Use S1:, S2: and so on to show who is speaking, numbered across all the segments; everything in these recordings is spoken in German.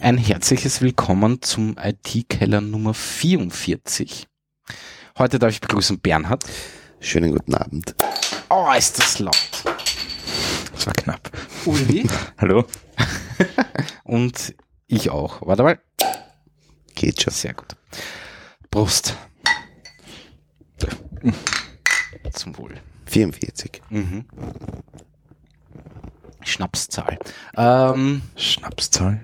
S1: Ein herzliches Willkommen zum IT-Keller Nummer 44. Heute darf ich begrüßen Bernhard.
S2: Schönen guten Abend.
S1: Oh, ist das laut.
S3: Das war knapp.
S1: Uli.
S3: Hallo?
S1: Und ich auch. Warte mal.
S2: Geht schon.
S1: Sehr gut. Brust. Zum Wohl.
S2: 44.
S1: Mhm. Schnapszahl. Ähm,
S3: Schnapszahl?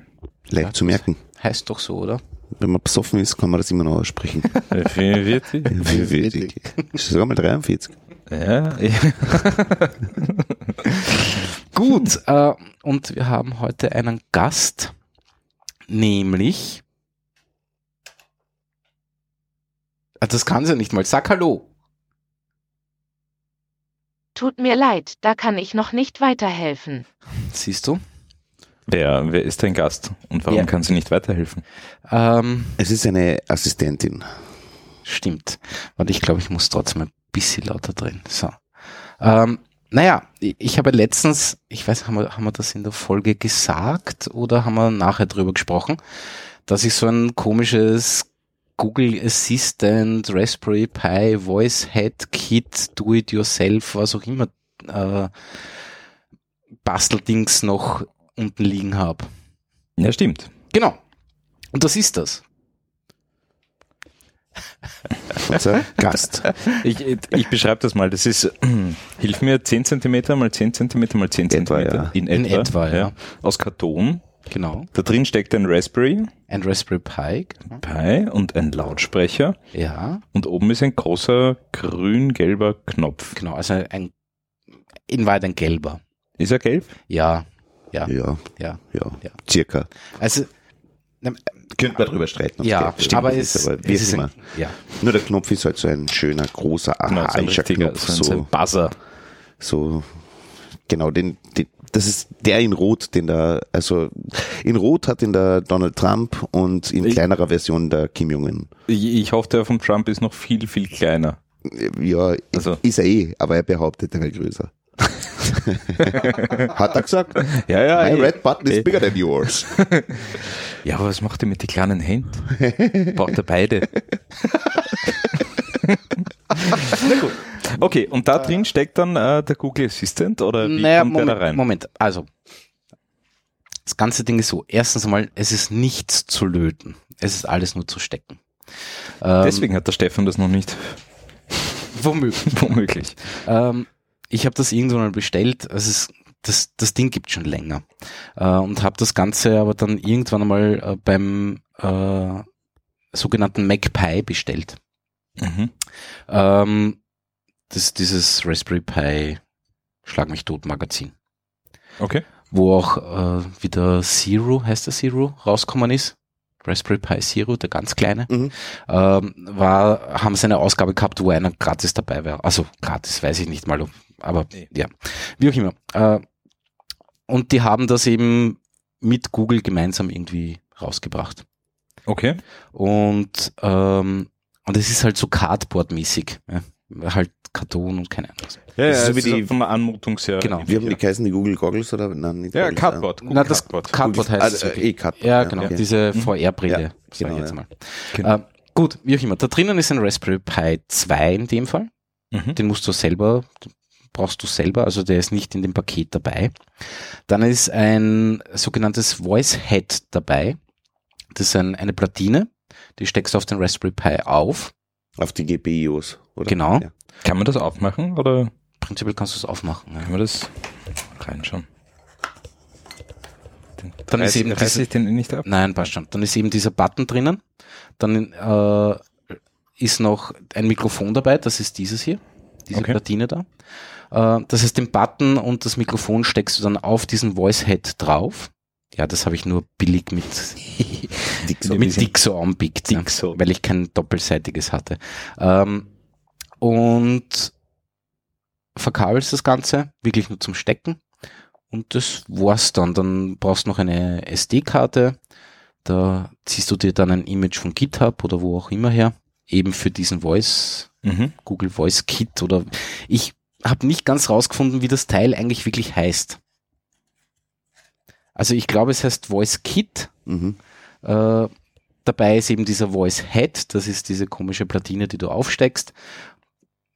S2: Leicht zu merken.
S1: heißt doch so, oder?
S2: Wenn man besoffen ist, kann man das immer noch aussprechen.
S3: 44?
S2: 44. Ist Sogar mal 43.
S3: ja, ja.
S1: Gut, äh, und wir haben heute einen Gast, nämlich. Ah, Das kann sie nicht mal. Sag Hallo.
S4: Tut mir leid, da kann ich noch nicht weiterhelfen.
S1: Siehst du?
S3: Wer, wer ist dein Gast und warum
S1: Ja.
S3: kann sie nicht weiterhelfen?
S1: Ähm,
S2: Es ist eine Assistentin.
S1: stimmt. Warte, ich glaube, ich muss trotzdem ein bisschen lauter drehen. So. Ähm, naja, ich, ich habe letztens, ich weiß, haben wir, haben wir das in der Folge gesagt oder haben wir nachher drüber gesprochen, dass ich so ein komisches Google Assistant, Raspberry Pi, Voice Head Kit, Do It Yourself, was auch immer, äh, Basteldings noch unten liegen habe.
S3: Ja, stimmt.
S1: Genau. Und das ist das.
S2: Unser Gast.
S3: Ich, ich beschreibe das mal. Das ist, hilf mir, 10 Zentimeter mal 10 Zentimeter mal 10
S2: Etwa,
S3: Zentimeter.
S2: ja.
S3: In
S1: In
S3: etwa,
S1: etwa, ja.
S3: Aus Karton.
S1: Genau.
S3: Da drin steckt ein Raspberry
S1: Ein Raspberry Pi. genau.
S3: Pi und ein Lautsprecher.
S1: Ja.
S3: Und oben ist ein großer grün-gelber Knopf.
S1: Genau, also ein, in Wahrheit ein gelber.
S3: Ist er gelb?
S1: Ja, ja,
S2: Ja,
S1: ja.
S2: ja,
S1: Ja.
S2: Circa.
S1: Also,
S2: Könnte man drüber streiten. ob's
S1: ja,
S2: gelb ist oder
S1: aber
S2: nicht,
S1: es,
S2: aber wie
S1: es
S2: auch
S1: ist
S2: immer.
S1: ein, ja,
S2: Nur der Knopf ist halt so ein schöner, großer,
S3: Genau, so ein
S2: archaischer
S3: richtiger-
S2: Knopf.
S3: so
S2: So,
S3: ein, so ein Oh. Buzzer.
S2: so, genau, den, den, das ist der in Rot, den da, also in Rot hat ihn der Donald Trump und in
S3: Ich-
S2: kleinerer Version der Kim Jong-un.
S3: Ich, ich hoffe, der von Trump ist noch viel, viel kleiner.
S2: Ja,
S3: Also-
S2: ist er eh, aber er behauptet, er wäre größer. Hat er gesagt?
S3: Ja, ja,
S2: My
S1: eh.
S3: ey.
S2: red button
S3: ey.
S2: is bigger than yours.
S3: Ja, aber was macht er mit den kleinen Händen? Braucht er beide. Na gut. Okay, und da drin steckt dann äh, der Google Assistant oder wie
S1: naja,
S3: kommt
S1: Moment,
S3: der da rein?
S1: Moment, also. Das ganze Ding ist so. Erstens einmal, es ist nichts zu löten. Es ist alles nur zu stecken. Ähm,
S3: Deswegen hat der Stefan das noch nicht.
S1: Womöglich.
S3: Womöglich.
S1: Ähm, ich habe das irgendwann mal bestellt. Also es, das, das Ding gibt schon länger. Äh, und habe das Ganze aber dann irgendwann einmal äh, beim äh, sogenannten MacPie bestellt.
S3: Mhm.
S1: Ähm, das, dieses Raspberry Pi Schlag mich tot Magazin,
S3: Okay.
S1: wo auch äh, wieder Zero, heißt der Zero, rausgekommen ist. Raspberry Pi Zero, der ganz kleine,
S2: Mhm.
S1: ähm, war, haben sie eine Ausgabe gehabt, wo einer gratis dabei war. Also gratis, weiß ich nicht mal, ob- aber
S3: Nee.
S1: ja, wie auch immer. Äh, und die haben das eben mit Google gemeinsam irgendwie rausgebracht.
S3: Okay.
S1: Und, ähm, und es ist halt so Cardboard-mäßig. Ja? Halt Karton und keine Ahnung.
S3: Ja,
S2: Das ist so wie
S3: es
S2: die-
S3: auch von der Anmutung her.
S1: Genau.
S2: Wir haben die geheißen, die Google Goggles oder? Nein, nicht
S3: Ja,
S2: Goggles,
S3: Cardboard.
S1: Na, das-
S3: Cardboard.
S1: Cardboard
S2: Google-
S1: heißt es
S2: ah,
S1: wirklich.
S2: äh, E-Cardboard.
S1: Ja, genau.
S2: okay.
S1: Diese
S3: Mhm.
S1: VR-Brille,
S2: Ja,
S1: sag
S2: genau,
S1: ich jetzt
S2: ja.
S1: mal.
S3: Genau.
S1: Äh, gut, wie auch immer. Da drinnen ist ein Raspberry Pi 2 in dem Fall.
S3: Mhm.
S1: Den musst du selber, brauchst du selber, also der ist nicht in dem Paket dabei. Dann ist ein sogenanntes Voice Head dabei. Das ist ein, eine Platine, die steckst du auf den Raspberry Pi auf.
S2: Auf die GPIOs, oder?
S1: Genau.
S2: Ja.
S3: Kann man das aufmachen oder
S1: Prinzipiell kannst du es aufmachen. Ja.
S3: kann man das reinschauen? Den
S1: Dann ist
S3: reiß-
S1: eben
S3: reiß
S1: diese-
S3: ich den nicht ab.
S1: Nein, passt schon. Dann ist eben dieser Button drinnen. Dann äh, ist noch ein Mikrofon dabei, das ist dieses hier, diese
S3: Okay.
S1: Platine da. Äh, das heißt, den Button und das Mikrofon steckst du dann auf diesen Voice Head drauf. Ja, das habe ich nur billig mit,
S3: In
S1: mit
S3: diesem-
S1: Dixo anbickt, ne?
S3: Dixo.
S1: weil ich kein doppelseitiges hatte. Ähm, und verkabelst das Ganze, wirklich nur zum Stecken. Und das war's dann. Dann brauchst du noch eine SD-Karte. Da ziehst du dir dann ein Image von GitHub oder wo auch immer her. Eben für diesen Voice,
S3: Mhm.
S1: Google Voice Kit oder ich habe nicht ganz rausgefunden, wie das Teil eigentlich wirklich heißt. Also ich glaube, es heißt Voice Kit,
S2: Mhm.
S1: Äh, dabei ist eben dieser Voice Head, das ist diese komische Platine, die du aufsteckst.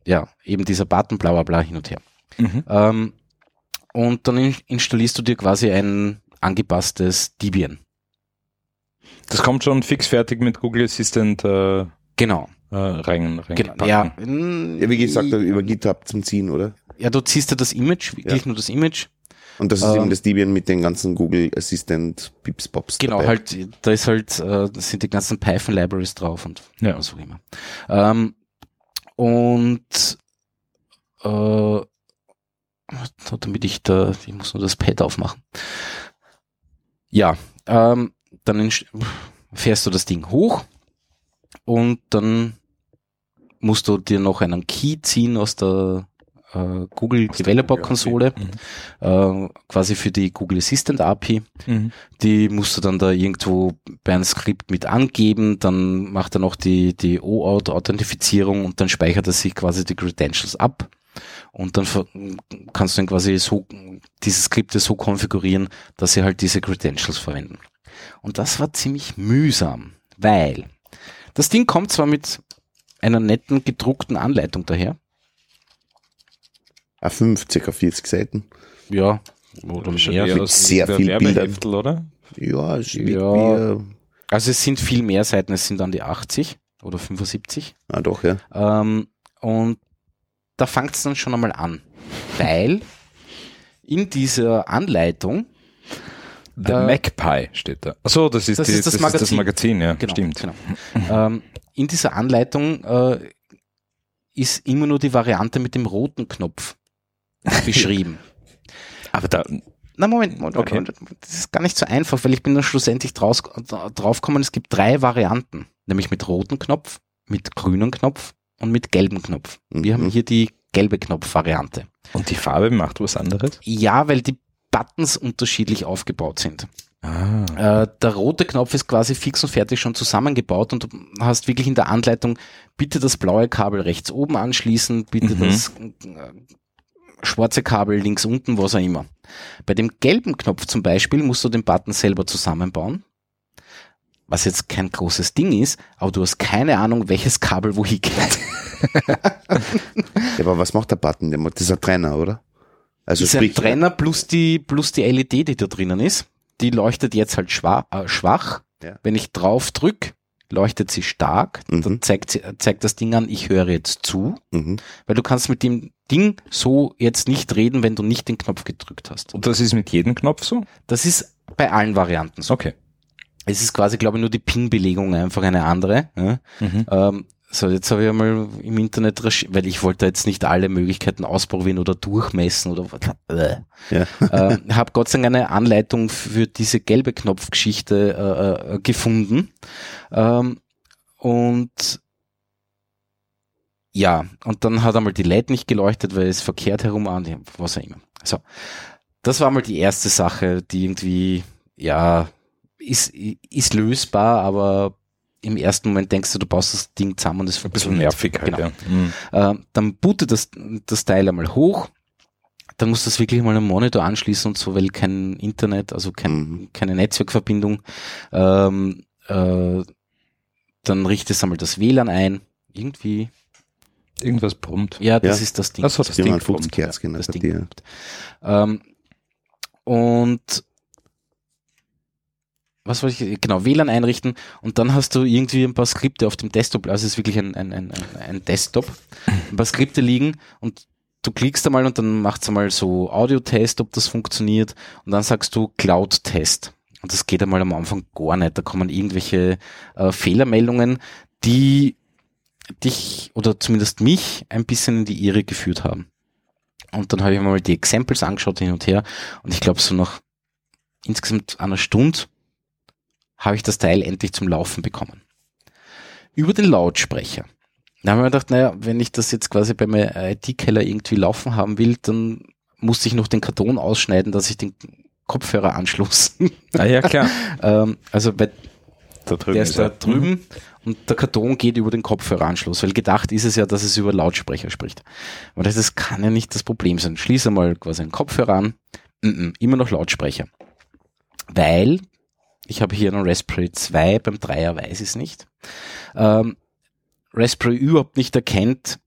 S1: Ja, eben dieser Button, bla bla bla, hin und her.
S5: Mhm.
S1: Ähm, und dann in- installierst du dir quasi ein angepasstes Debian.
S5: Das kommt schon fix fertig mit Google Assistant äh, äh,
S1: Genau.
S5: rein.
S1: genau.
S5: reingepackt.
S1: Ja, mm,
S2: Ja, wie gesagt, über GitHub zum Ziehen, oder?
S1: ja, du ziehst dir das Image, wirklich nur das Image.
S2: Und das ist
S1: Ähm.
S2: eben das Debian mit den ganzen Google Assistant Bips Bobs.
S1: Genau,
S2: dabei.
S1: halt, da ist halt, äh, da sind die ganzen Python-Libraries drauf und
S5: Ja.
S1: was auch immer. Ähm, und äh, so, damit ich da, ich muss nur das Pad aufmachen. Ja, ähm, dann inst- fährst du das Ding hoch und dann musst du dir noch einen Key ziehen aus der äh, Google Developer Konsole, äh, quasi für die Google Assistant API
S5: Mhm.
S1: die musst du dann da irgendwo bei einem Skript mit angeben, dann macht er noch die, die OAuth-Authentifizierung und dann speichert er sich quasi die Credentials ab und dann ver- kannst du dann quasi so, diese Skripte so konfigurieren, dass sie halt diese Credentials verwenden. Und das war ziemlich mühsam, weil das Ding kommt zwar mit einer netten gedruckten Anleitung daher,
S2: A5, Ah, circa 40 Seiten.
S1: ja, oder
S5: Schon
S1: mehr,
S5: eher
S2: mit
S5: aus
S2: sehr
S5: der
S2: viel
S5: Werbeheftel, oder?
S2: Ja, es
S1: Ja.
S2: wird mir-
S1: also es sind viel mehr Seiten, es sind an die 80 oder 75.
S2: Ah, doch, ja.
S1: Ähm, und da fängt es dann schon einmal an, weil in dieser Anleitung,
S5: The
S1: Äh,
S5: Magpie steht da. Achso, das ist,
S1: das
S5: die,
S1: ist das
S5: Ist das Magazin, ja,
S1: genau,
S5: stimmt.
S1: Genau, ähm, in dieser Anleitung äh, ist immer nur die Variante mit dem roten Knopf beschrieben.
S5: Aber da,
S1: Na Moment, Moment,
S5: Okay.
S1: Moment, Moment, das ist gar nicht so einfach, weil ich bin dann schlussendlich draus, draufgekommen, es gibt drei Varianten, nämlich mit rotem Knopf, mit grünem Knopf und mit gelbem Knopf. Wir haben
S2: Mhm.
S1: hier die gelbe Knopf-Variante.
S5: und die Farbe macht was anderes?
S1: Ja, weil die Buttons unterschiedlich aufgebaut sind.
S5: Ah.
S1: Äh, der rote Knopf ist quasi fix und fertig schon zusammengebaut und du hast wirklich in der Anleitung, bitte das blaue Kabel rechts oben anschließen, bitte
S5: Mhm.
S1: das äh, schwarze Kabel links unten, was auch immer. Bei dem gelben Knopf zum Beispiel musst du den Button selber zusammenbauen, was jetzt kein großes Ding ist, aber du hast keine Ahnung, welches Kabel wohin geht.
S2: ja. Aber was macht der Button? Der macht- Das ist ein Trainer, oder? Also
S1: ist ein Trenner plus die, plus die LED, die da drinnen ist. Die leuchtet jetzt halt schwa äh, schwach.
S2: Ja.
S1: Wenn ich drauf drück, leuchtet sie stark.
S2: Mhm.
S1: Dann zeigt, sie- äh, zeigt das Ding an, ich höre jetzt zu.
S2: Mhm.
S1: Weil du kannst mit dem Ding so jetzt nicht reden, wenn du nicht den Knopf gedrückt hast.
S5: Und das ist mit jedem Knopf so?
S1: Das ist bei allen Varianten so.
S5: Okay.
S1: Es ist quasi, glaube ich, nur die Pin-Belegung einfach eine andere. Ja?
S5: Mhm.
S1: Ähm, so, jetzt habe ich einmal im Internet, recherch- weil ich wollte jetzt nicht alle Möglichkeiten ausprobieren oder durchmessen oder äh.
S2: Ja.
S1: ähm, habe Gott sei Dank eine Anleitung für diese gelbe Knopfgeschichte äh, äh, gefunden. Ähm, und ja, und dann hat einmal die LED nicht geleuchtet, weil es verkehrt herum an, was auch immer. So, das war mal die erste Sache, die irgendwie, ja, ist, ist lösbar, aber im ersten Moment denkst du, du baust das Ding zusammen und es
S5: Ein bisschen nervig halt,
S1: Genau.
S5: ja. Mhm.
S1: äh, dann bootet das, das Teil einmal hoch. Dann musst du das wirklich mal am Monitor anschließen und so, weil kein Internet, also kein,
S2: Mhm.
S1: keine Netzwerkverbindung. Ähm, äh, dann richtest einmal das WLAN ein. Irgendwie.
S5: Irgendwas brummt.
S1: Ja, das
S2: Ja.
S1: ist das Ding.
S2: Also
S5: Achso, das Ding brummt.
S2: 450 Hertz, genau.
S1: das
S2: bei
S1: Ding
S2: dir.
S1: brummt. Ähm, und was wollte ich, genau, WLAN einrichten und dann hast du irgendwie ein paar Skripte auf dem Desktop, also es ist wirklich ein, ein, ein, ein- ein Desktop, ein paar Skripte liegen und du klickst einmal und dann macht's einmal so Audio-Test, ob das funktioniert und dann sagst du Cloud-Test. Und das geht einmal am Anfang gar nicht, da kommen irgendwelche äh, Fehlermeldungen, die dich oder zumindest mich ein bisschen in die Irre geführt haben. Und dann habe ich mir mal die Examples angeschaut hin und her. Und ich glaube, so nach insgesamt einer Stunde habe ich das Teil endlich zum Laufen bekommen. Über den Lautsprecher. Da haben wir gedacht, naja, wenn ich das jetzt quasi bei meinem IT-Keller irgendwie laufen haben will, dann musste ich noch den Karton ausschneiden, dass ich den Kopfhörer anschluss.
S5: Ah ja, klar.
S1: ähm, also bei
S5: Da drüben
S1: der ist da drüben und der Karton geht über den Kopfhöreranschluss, weil gedacht ist es ja, dass es über Lautsprecher spricht. Aber das, das kann ja nicht das Problem sein. Schließe Mhm, mal quasi einen Kopfhörer an, mm -mm, immer noch Lautsprecher. Weil Ich habe hier einen Raspberry 2, beim 3er weiß ich es nicht. Ähm, Raspberry überhaupt nicht erkennt,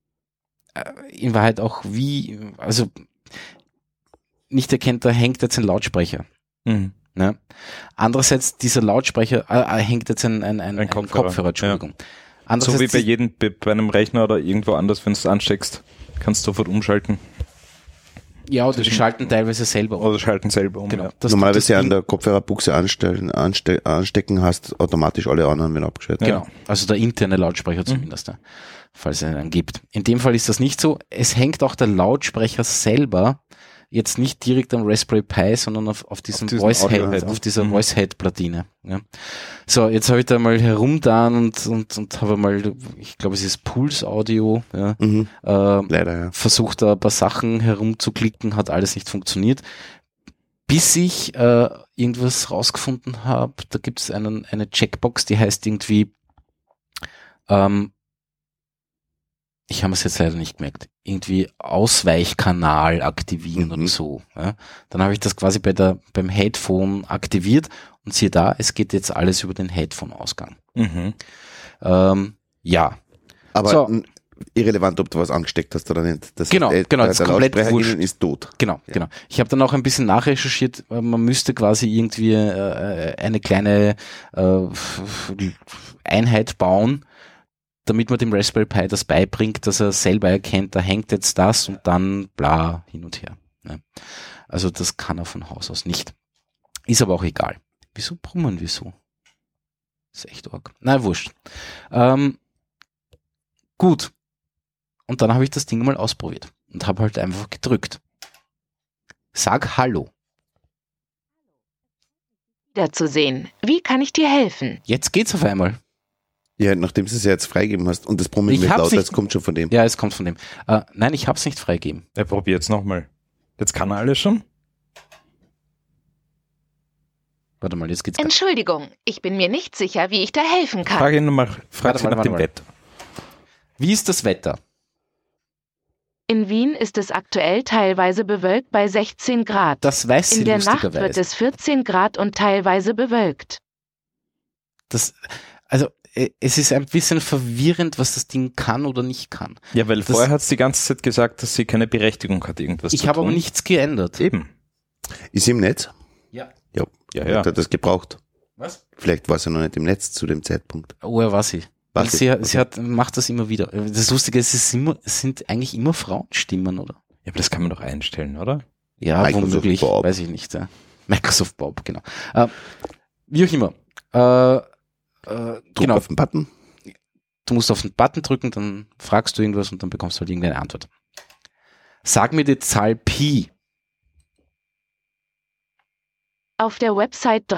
S1: äh, in Wahrheit auch wie, also nicht erkennt, da hängt jetzt ein Lautsprecher.
S5: Mhm.
S1: Ne? Andererseits, dieser Lautsprecher äh, äh, hängt jetzt ein, ein, ein, ein Kopfhörer,
S5: Kopfhörer,
S1: Entschuldigung.
S5: So wie
S1: Andererseits,
S5: bei jedem, bei bei einem Rechner oder irgendwo anders, wenn du es ansteckst, kannst du sofort umschalten.
S1: ja, oder die schalten teilweise selber um.
S5: Oder schalten selber um.
S1: Genau.
S5: ja.
S1: Das- das
S2: Normalerweise
S1: Ding-
S2: an der Kopfhörerbuchse anstellen, anste anstecken hast, automatisch alle anderen werden abgeschaltet.
S1: Genau. Also der interne
S5: Mhm.
S1: Lautsprecher zumindest, ja, falls es einen gibt. In dem Fall ist das nicht so. Es hängt auch der Lautsprecher selber jetzt nicht direkt am Raspberry Pi, sondern auf, auf diesem
S5: diesem
S1: Voice-Head,
S5: Audio-Head.
S1: auf dieser
S5: Mhm.
S1: Voice-Head-Platine. Ja. So, jetzt habe ich da mal herumtan und, und, und habe mal, ich glaube, es ist Pulse-Audio, ja,
S2: Mhm.
S1: ähm,
S2: Leider, ja.
S1: versucht da ein paar Sachen herumzuklicken, hat alles nicht funktioniert. Bis ich äh, irgendwas rausgefunden habe, da gibt es eine Checkbox, die heißt irgendwie, ähm, ich habe es jetzt leider nicht gemerkt, irgendwie Ausweichkanal aktivieren
S2: Mhm.
S1: oder so. Ja. Dann habe ich das quasi bei der, beim Headphone aktiviert und siehe da, es geht jetzt alles über den Headphone-Ausgang.
S5: Mhm.
S1: Ähm, ja,
S2: Aber
S1: So.
S2: n- irrelevant, ob du was angesteckt hast oder nicht. Das
S1: Genau,
S2: äh,
S1: genau,
S2: der,
S1: das ist
S2: der
S1: komplett
S2: Lautsprecher
S1: wurscht.
S2: innen ist tot.
S1: Genau, genau. Ich habe dann auch ein bisschen nachrecherchiert. äh, Man müsste quasi irgendwie äh, eine kleine äh, Einheit bauen, damit man dem Raspberry Pi das beibringt, dass er selber erkennt, da hängt jetzt das und dann bla hin und her. Ne? Also das kann er von Haus aus nicht. Ist aber auch egal. Wieso brummen wir so? Ist echt arg. Na, wurscht. Ähm, gut. Und dann habe ich das Ding mal ausprobiert und habe halt einfach gedrückt. Sag Hallo.
S4: Wiederzusehen. Wie kann ich dir helfen?
S1: Jetzt geht's auf einmal.
S2: Ja, nachdem du es ja jetzt freigeben hast und das Brummen
S1: Ich
S2: wird
S1: hab's
S2: lauter,
S1: nicht-
S2: das kommt schon von dem.
S1: Ja, es kommt von dem. Äh, nein, ich hab's nicht freigeben.
S5: Er probiert es nochmal. Jetzt kann er alles schon.
S1: Warte mal, jetzt geht's. gar-
S4: Entschuldigung, ich bin mir nicht sicher, wie ich da helfen kann.
S5: Frage ihn nochmal, frag
S1: Warte,
S5: ihn
S1: warte,
S5: nach dem
S1: warte,
S5: Wetter.
S1: Wie ist das Wetter?
S4: In Wien ist es aktuell teilweise bewölkt bei 16 Grad.
S1: Das weiß sie
S4: In der Nacht wird
S1: lustigerweise.
S4: es 14 Grad und teilweise bewölkt.
S1: Das, also, äh, es ist ein bisschen verwirrend, was das Ding kann oder nicht kann.
S5: Ja, weil
S1: Das-
S5: vorher hat es die ganze Zeit gesagt, dass sie keine Berechtigung hat, irgendwas zu
S1: ich habe
S5: tun.
S1: aber nichts geändert.
S5: Eben.
S2: Ist im Netz?
S1: Ja.
S2: Ja,
S5: Ja,
S2: Hat er das gebraucht?
S1: Was?
S2: Vielleicht war sie noch nicht im Netz zu dem Zeitpunkt.
S1: Woher war sie?
S2: War
S1: Und
S2: sie-
S1: sie, sie hat, macht das immer wieder. Das Lustige ist, es, ist immer, es sind eigentlich immer Frauenstimmen, oder?
S5: Ja, aber das kann man doch einstellen, oder?
S1: Ja,
S2: Microsoft
S1: womöglich,
S2: Bob.
S1: weiß ich nicht. Ja. Microsoft Bob, genau. Äh, wie auch immer. Äh, äh,
S2: Druck
S1: genau,
S2: auf den Button.
S1: du musst auf den Button drücken, dann fragst du irgendwas und dann bekommst du halt irgendeine Antwort. Sag mir die Zahl Pi.
S4: Auf der Website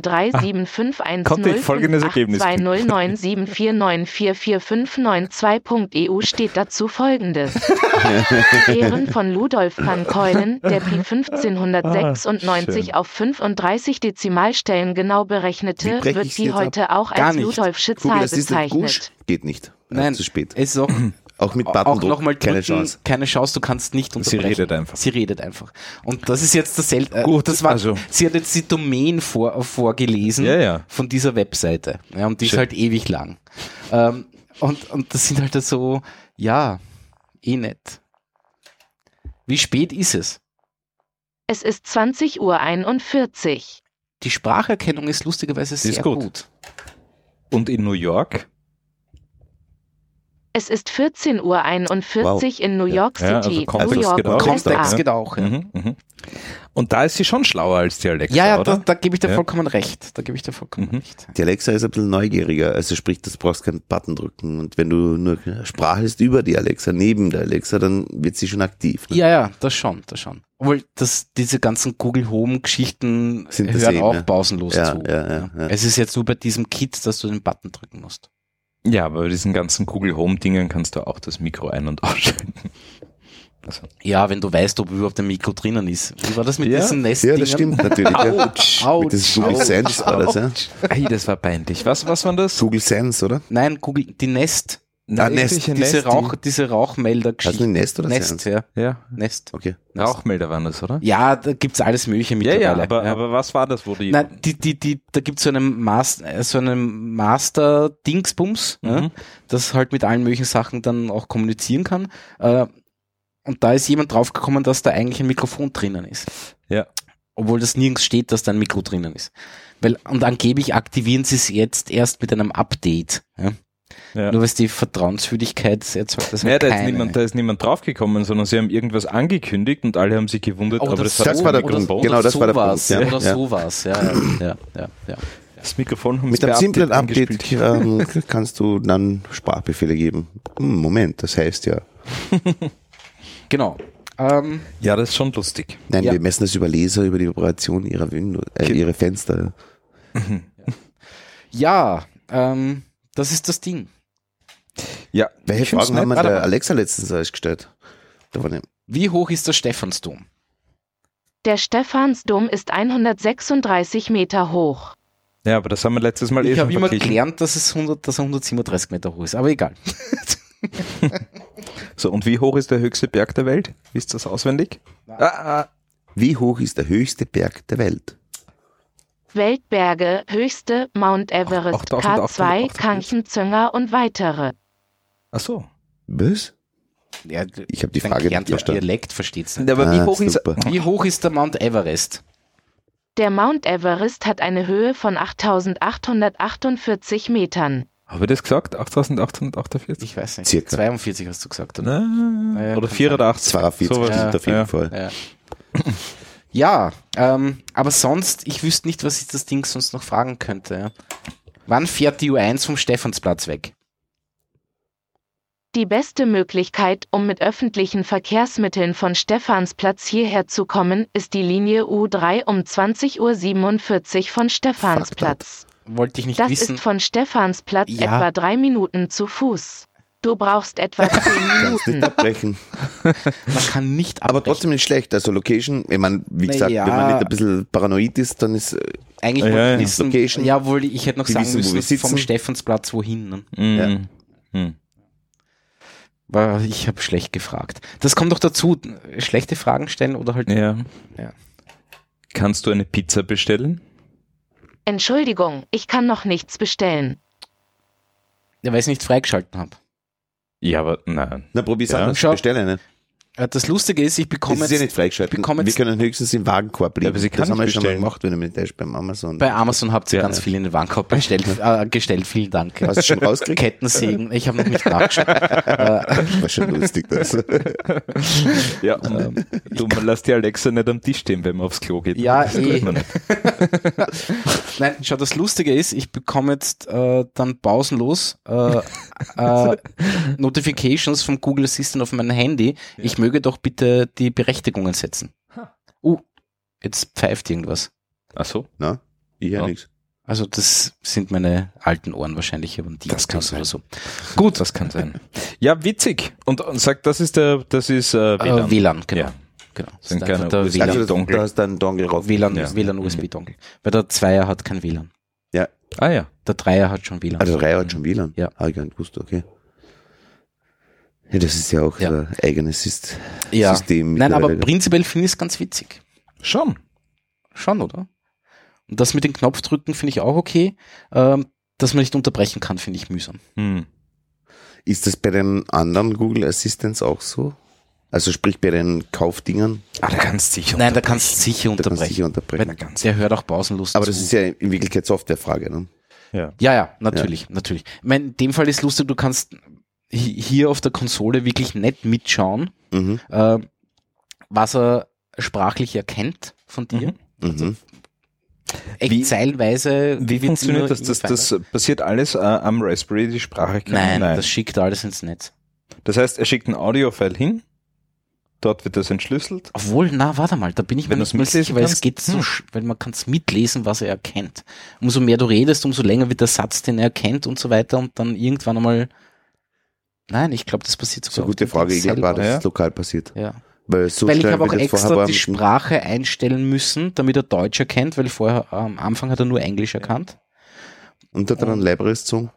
S4: 3.14115936338373953383971693963993975916939957515
S5: Konnte ich folgendes Ergebnis kriegen?
S4: 209749445942.eu E steht dazu folgendes. Zu Ehren von Ludolf van Keulen, der Pi 1596 auf 35 Dezimalstellen genau
S2: Wie
S4: berechnete,
S2: brech
S4: wird
S2: ich's
S4: Pi
S2: jetzt
S4: heute auch
S1: Gar
S4: als
S1: nicht.
S4: Ludolfsche
S2: Google
S4: Zahl
S2: Assistant
S4: bezeichnet.
S2: Gush geht nicht.
S1: Nein.
S2: Nein. Zu spät.
S1: Es ist auch,
S2: Auch mit Button.
S1: auch nochmal
S2: keine
S1: drücken,
S2: Chance.
S1: Keine Chance, du kannst nicht
S5: Sie
S1: unterbrechen.
S5: redet einfach.
S1: Sie redet einfach. Und das ist jetzt das Sel äh,
S5: Gut,
S1: das war,
S5: also-
S1: sie hat jetzt die Domain vor, vorgelesen
S5: Ja, ja.
S1: von dieser Webseite. Ja, und die ist
S5: Schön.
S1: halt ewig lang. Ähm, und, und das sind halt so, ja, eh nett. Wie spät ist es?
S4: Es ist 20.41 Uhr.
S1: Die Spracherkennung ist lustigerweise sehr
S5: gut.
S1: gut.
S5: Und in New York?
S4: Es ist 14.41 Uhr in New York City,
S5: Ja, also kommt
S4: New
S5: das
S4: York,
S5: genau.
S4: USA.
S5: Kommt das
S1: Kontext geht auch. Ja,
S5: Mhm, mhm. Und da ist sie schon schlauer als die Alexa,
S1: ja, ja
S5: oder?
S1: da, da gebe ich dir
S5: Ja.
S1: vollkommen recht. Da gebe ich dir vollkommen
S5: Mhm.
S1: recht.
S2: Die Alexa ist ein bisschen neugieriger. Also sprich, das brauchst keinen Button drücken. Und wenn du nur sprachelst über die Alexa, neben der Alexa, dann wird sie schon aktiv. Ne?
S1: Ja, ja, das schon, das schon. Obwohl, das, diese ganzen Google Home Geschichten
S2: Sind das
S1: hören
S2: eben,
S1: auch
S2: ja.
S1: pausenlos
S2: Ja,
S1: zu.
S2: ja, ja, ja.
S1: Es ist jetzt nur bei diesem Kit, dass du den Button drücken musst.
S5: Ja, aber bei diesen ganzen Google Home Dingern kannst du auch das Mikro ein- und ausschalten.
S3: Also,
S1: Ja, wenn du weißt, ob überhaupt ein Mikro drinnen ist. Wie war das mit
S3: Ja.
S1: diesen Nestdingen?
S2: Ja, das stimmt natürlich. Ja.
S1: Autsch.
S2: Mit diesem Google Sense war das, ja?
S3: ei, das war peinlich. Was, was waren das?
S2: Google Sense, oder?
S1: Nein, Google, die Nest,
S3: Na,
S2: Ah, Nest,
S3: irgendwelche
S1: diese,
S3: Nest-
S1: Rauch, diese Rauchmelder-Geschichte.
S2: Hast du ein Nest oder
S1: Nest,
S2: Sense?
S1: ja.
S3: Ja,
S1: Nest.
S2: Okay.
S3: Rauchmelder waren das, oder?
S1: Ja, da gibt's alles Mögliche mittlerweile.
S3: was war das, wo die...
S1: Nein, die, die, die, da gibt's so einen Master, äh, so einen Master-Dingsbums, ne,
S3: Mhm.
S1: das halt mit allen möglichen Sachen dann auch kommunizieren kann. Äh, und da ist jemand draufgekommen, dass da eigentlich ein Mikrofon drinnen ist.
S3: Ja.
S1: Obwohl das nirgends steht, dass da ein Mikro drinnen ist. Weil, und angeblich aktivieren sie es jetzt erst mit einem Update. Ja?
S3: Ja.
S1: Nur was die Vertrauenswürdigkeit erzeugt, das
S3: Ja,
S1: halt
S3: da ist,
S1: keine.
S3: niemand, da ist niemand draufgekommen, sondern sie haben irgendwas angekündigt und alle haben sich gewundert,
S1: Oder
S3: aber das,
S1: so,
S3: hat
S2: Das war der
S1: oder
S2: Grund.
S1: so-
S2: Genau,
S1: oder
S2: das
S1: so
S2: war der
S1: war's,
S2: Grund, ja.
S1: Oder
S2: Ja.
S1: so war's, ja, ja, ja, ja, ja.
S3: das Mikrofon haben
S2: Mit
S3: sie
S2: einem
S3: per
S2: simplen Update
S3: eingespielt.
S2: ähm, kannst du dann Sprachbefehle geben. Hm, Moment, das heißt ja.
S1: Genau. Ähm,
S3: Ja, das ist schon lustig.
S2: Nein,
S1: Ja.
S2: wir messen das über Laser, über die Vibration ihrer, Windows, äh,
S3: Ge-
S2: ihrer Fenster.
S1: ja, ähm, das ist das Ding.
S3: Ja,
S2: Welche
S3: ich find's
S2: Fragen haben wir
S3: nett.
S2: der
S1: Warte
S2: Alexa letztens erst gestellt? Da war eine,
S1: Wie hoch ist der Stephansdom?
S4: Der Stephansdom ist 136 Meter hoch.
S3: Ja, aber das haben wir letztes Mal eh
S1: ich
S3: schon
S1: habe immer
S3: verglichen.
S1: gelernt, dass, es 100, dass er 137 Meter hoch ist, aber egal.
S3: So, und wie hoch ist der höchste Berg der Welt? Wisst ihr das auswendig? Ah, ah.
S2: wie hoch ist der höchste Berg der Welt?
S4: Weltberge, höchste Mount
S3: Ach-
S4: Everest,
S3: 8848.
S4: K2, Kankenzünger und weitere.
S3: Ach so.
S2: Was?
S1: Ja,
S2: Ich habe die
S1: dann
S2: Frage
S1: lernt
S2: nicht
S1: ihr
S2: verstanden.
S1: Dialekt, versteht's nicht.
S3: Aber wie
S2: Ah,
S3: hoch ist
S2: super.
S1: Wie hoch ist der Mount Everest?
S4: Der Mount Everest hat eine Höhe von 8848 Metern.
S3: Habe ich das gesagt? 8848?
S1: Ich weiß nicht.
S2: Circa.
S1: 42 hast du gesagt, oder?
S3: Na,
S1: ja,
S3: oder
S1: kann
S3: 84?
S2: 42
S3: Sowas.
S2: sind auf jeden
S3: Ja.
S2: Fall.
S1: Ja, ja ähm, aber sonst, ich wüsste nicht, was ich das Ding sonst noch fragen könnte. Ja. Wann fährt die U1 vom Stephansplatz weg?
S4: Die beste Möglichkeit, um mit öffentlichen Verkehrsmitteln von Stephansplatz hierher zu kommen, ist die Linie U3 um 20.47 Uhr von Stephansplatz.
S1: Wollte ich nicht
S4: Das
S1: wissen.
S4: ist von Stephansplatz
S1: Ja.
S4: etwa drei Minuten zu Fuß. Du brauchst etwa
S2: Kannst
S4: zehn
S2: nicht
S4: Minuten.
S2: abbrechen.
S1: Man kann nicht
S2: Aber
S1: abbrechen.
S2: trotzdem nicht schlecht. Also Location, ich meine, wie gesagt,
S1: Naja.
S2: wenn man nicht ein bisschen paranoid ist, dann ist äh,
S1: Eigentlich
S3: Ja,
S1: wollte
S3: ja.
S1: ich wissen,
S2: Location.
S1: jawohl, ich hätte noch
S2: Die
S1: sagen
S2: wissen, wo wir
S1: müssen,
S2: sitzen.
S1: vom Stephansplatz wohin. Ne?
S3: Mhm. Mhm.
S1: War- Ich habe schlecht gefragt. Das kommt doch dazu, schlechte Fragen stellen oder halt...
S3: Ja.
S1: Ja.
S3: Kannst du eine Pizza bestellen?
S4: Entschuldigung, ich kann noch nichts bestellen.
S1: Ja, weil ich es nicht freigeschalten habe.
S3: Ja, aber nein.
S2: na probier's
S3: Ja,
S2: anders.
S1: schau.
S2: Bestell eine.
S1: Äh, Das Lustige ist, ich
S2: Das
S1: bekomme
S2: ist ja
S1: jetzt
S2: nicht freigeschalten.
S1: bekomm
S2: Wir
S1: jetzt-
S2: können höchstens im Wagenkorb liegen.
S3: aber sie kann
S2: das haben wir
S3: nicht
S2: schon mal
S3: bestellen.
S2: gemacht, wenn du mit Dash beim Amazon.
S1: Bei Amazon habt ihr
S3: Ja.
S1: ganz viel in den Warenkorb bestellt, äh, gestellt. Vielen Dank. Also,
S2: Hast du schon rausgekriegt?
S1: Kettensägen. Ich habe noch nicht nachgeschaut. Äh,
S2: war schon lustig das.
S3: Ja, ähm, du man lässt die Alexa nicht am Tisch stehen, wenn man aufs Klo geht.
S1: Ja,
S3: das
S1: eh.
S3: tut man nicht.
S1: Nein, schau, das Lustige ist, ich bekomme jetzt äh, dann pausenlos äh, äh, Notifications vom Google Assistant auf meinem Handy. Ich möge doch bitte die Berechtigungen setzen. Uh, jetzt pfeift irgendwas.
S3: Ach so.
S2: Na? Ich
S3: Ja.
S2: ja. nichts.
S1: Also das sind meine alten Ohren wahrscheinlich, aber die
S3: Das kann sein.
S1: oder so.
S3: Gut. Das kann sein. Ja, witzig. Und, und sagt, das ist der, das ist äh,
S1: WLAN, äh,
S3: WLAN.
S1: WLAN genau.
S3: Ja.
S1: genau. Das
S3: Sind
S1: ist einfach
S3: keine
S1: der Mhm.
S3: USB.
S1: WLAN,
S2: Also das,
S3: Dongle.
S2: du hast dann Dongle rauf.
S1: WLAN,
S3: Ja.
S1: WLAN USB-Dongle. Weil der Zweier hat kein WLAN.
S3: Ah ja.
S1: Der Dreier hat schon WLAN.
S2: Also Reihe hat schon WLAN.
S1: Ja.
S2: Ah, ich gar nicht gewusst, okay. Ja, das ist ja auch
S1: Ja.
S2: ein eigenes Syst
S1: ja.
S2: System.
S1: Nein, aber
S2: mittlerweile.
S1: prinzipiell finde ich es ganz witzig.
S3: Schon.
S1: Schon, oder? Und das mit den Knopfdrücken finde ich auch okay. Ähm, dass man nicht unterbrechen kann, finde ich mühsam.
S3: Hm.
S2: Ist das bei den anderen Google Assistants auch so? Also sprich bei den Kaufdingern,
S3: Ah, da kannst du dich
S1: Nein, da kannst du sicher
S2: da kannst du dich
S1: unterbrechen.
S2: unterbrechen.
S1: Weil der hört auch pausenlos
S2: Aber
S1: zu.
S2: das ist ja in Wirklichkeit Softwarefrage, ne?
S3: Ja.
S1: Ja, ja, natürlich, natürlich. Ich meine, in dem Fall ist lustig, du kannst hi- hier auf der Konsole wirklich nett mitschauen,
S2: Mhm.
S1: äh, was er sprachlich erkennt von dir.
S3: Mhm.
S2: Mhm.
S1: Echt
S3: Wie-
S1: zeilenweise.
S3: Wie
S1: wird's immer
S3: funktioniert das? Das,
S1: feiner.
S3: das passiert alles äh, am Raspberry, die Sprache kann
S1: Nein, das schickt alles ins Netz.
S3: Das heißt, er schickt ein Audio-File hin, dort wird das entschlüsselt.
S1: Obwohl, na, warte mal, da bin ich
S3: Wenn
S1: mir
S3: du's
S1: nicht mehr
S3: mitlesen
S1: sicher, weil es
S3: kannst,
S1: geht so,
S3: hm.
S1: sch- weil man kann es mitlesen, was er erkennt. Umso mehr du redest, umso länger wird der Satz, den er erkennt und so weiter und dann irgendwann einmal Nein, ich glaube, das passiert sogar.
S2: So eine gute
S1: auf dem
S2: Frage. Ich
S1: Text
S2: glaube, auch,
S1: selber.
S2: dass
S3: Ja.
S2: es lokal passiert.
S1: ja.
S2: Weil, so
S1: Weil ich
S2: schnell
S1: habe auch
S2: wie das
S1: extra
S2: vorhaben-
S1: die Sprache einstellen müssen, damit er Deutsch erkennt, weil vorher am Anfang hat er nur Englisch erkannt.
S2: Und hat er dann Libraries gezogen?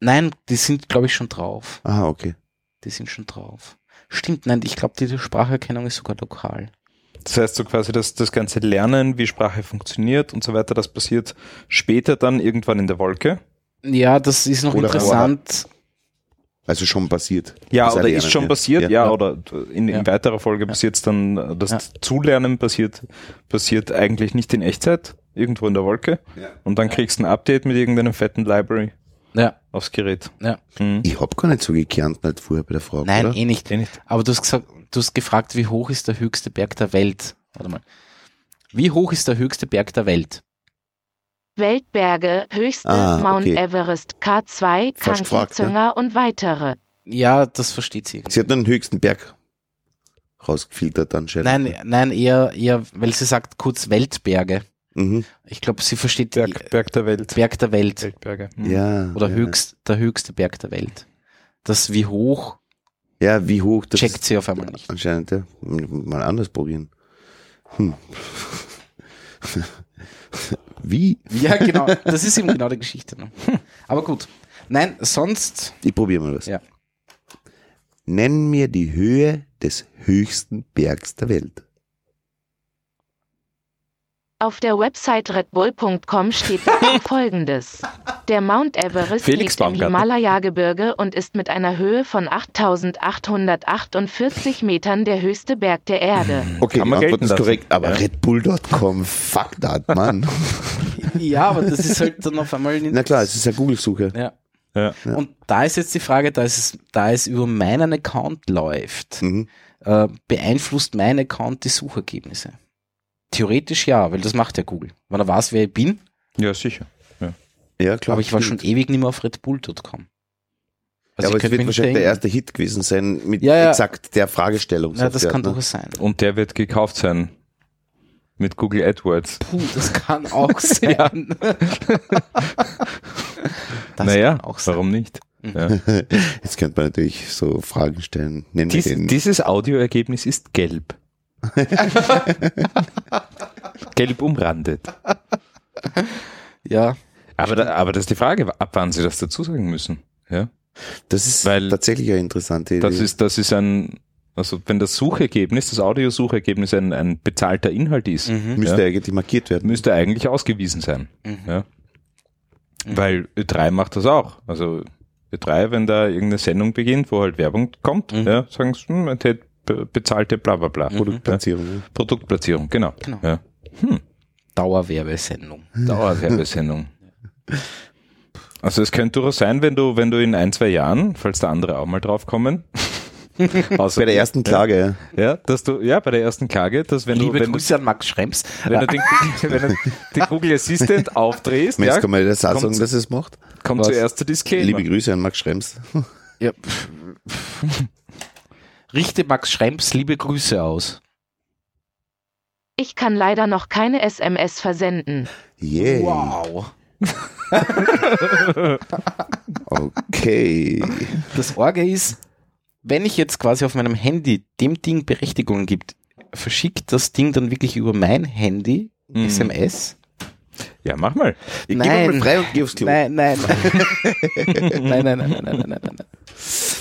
S1: Nein, die sind, glaube ich, schon drauf.
S2: Aha, okay.
S1: Die sind schon drauf. Stimmt, nein, ich glaube, die Spracherkennung ist sogar lokal.
S3: Das heißt so quasi, dass das ganze Lernen, wie Sprache funktioniert und so weiter, das passiert später dann irgendwann in der Wolke.
S1: Ja, das ist noch
S2: Oder
S1: interessant.
S2: Also schon passiert.
S3: Ja,
S2: Das
S3: oder
S2: Erlernen,
S3: ist schon passiert, ja, oder in, in
S1: Ja.
S3: weiterer Folge passiert es dann, äh, das
S1: Ja.
S3: Zulernen passiert, passiert eigentlich nicht in Echtzeit, irgendwo in der Wolke. Und dann kriegst du ein Update mit irgendeinem fetten Library
S1: Ja,
S3: aufs Gerät.
S1: ja.
S3: Mhm.
S2: Ich hab gar nicht so gekärnt halt vorher bei der Frage,
S1: Nein,
S2: oder?
S1: eh nicht.
S3: Eh nicht.
S1: Aber du hast gesagt, du hast gefragt, wie hoch ist der höchste Berg der Welt? Warte mal. Wie hoch ist der höchste Berg der Welt?
S4: Weltberge, höchste
S2: Ah,
S4: Mount
S2: okay.
S4: Everest, K2,
S2: Fast gefragt, ne?
S4: Kangkizünger und weitere.
S1: Ja, das versteht sie.
S2: Sie hat dann den höchsten Berg rausgefiltert anscheinend.
S1: Nein, nein, eher, eher, weil sie sagt kurz Weltberge.
S2: Mhm.
S1: Ich glaube, sie versteht
S3: Berg, Berg der Welt.
S1: Berg der Welt.
S3: Weltberge. Mhm.
S2: Ja.
S1: Oder
S2: ja.
S1: höchst, der höchste Berg der Welt. Das wie hoch
S2: Ja, wie hoch das
S1: checkt sie auf einmal nicht.
S2: Anscheinend, ja. Mal anders probieren. Hm. Wie?
S1: Ja, genau. Das ist eben genau die Geschichte. Ne? Aber gut. Nein, sonst.
S2: Ich probiere mal was.
S1: Ja.
S2: Nenn mir die Höhe des höchsten Bergs der Welt.
S4: Auf der Website redbull.com steht dazu folgendes. Der Mount Everest
S3: Felix
S4: liegt im
S3: Baumgartner.
S4: Himalaya-Gebirge und ist mit einer Höhe von 8848 Metern der höchste Berg der Erde.
S2: Okay,
S3: Kann
S2: die
S3: man
S2: Antwort
S3: gelten
S2: ist
S3: lassen.
S2: korrekt, aber
S3: Ja.
S2: redbull.com, fuck that, Mann.
S1: Ja, aber das ist halt dann auf einmal.
S2: Na klar, es ist eine Google-Suche.
S1: Ja.
S3: Ja.
S1: Und da ist jetzt die Frage, da es, es- da es über meinen Account läuft,
S2: Mhm.
S1: äh, beeinflusst mein Account die Suchergebnisse? Theoretisch ja, weil das macht ja Google. Wenn er weiß, wer ich bin,
S3: ja, sicher.
S2: Ja, klar.
S1: aber ich war schon
S2: stimmt.
S1: ewig nicht mehr auf redbull.com.
S2: Ja, aber
S1: Also ich
S2: es
S1: könnte
S2: wird
S1: mich nicht
S2: wahrscheinlich der
S1: erinnern.
S2: erste Hit gewesen sein mit
S1: Ja, ja.
S2: exakt der Fragestellung.
S1: Ja, das
S2: sozusagen,
S1: kann
S2: ne?
S1: durchaus sein.
S3: Und der wird gekauft sein. Mit Google AdWords.
S1: Puh, das kann auch sein. das
S3: naja,
S1: kann auch sein.
S3: warum nicht? Ja.
S2: Jetzt könnte man natürlich so Fragen stellen. Nennen wir
S3: Dies,
S2: den.
S3: dieses Audioergebnis ist gelb. gelb umrandet.
S1: Ja,
S3: Aber, da, aber das ist die Frage, ab wann sie das dazu sagen müssen. Ja?
S2: das ist
S3: weil-
S2: tatsächlich eine interessante
S3: Das,
S2: Idee.
S3: ist, das ist ein, also wenn das Suchergebnis, das Audiosuchergebnis ein, ein bezahlter Inhalt ist,
S1: Mhm.
S2: Müsste
S3: ja,
S2: eigentlich markiert werden.
S3: müsste eigentlich ausgewiesen sein. Ja?
S1: Mhm.
S3: Weil Ö3 macht das auch. Also Ö3, wenn da irgendeine Sendung beginnt, wo halt Werbung kommt,
S1: Mhm.
S3: ja, sagen sie, hm, enthält be- bezahlte bla bla bla.
S2: Produktplatzierung. ne? ja.
S3: Ja? Produktplatzierung, genau.
S1: Genau.
S3: Ja.
S1: Dauerwerbesendung.
S3: Dauerwerbesendung. Also es könnte durchaus sein, wenn du, wenn du in ein, zwei Jahren, falls da andere auch mal drauf kommen, außer,
S2: Bei der ersten Klage. ja.
S3: ja, dass du, ja, bei der ersten Klage, dass wenn
S1: Liebe
S3: du, wenn du,
S1: Grüße an Max Schrems. Äh,
S3: wenn du den, Google- wenn du den Google Assistant aufdrehst,
S2: Jetzt
S3: ja,
S2: kann
S3: kommt,
S2: man das auch
S3: kommt-
S2: sagen, dass es macht.
S1: Was?
S3: zuerst der Disclaimer.
S2: Liebe Grüße an Max Schrems.
S1: Ja. pff, pff. Richte Max Schrems liebe Grüße aus.
S4: Ich kann leider noch keine SMS versenden.
S2: Yay.
S1: Wow.
S2: Okay.
S1: Das Orge ist, wenn ich jetzt quasi auf meinem Handy dem Ding Berechtigungen gibt, verschickt das Ding dann wirklich über mein Handy
S3: Mhm.
S1: SMS?
S3: Ja, mach mal.
S2: Ich
S1: Nein.
S2: gebe mal frei und geh aufs Klo.
S1: Nein, nein. nein, nein, nein, nein, nein, nein, nein.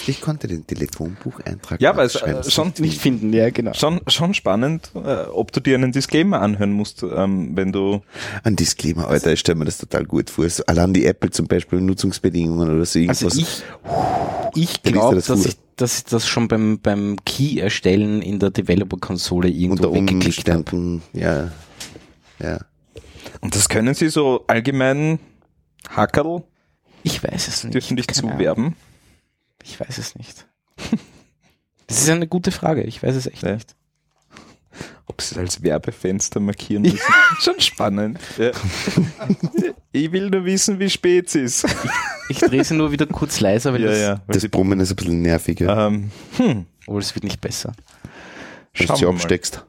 S2: Ich konnte den Telefonbucheintrag
S3: Ja, aber es, äh,
S2: abschreiben.
S3: schon,
S1: Nicht finden, ja, genau.
S3: schon, schon spannend, äh, ob du dir einen Disclaimer anhören musst, ähm, wenn du,
S2: Ein Disclaimer, Alter, ich stelle mir das total gut vor. So, allein die Apple zum Beispiel, Nutzungsbedingungen oder so irgendwas.
S1: Also ich, ich
S2: Dann ist
S1: glaube,
S2: das
S1: dass
S2: gut.
S1: ich, dass ich das schon beim, beim Key-Erstellen in der Developer-Konsole irgendwo
S2: unter
S1: weggeklickt habe.
S2: Umständen, ja. Ja.
S3: und das können sie so allgemein Hackerl
S1: Ich weiß es nicht.
S3: dürfen dich
S1: Keine
S3: zuwerben.
S1: Ahnung. Ich weiß es nicht. Das ist eine gute Frage. Ich weiß es echt
S3: Ja.
S1: nicht.
S3: Ob sie es als Werbefenster markieren müssen. Schon spannend. Ja. ich will nur wissen, wie spät es ist.
S1: Ich drehe sie nur wieder kurz leiser, weil, das,
S2: Das Brummen ist ein bisschen nerviger,
S3: Ähm, hm,
S1: aber es wird nicht besser.
S2: wenn du
S3: schauen
S2: sie
S3: wir mal.
S2: absteckst.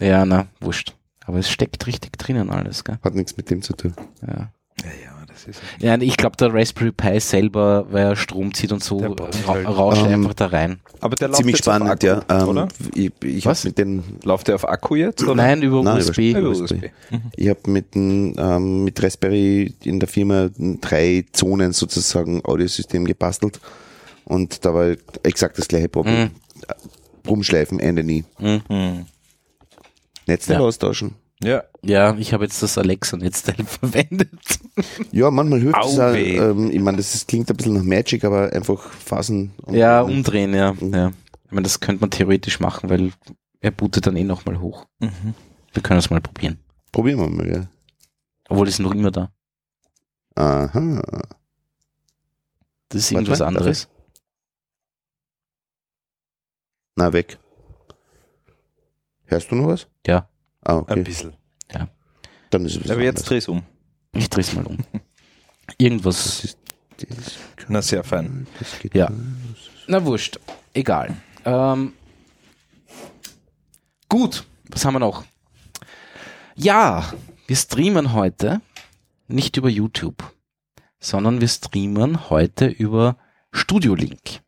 S1: Ja, na, wurscht. Aber es steckt richtig drinnen alles, gell?
S2: Hat nichts mit dem zu tun.
S1: Ja.
S3: Ja, ja, das
S1: Ja, ich glaube, der Raspberry Pi selber, weil er Strom zieht und so,
S5: Der braucht
S1: ra
S5: halt.
S1: rauscht
S2: Ähm,
S1: einfach da rein.
S5: Aber der
S2: Ziemlich
S5: jetzt auf
S2: spannend,
S5: Akku,
S2: ja. Ähm,
S5: oder?
S2: ich ich habe
S1: Was?
S2: mit den
S5: Läuft der auf Akku jetzt? Oder?
S1: Nein, über
S2: Nein,
S1: USB.
S2: über-
S5: Über
S2: USB.
S5: USB.
S2: Ich habe mit, dem, ähm, mit Raspberry in der Firma drei Zonen sozusagen Audiosystem gebastelt und da war exakt das gleiche
S1: Hm. Mhm.
S2: Problem. Rumschleifen, Ende nie.
S5: Hm.
S2: Netzteil
S1: Ja.
S2: austauschen.
S5: Ja,
S1: Ja, ich habe jetzt das Alexa-Netzteil verwendet.
S2: Ja, manchmal hilft es auch.
S5: Auweh.
S2: Ähm, ich meine, das ist, klingt ein bisschen nach Magic, aber einfach Phasen. und-
S1: Ja, umdrehen, ja. ja. Ich meine, das könnte man theoretisch machen, weil er bootet dann eh nochmal hoch.
S5: Mhm.
S1: Wir können es mal probieren.
S2: Probieren wir mal, ja.
S1: Obwohl, es ist noch immer da.
S2: Aha.
S1: Das ist
S2: Warte
S1: irgendwas
S2: mal, darf
S1: anderes.
S2: Na, weg. Hörst du noch was?
S1: Ja,
S2: Ah,
S5: ein
S2: okay.
S5: bisschen.
S2: Dann ist es was
S5: Aber jetzt
S2: anderes.
S5: dreh's um.
S1: ich drehe es mal um. Irgendwas.
S2: Das-
S5: Na, sehr fein.
S2: das geht
S1: Ja. Na wurscht. Egal. Ähm, gut, was haben wir noch? Ja, wir streamen heute nicht über YouTube, sondern wir streamen heute über Studiolink.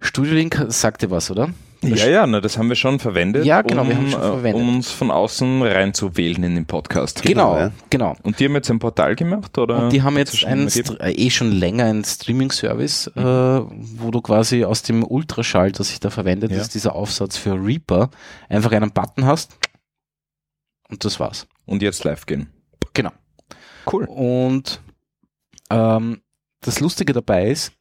S1: Studiolink sagt dir was, oder?
S5: Ja, ja, na, das haben wir schon verwendet,
S1: Ja, genau,
S5: um,
S1: wir haben schon
S5: äh,
S1: verwendet.
S5: um uns von außen reinzuwählen in den Podcast.
S1: Genau,
S2: ja.
S1: genau.
S5: Und die haben jetzt ein Portal gemacht,
S3: Äh,
S5: oder?
S1: Und die haben
S5: Hat's
S1: jetzt
S5: schon mal
S1: einen,
S5: gegeben?
S1: Str- äh, eh schon länger einen Streaming-Service, äh, wo du quasi aus dem Ultraschall, das sich da verwendet,
S5: Ja.
S1: ist dieser Aufsatz für Reaper, einfach einen Button hast und das war's.
S5: Und jetzt live gehen.
S1: Genau.
S5: Cool.
S1: Und ähm, das Lustige dabei ist,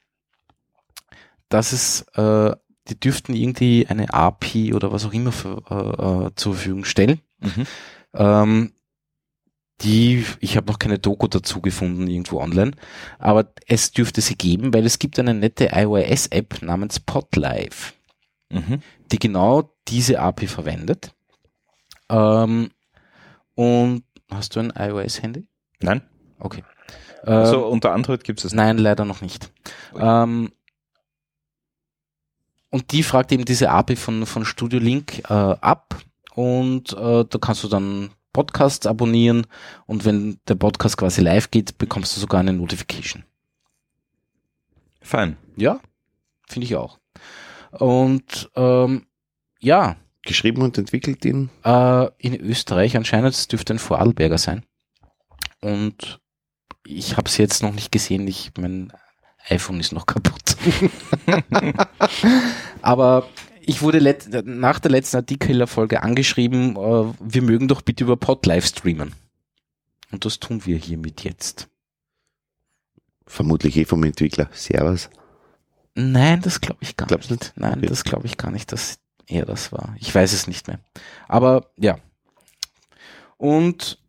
S1: dass es, äh, die dürften irgendwie eine API oder was auch immer für, äh, äh, zur Verfügung stellen.
S5: Mhm.
S1: Ähm, die, ich habe noch keine Doku dazu gefunden irgendwo online, aber es dürfte sie geben, weil es gibt eine nette iOS-App namens Podlive,
S5: Mhm.
S1: die genau diese API verwendet. Ähm, und hast du ein iOS-Handy?
S5: Nein?
S1: Okay.
S5: So
S1: Ähm,
S5: also unter Android gibt es das
S1: Nein, leider noch nicht.
S5: Ui.
S1: Ähm, und die fragt eben diese API von, von Studio Link äh, ab und äh, da kannst du dann Podcasts abonnieren und wenn der Podcast quasi live geht, bekommst du sogar eine Notification.
S5: nicht. Fein.
S1: Ja, finde ich auch. Und ähm, ja,
S2: Geschrieben und entwickelt ihn.
S1: äh, in Österreich anscheinend, es dürfte ein Vorarlberger sein. Und ich habe es jetzt noch nicht gesehen, ich, mein iPhone ist noch kaputt. Aber ich wurde let, nach der letzten Artikel-Folge angeschrieben, äh, wir mögen doch bitte über Pod live streamen. Und das tun wir hiermit jetzt.
S2: Vermutlich eh vom Entwickler. Servus.
S1: Nein, das glaube ich gar
S2: Glaubst
S1: nicht. Nein,
S2: Okay.
S1: das glaube ich gar nicht, dass er das war. Ich weiß es nicht mehr. Aber ja. Und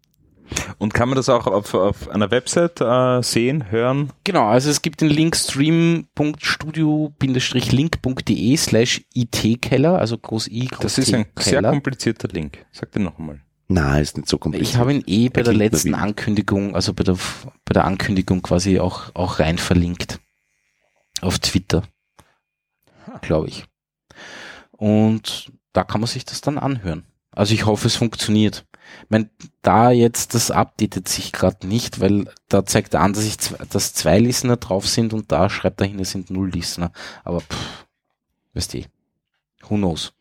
S5: Und kann man das auch auf, auf einer Website äh, sehen, hören?
S1: Genau, also es gibt den Link stream.studio-link.de slash IT-Keller, also groß I, groß
S5: Das ist ein
S1: T
S5: sehr
S1: Keller.
S5: komplizierter Link. Sag den nochmal.
S2: Na, ist nicht so kompliziert.
S1: Ich habe ihn eh bei
S2: Er
S1: der
S2: klingt
S1: letzten
S2: labil.
S1: Ankündigung, also bei der, bei der Ankündigung quasi auch, auch rein verlinkt. Auf Twitter. Glaube ich. Und da kann man sich das dann anhören. Also ich hoffe, es funktioniert. Ich meine, da jetzt das updatet sich gerade nicht, weil da zeigt er an, dass, ich, zw- dass zwei Listener drauf sind und da schreibt er hin, es sind null Listener. Aber pff, weißt du, who knows.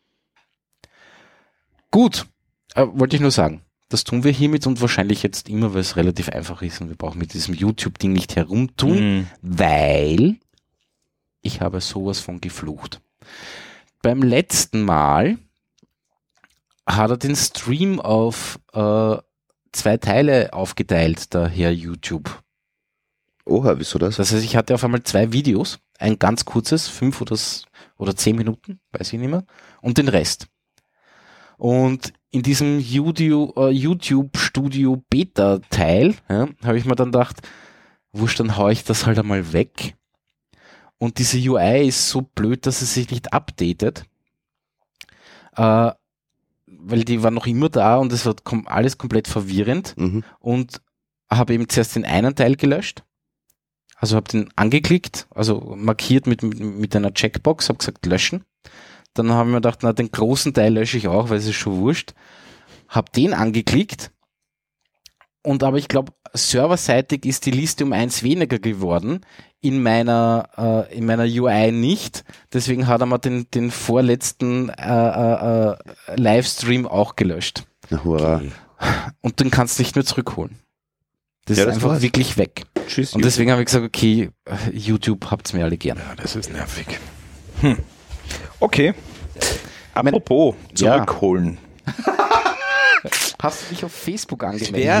S1: Gut, äh, wollte ich nur sagen. Das tun wir hiermit und wahrscheinlich jetzt immer, weil es relativ einfach ist und wir brauchen mit diesem YouTube-Ding nicht herumtun,
S5: Mhm.
S1: weil ich habe sowas von geflucht. Beim letzten Mal hat er den Stream auf äh, zwei Teile aufgeteilt, der Herr YouTube.
S2: Oha, wieso das?
S1: Das heißt, ich hatte auf einmal zwei Videos, ein ganz kurzes, fünf oder, s- oder zehn Minuten, weiß ich nicht mehr, und den Rest. Und in diesem Judio- äh, YouTube-Studio Beta-Teil ja, habe ich mir dann gedacht, wurscht, dann haue ich das halt einmal weg. Und diese UI ist so blöd, dass es sich nicht updatet. Äh, weil die war noch immer da und es war kom alles komplett verwirrend
S2: Mhm.
S1: und habe eben zuerst den einen Teil gelöscht. Also habe den angeklickt, also markiert mit, mit, mit einer Checkbox, habe gesagt löschen. Dann habe ich mir gedacht, na den großen Teil lösche ich auch, weil es ist schon wurscht. Habe den angeklickt Und aber ich glaube, serverseitig ist die Liste um eins weniger geworden. In meiner, äh, in meiner UI nicht. Deswegen hat er mal den, den vorletzten äh, äh, Livestream auch gelöscht.
S2: Na, hurra.
S1: Und den kannst du nicht mehr zurückholen. Das
S2: Ja,
S1: ist
S2: das
S1: einfach
S2: war's.
S1: wirklich weg.
S2: Tschüss.
S1: Und deswegen habe ich gesagt, okay, äh, YouTube habt's mir alle gern.
S3: Ja, das ist nervig. Hm. Okay. Apropos,
S1: Ja.
S3: zurückholen.
S1: Hast du dich auf Facebook angemeldet?
S6: Wer,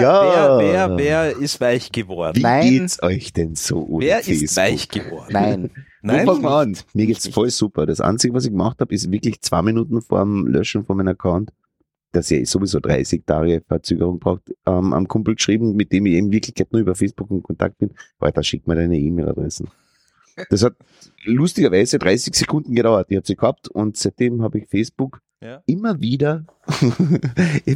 S6: wer,
S2: Ja.
S6: wer, wer ist weich geworden?
S2: Wie
S1: Nein.
S2: geht's euch denn so ohne
S6: Wer
S2: Facebook?
S6: ist weich geworden?
S1: Nein.
S2: Nein,
S1: Guck mal
S2: Mann, mir geht's voll super. Das Einzige, was ich gemacht habe, ist wirklich zwei Minuten vor dem Löschen von meinem Account, dass ich sowieso 30 Tage Verzögerung braucht, ähm, am Kumpel geschrieben, mit dem ich in Wirklichkeit nur über Facebook in Kontakt bin. Weiter schick mir deine E-Mail-Adressen. Das hat lustigerweise 30 Sekunden gedauert. Die hat sie gehabt und seitdem habe ich Facebook
S6: Ja.
S2: immer wieder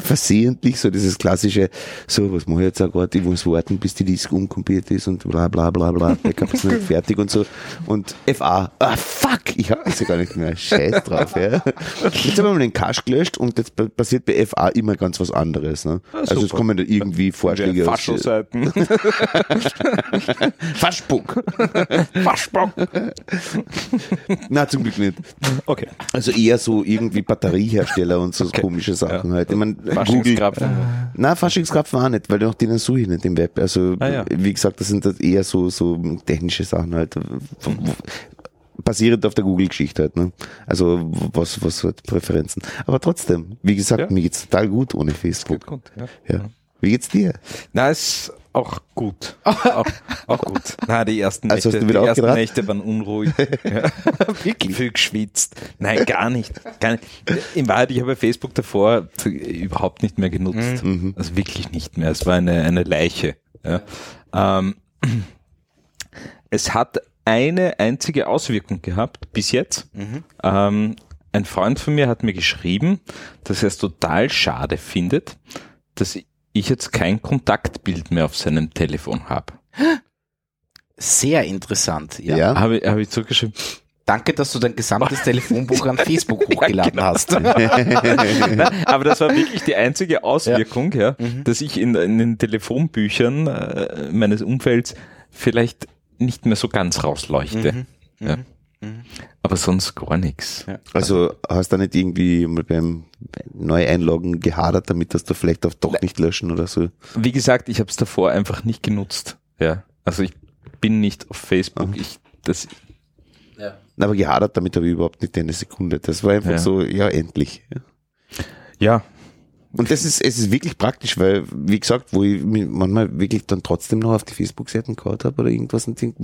S2: versehentlich so dieses klassische, so was mache ich jetzt auch gerade, ich muss warten, bis die Disk umkompiert ist und bla bla bla bla, Backup ist noch nicht fertig und so. Und FA, ah fuck, ich habe es ja gar nicht mehr, scheiß drauf. Ja. Jetzt haben wir mal den Cache gelöscht und jetzt pa- passiert bei FA immer ganz was anderes. Ne? also es
S3: super.
S2: kommen da irgendwie Vorschläge. aus- äh,
S3: Faschelseiten.
S2: Faschpuck.
S3: äh, Faschbock.
S2: Na zum Glück nicht.
S3: Okay.
S2: Also eher so irgendwie Batteriehersteller und so komische Sachen halt. Ich mein, Google,
S3: Faschingskrapfen.
S2: Nein, Faschingskrapfen auch nicht, weil nach denen suche ich nicht im Web. Also,
S3: Ah, ja.
S2: wie gesagt, das sind halt eher so, so technische Sachen halt. Basierend auf der Google-Geschichte halt, ne? Also, was, was halt Präferenzen. Aber trotzdem, wie gesagt,
S3: Ja.
S2: mir geht's total gut ohne Facebook.
S3: Gut, ja.
S2: Ja. Wie geht's dir?
S3: Na, ist auch gut. Auch, auch gut. Na, die ersten,
S2: Also hast
S3: Nächte,
S2: du wieder
S3: die ersten
S2: aufgeratzt?
S3: Nächte waren unruhig. Ja. Viel geschwitzt. Nein, gar nicht. gar nicht. In Wahrheit, ich habe Facebook davor zu- äh, überhaupt nicht mehr genutzt. Also wirklich nicht mehr. Es war eine, eine Leiche. Ja. Ähm, es hat eine einzige Auswirkung gehabt bis jetzt.
S1: Mhm.
S3: Ähm, ein Freund von mir hat mir geschrieben, dass er es total schade findet, dass ich jetzt kein Kontaktbild mehr auf seinem Telefon habe.
S1: Sehr interessant. Ja.
S2: Ja.
S3: Habe habe ich zurückgeschrieben,
S1: Danke, dass du dein gesamtes Telefonbuch an Facebook hochgeladen
S2: genau.
S1: hast.
S3: Nein, aber das war wirklich die einzige Auswirkung, ja, Mhm. dass ich in, in den Telefonbüchern äh, meines Umfelds vielleicht nicht mehr so ganz rausleuchte. Ja. Mhm. Aber sonst gar nichts.
S2: Also, hast du nicht irgendwie mal beim Neueinloggen gehadert, damit dass du vielleicht auch doch nicht löschen oder so?
S3: Wie gesagt, ich habe es davor einfach nicht genutzt. Ja. Also ich bin nicht auf Facebook. Ich, das,
S2: Na, aber gehadert, damit habe ich überhaupt nicht eine Sekunde. Das war einfach
S3: Ja.
S2: so, ja, endlich.
S3: ja,
S2: Und das ist, es ist wirklich praktisch, weil, wie gesagt, wo ich mich manchmal wirklich dann trotzdem noch auf die Facebook-Seiten gehört habe oder irgendwas und denk,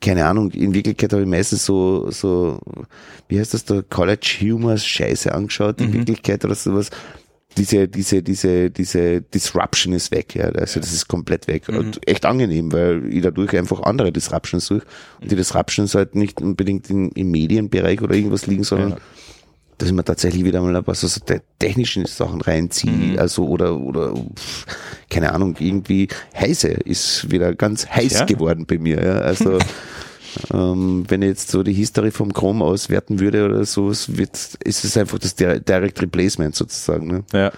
S2: keine Ahnung, in Wirklichkeit habe ich meistens so, so, wie heißt das da, College Humor Scheiße angeschaut, in Wirklichkeit oder sowas. Diese, diese, diese, diese Disruption ist weg, ja. Also das ist komplett weg. Und echt angenehm, weil ich dadurch einfach andere Disruptions suche. Und die Disruptions halt nicht unbedingt im, im Medienbereich oder irgendwas liegen, sondern dass ich mir tatsächlich wieder mal ein paar so, so te- technischen Sachen
S3: Mhm.
S2: reinziehe, also oder oder pff, keine Ahnung, irgendwie heiße ist wieder ganz heiß
S3: Ja.
S2: geworden bei mir. Ja? Also ähm, wenn ich jetzt so die History vom Chrome auswerten würde oder so, es wird, ist es einfach das Dire- Direct Replacement sozusagen. Ne?
S3: Ja.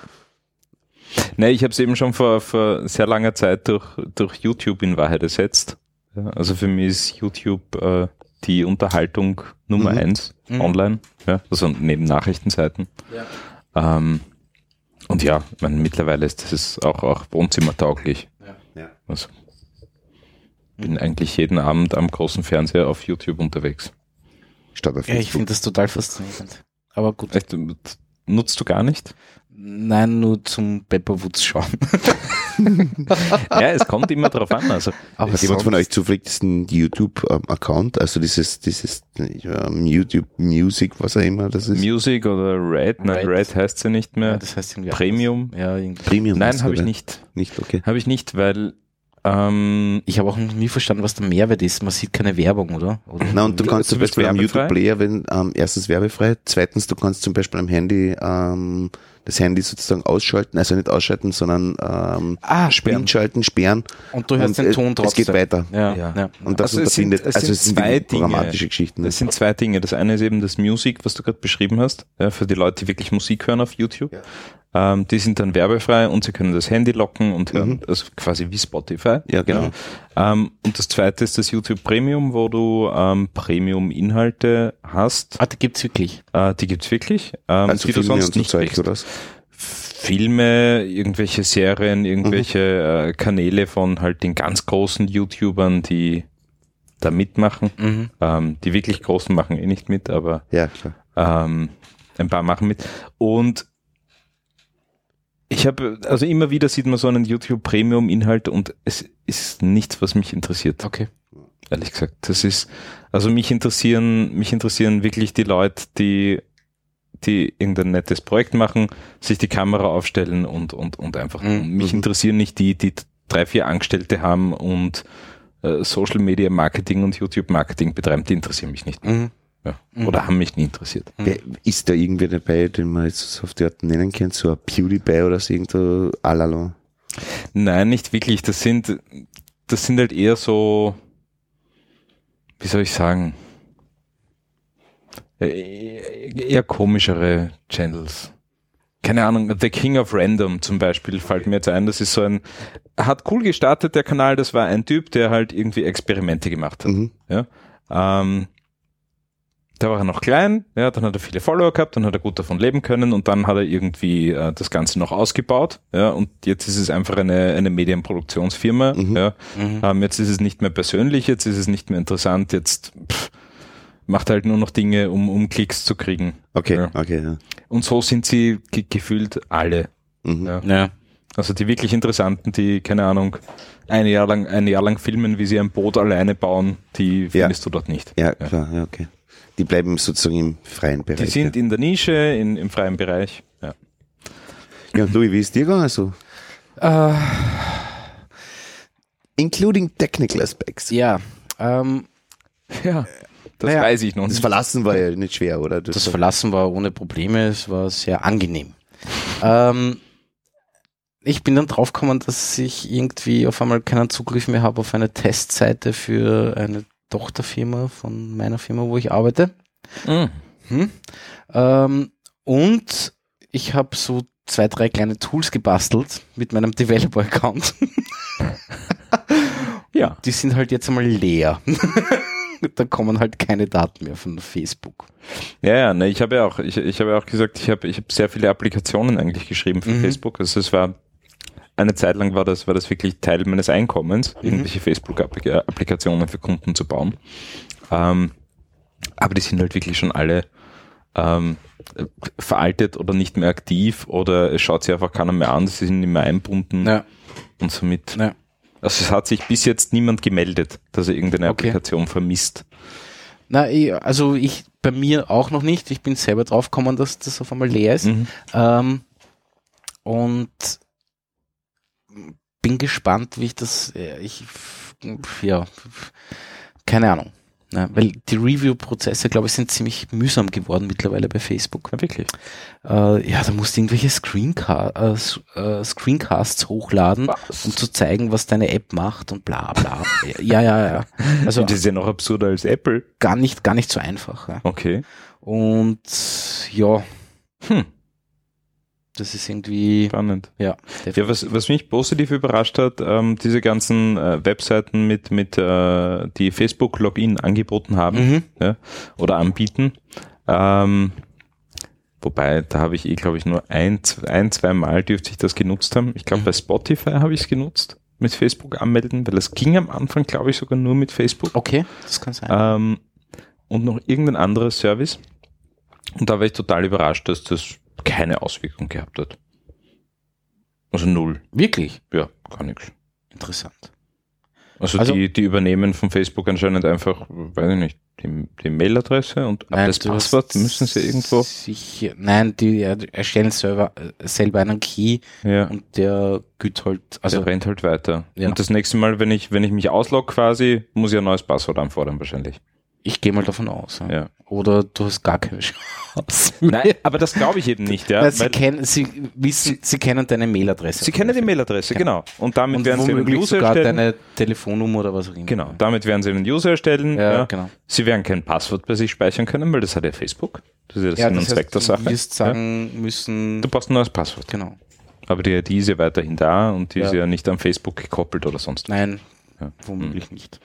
S3: Ne, ich habe es eben schon vor, vor sehr langer Zeit durch, durch YouTube in Wahrheit ersetzt. Ja, also für mich ist YouTube äh, die Unterhaltung Nummer
S2: Mhm.
S3: eins online, ja, also neben Nachrichtenseiten. Ähm, und ja, ich mein, mittlerweile ist das auch, auch wohnzimmertauglich.
S2: Ja.
S3: Also, bin eigentlich jeden Abend am großen Fernseher auf YouTube unterwegs.
S2: Statt auf
S1: Ja, ich
S2: Facebook.
S1: finde das total faszinierend. Aber gut.
S3: Echt, nutzt du gar nicht?
S1: Nein, nur zum Pepperwoods schauen.
S3: ja, es kommt immer drauf an. Also,
S1: Aber
S2: Hat jemand von
S1: sonst-
S2: euch zufällig diesen YouTube-Account, also dieses, dieses ähm, YouTube Music, was auch immer das ist?
S3: Music oder Red, nein,
S1: Red.
S3: Red heißt sie nicht mehr.
S1: Ja, das heißt irgendwie
S3: Premium?
S1: anders. Ja, irgendwie.
S2: Premium
S3: nein,
S2: hast du,
S3: habe ich
S2: oder?
S3: nicht.
S2: Nicht, okay.
S3: Habe ich nicht, weil ähm,
S1: Ich habe auch noch nie verstanden, was der Mehrwert ist. Man sieht keine Werbung, oder? oder
S2: Na, und du
S3: Du-
S2: kannst
S3: du
S2: zum
S3: bist
S2: Beispiel am
S3: werbefrei?
S2: YouTube-Player, wenn ähm, erstens werbefrei, zweitens, du kannst zum Beispiel am Handy ähm, das Handy sozusagen ausschalten, also nicht ausschalten, sondern ähm,
S1: ah,
S2: sperren. schalten, sperren.
S1: Und du hörst
S2: Und,
S1: den
S2: äh,
S1: Ton
S2: es
S1: trotzdem.
S2: geht weiter.
S1: Ja,
S3: Ja.
S1: ja. ja.
S2: Und das
S3: Also es sind-
S2: unterbindet,
S3: es
S2: also
S3: sind
S2: es sind wirklich
S3: zwei Dinge.
S2: dramatische Geschichten.
S3: das sind zwei Dinge. Das eine ist eben das Music, was du gerade beschrieben hast, ja, für die Leute, die wirklich Musik hören auf YouTube. Ähm, die sind dann werbefrei und sie können das Handy locken und hören,
S2: Mhm.
S3: also quasi wie Spotify.
S2: Ja, genau.
S3: Ähm, und das zweite ist das YouTube Premium, wo du ähm, Premium-Inhalte hast.
S1: Ah, die gibt's wirklich.
S3: Äh, die gibt's wirklich. Ähm,
S2: Also
S3: die du
S2: Filme
S3: sonst
S2: und so
S3: nicht
S2: Zeug,
S3: kriegst.
S2: oder? was?
S3: Filme, irgendwelche Serien, irgendwelche äh, Kanäle von halt den ganz großen YouTubern, die da mitmachen.
S1: Mhm.
S3: Ähm, die wirklich großen machen eh nicht mit, aber
S2: Ja, klar.
S3: ähm, ein paar machen mit. Und ich habe, also immer wieder sieht man so einen YouTube-Premium-Inhalt und es ist nichts, was mich interessiert,
S1: Okay.
S3: ehrlich gesagt. Das ist, also mich interessieren, mich interessieren wirklich die Leute, die, die irgendein nettes Projekt machen, sich die Kamera aufstellen und, und, und einfach.
S1: Mhm.
S3: Mich interessieren nicht die, die drei, vier Angestellte haben und äh, Social Media Marketing und YouTube Marketing betreiben, die interessieren mich nicht.
S1: Mhm.
S3: Ja.
S1: Mhm.
S3: Oder haben mich nie interessiert.
S2: Wer- Ist da irgendwer dabei, den man jetzt so auf die Art nennen kann? So ein PewDiePie oder so irgendwo Alalo?
S3: Nein, nicht wirklich. Das sind, das sind halt eher so, wie soll ich sagen, Äh, eher komischere Channels. Keine Ahnung, The King of Random zum Beispiel fällt mir jetzt ein. Das ist so ein, hat cool gestartet, der Kanal. Das war ein Typ, der halt irgendwie Experimente gemacht hat.
S2: Mhm.
S3: Ähm, da war er noch klein, ja, dann hat er viele Follower gehabt, dann hat er gut davon leben können und dann hat er irgendwie äh, das Ganze noch ausgebaut, ja, und jetzt ist es einfach eine, eine Medienproduktionsfirma,
S2: Mhm.
S3: ja.
S1: Mhm.
S3: Ähm, jetzt ist es nicht mehr persönlich, jetzt ist es nicht mehr interessant, jetzt pff, macht halt nur noch Dinge, um, um Klicks zu kriegen.
S2: Okay,
S3: Ja.
S2: okay, ja.
S3: Und so sind sie ge gefühlt alle.
S2: Mhm.
S3: Ja.
S1: Ja.
S3: Also die wirklich interessanten, die, keine Ahnung, ein Jahr lang, ein Jahr lang filmen, wie sie ein Boot alleine bauen, die findest du dort nicht.
S2: Ja, klar, ja, okay. Die bleiben sozusagen im freien Bereich.
S3: Die sind
S2: ja.
S3: in der Nische, in, im freien Bereich. Ja.
S2: ja, Louis, wie ist dir gegangen Also, so?
S1: Äh,
S2: Including technical aspects.
S1: ja. Ähm,
S3: ja. Das
S1: Naja.
S3: weiß ich noch
S2: Das
S3: nicht.
S2: Verlassen war ja nicht schwer, oder?
S1: das Verlassen war ohne Probleme, es war sehr angenehm. Ähm, ich bin dann draufgekommen, dass ich irgendwie auf einmal keinen Zugriff mehr habe auf eine Testseite für eine Tochterfirma von meiner Firma, wo ich arbeite.
S3: Mhm.
S1: Hm. Ähm, und ich habe so zwei, drei kleine Tools gebastelt mit meinem Developer-Account.
S3: Ja.
S1: Die sind halt jetzt einmal leer. da kommen halt keine Daten mehr von Facebook.
S3: Ja, ja, ne, ich habe ja auch, ich, ich habe ja auch gesagt, ich habe ich habe sehr viele Applikationen eigentlich geschrieben für
S1: Mhm.
S3: Facebook. Also es war eine Zeit lang war das war das wirklich Teil meines Einkommens, irgendwelche Facebook Applikationen für Kunden zu bauen. Ähm, aber die sind halt wirklich schon alle ähm, veraltet oder nicht mehr aktiv oder es schaut sich einfach keiner mehr an, sie sind nicht mehr einbunden und somit
S1: ja.
S3: Also es hat sich bis jetzt niemand gemeldet, dass er irgendeine
S1: Okay.
S3: Applikation vermisst.
S1: Na, ich, also ich bei mir auch noch nicht. Ich bin selber draufgekommen, dass das auf einmal leer ist.
S3: Mhm.
S1: Ähm, und bin gespannt, wie ich das. äh, Ich ja, keine Ahnung. Ja, weil die Review-Prozesse, glaube ich, sind ziemlich mühsam geworden mittlerweile bei Facebook.
S3: Ja, wirklich.
S1: Äh, ja, da musst du irgendwelche Screenca äh, S- äh, Screencasts hochladen, um zu zeigen, was deine App macht und bla bla. ja, ja, ja. Also
S3: Das ist ja noch absurder als Apple.
S1: gar nicht, gar nicht so einfach. Ja.
S3: Okay.
S1: Und ja,
S3: Hm,
S1: das ist irgendwie.
S3: spannend.
S1: Ja,
S3: Ja, was, was mich positiv überrascht hat, ähm, diese ganzen äh, Webseiten mit, mit äh, die Facebook-Login angeboten haben
S1: Mhm.
S3: oder anbieten. Ähm, wobei, da habe ich eh, glaube ich, nur ein, z- ein zwei Mal dürfte ich das genutzt haben. Ich glaube,
S1: Mhm.
S3: bei Spotify habe ich es genutzt, mit Facebook anmelden, weil es ging am Anfang, glaube ich, sogar nur mit Facebook.
S1: Okay, das kann sein.
S3: ähm, und noch irgendein anderes Service. Und da war ich total überrascht, dass das keine Auswirkung gehabt hat. Also null.
S1: Wirklich
S3: Ja, gar nichts.
S1: interessant.
S3: Also,
S1: Also-
S3: die, die übernehmen von Facebook anscheinend einfach, weiß ich nicht, die, die Mailadresse und ab das
S1: du hast
S3: Passwort müssen sie irgendwo.
S1: Sicher, nein, die er- erstellen selber, äh, selber einen Key
S3: Ja.
S1: und der gilt halt.
S3: Also
S1: Also,
S3: der rennt halt weiter.
S1: Ja.
S3: Und das nächste Mal, wenn ich, wenn ich mich auslog quasi, muss ich ein neues Passwort anfordern wahrscheinlich.
S1: Ich gehe mal davon aus. Ja.
S3: Ja.
S1: Oder du hast gar keine Chance.
S3: Nein, aber das glaube ich eben nicht, ja.
S1: Weil sie,
S3: weil
S1: kennen, sie, wissen, sie kennen deine Mailadresse.
S3: sie kennen die Mailadresse, genau. Und damit
S1: Und
S3: werden sie einen
S1: womöglich
S3: User
S1: sogar
S3: erstellen.
S1: deine Telefonnummer oder was auch immer.
S3: Genau, damit werden sie einen User erstellen.
S1: Ja,
S3: Ja,
S1: genau.
S3: Sie werden kein Passwort bei sich speichern können, weil das hat ja Facebook. Das ist ja das
S1: Ja,
S3: Sinn und
S1: das
S3: Zweck
S1: heißt,
S3: der
S1: du
S3: Sache.
S1: wirst sagen müssen,
S3: ja. Du brauchst ein neues Passwort.
S1: genau.
S3: Aber die ID ist ja weiterhin da und die ist
S1: Ja.
S3: ja nicht an Facebook gekoppelt oder sonst.
S1: Nein,
S3: Ja. Mhm.
S1: womöglich nicht.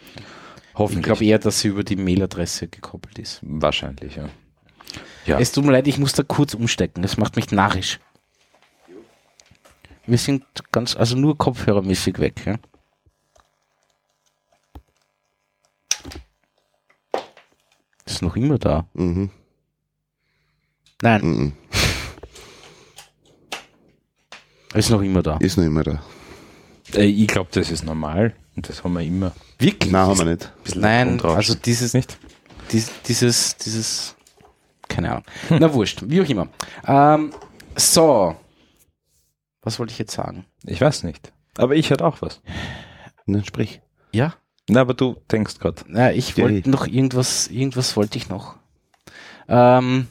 S1: Ich
S3: Hoffentlich.
S1: glaube eher, dass sie über die Mailadresse gekoppelt ist.
S3: Wahrscheinlich, ja. Ja.
S1: Es tut mir leid, ich muss da kurz umstecken. Das macht mich narrisch. Wir sind ganz, also nur kopfhörermäßig weg. Ja? Ist noch immer da.
S2: Mhm.
S1: Nein,
S2: Mhm.
S1: ist noch immer da.
S2: Ist noch immer da.
S3: Äh, ich glaube, das ist normal und das haben wir immer.
S1: Wirklich?
S2: Nein, haben wir nicht.
S1: Nein,
S3: Grundrauschen.
S1: also dieses,
S3: Nicht?
S1: dies, dieses, dieses, keine Ahnung. Na wurscht, wie auch immer. Ähm, so, was wollte ich jetzt sagen?
S3: Ich weiß nicht. Aber ich hatte auch was.
S2: Nein, sprich.
S1: Ja,
S3: Na, aber du denkst gerade.
S1: na, ich
S2: Ja,
S1: wollte
S2: eh.
S1: noch irgendwas, irgendwas wollte ich noch. Ähm,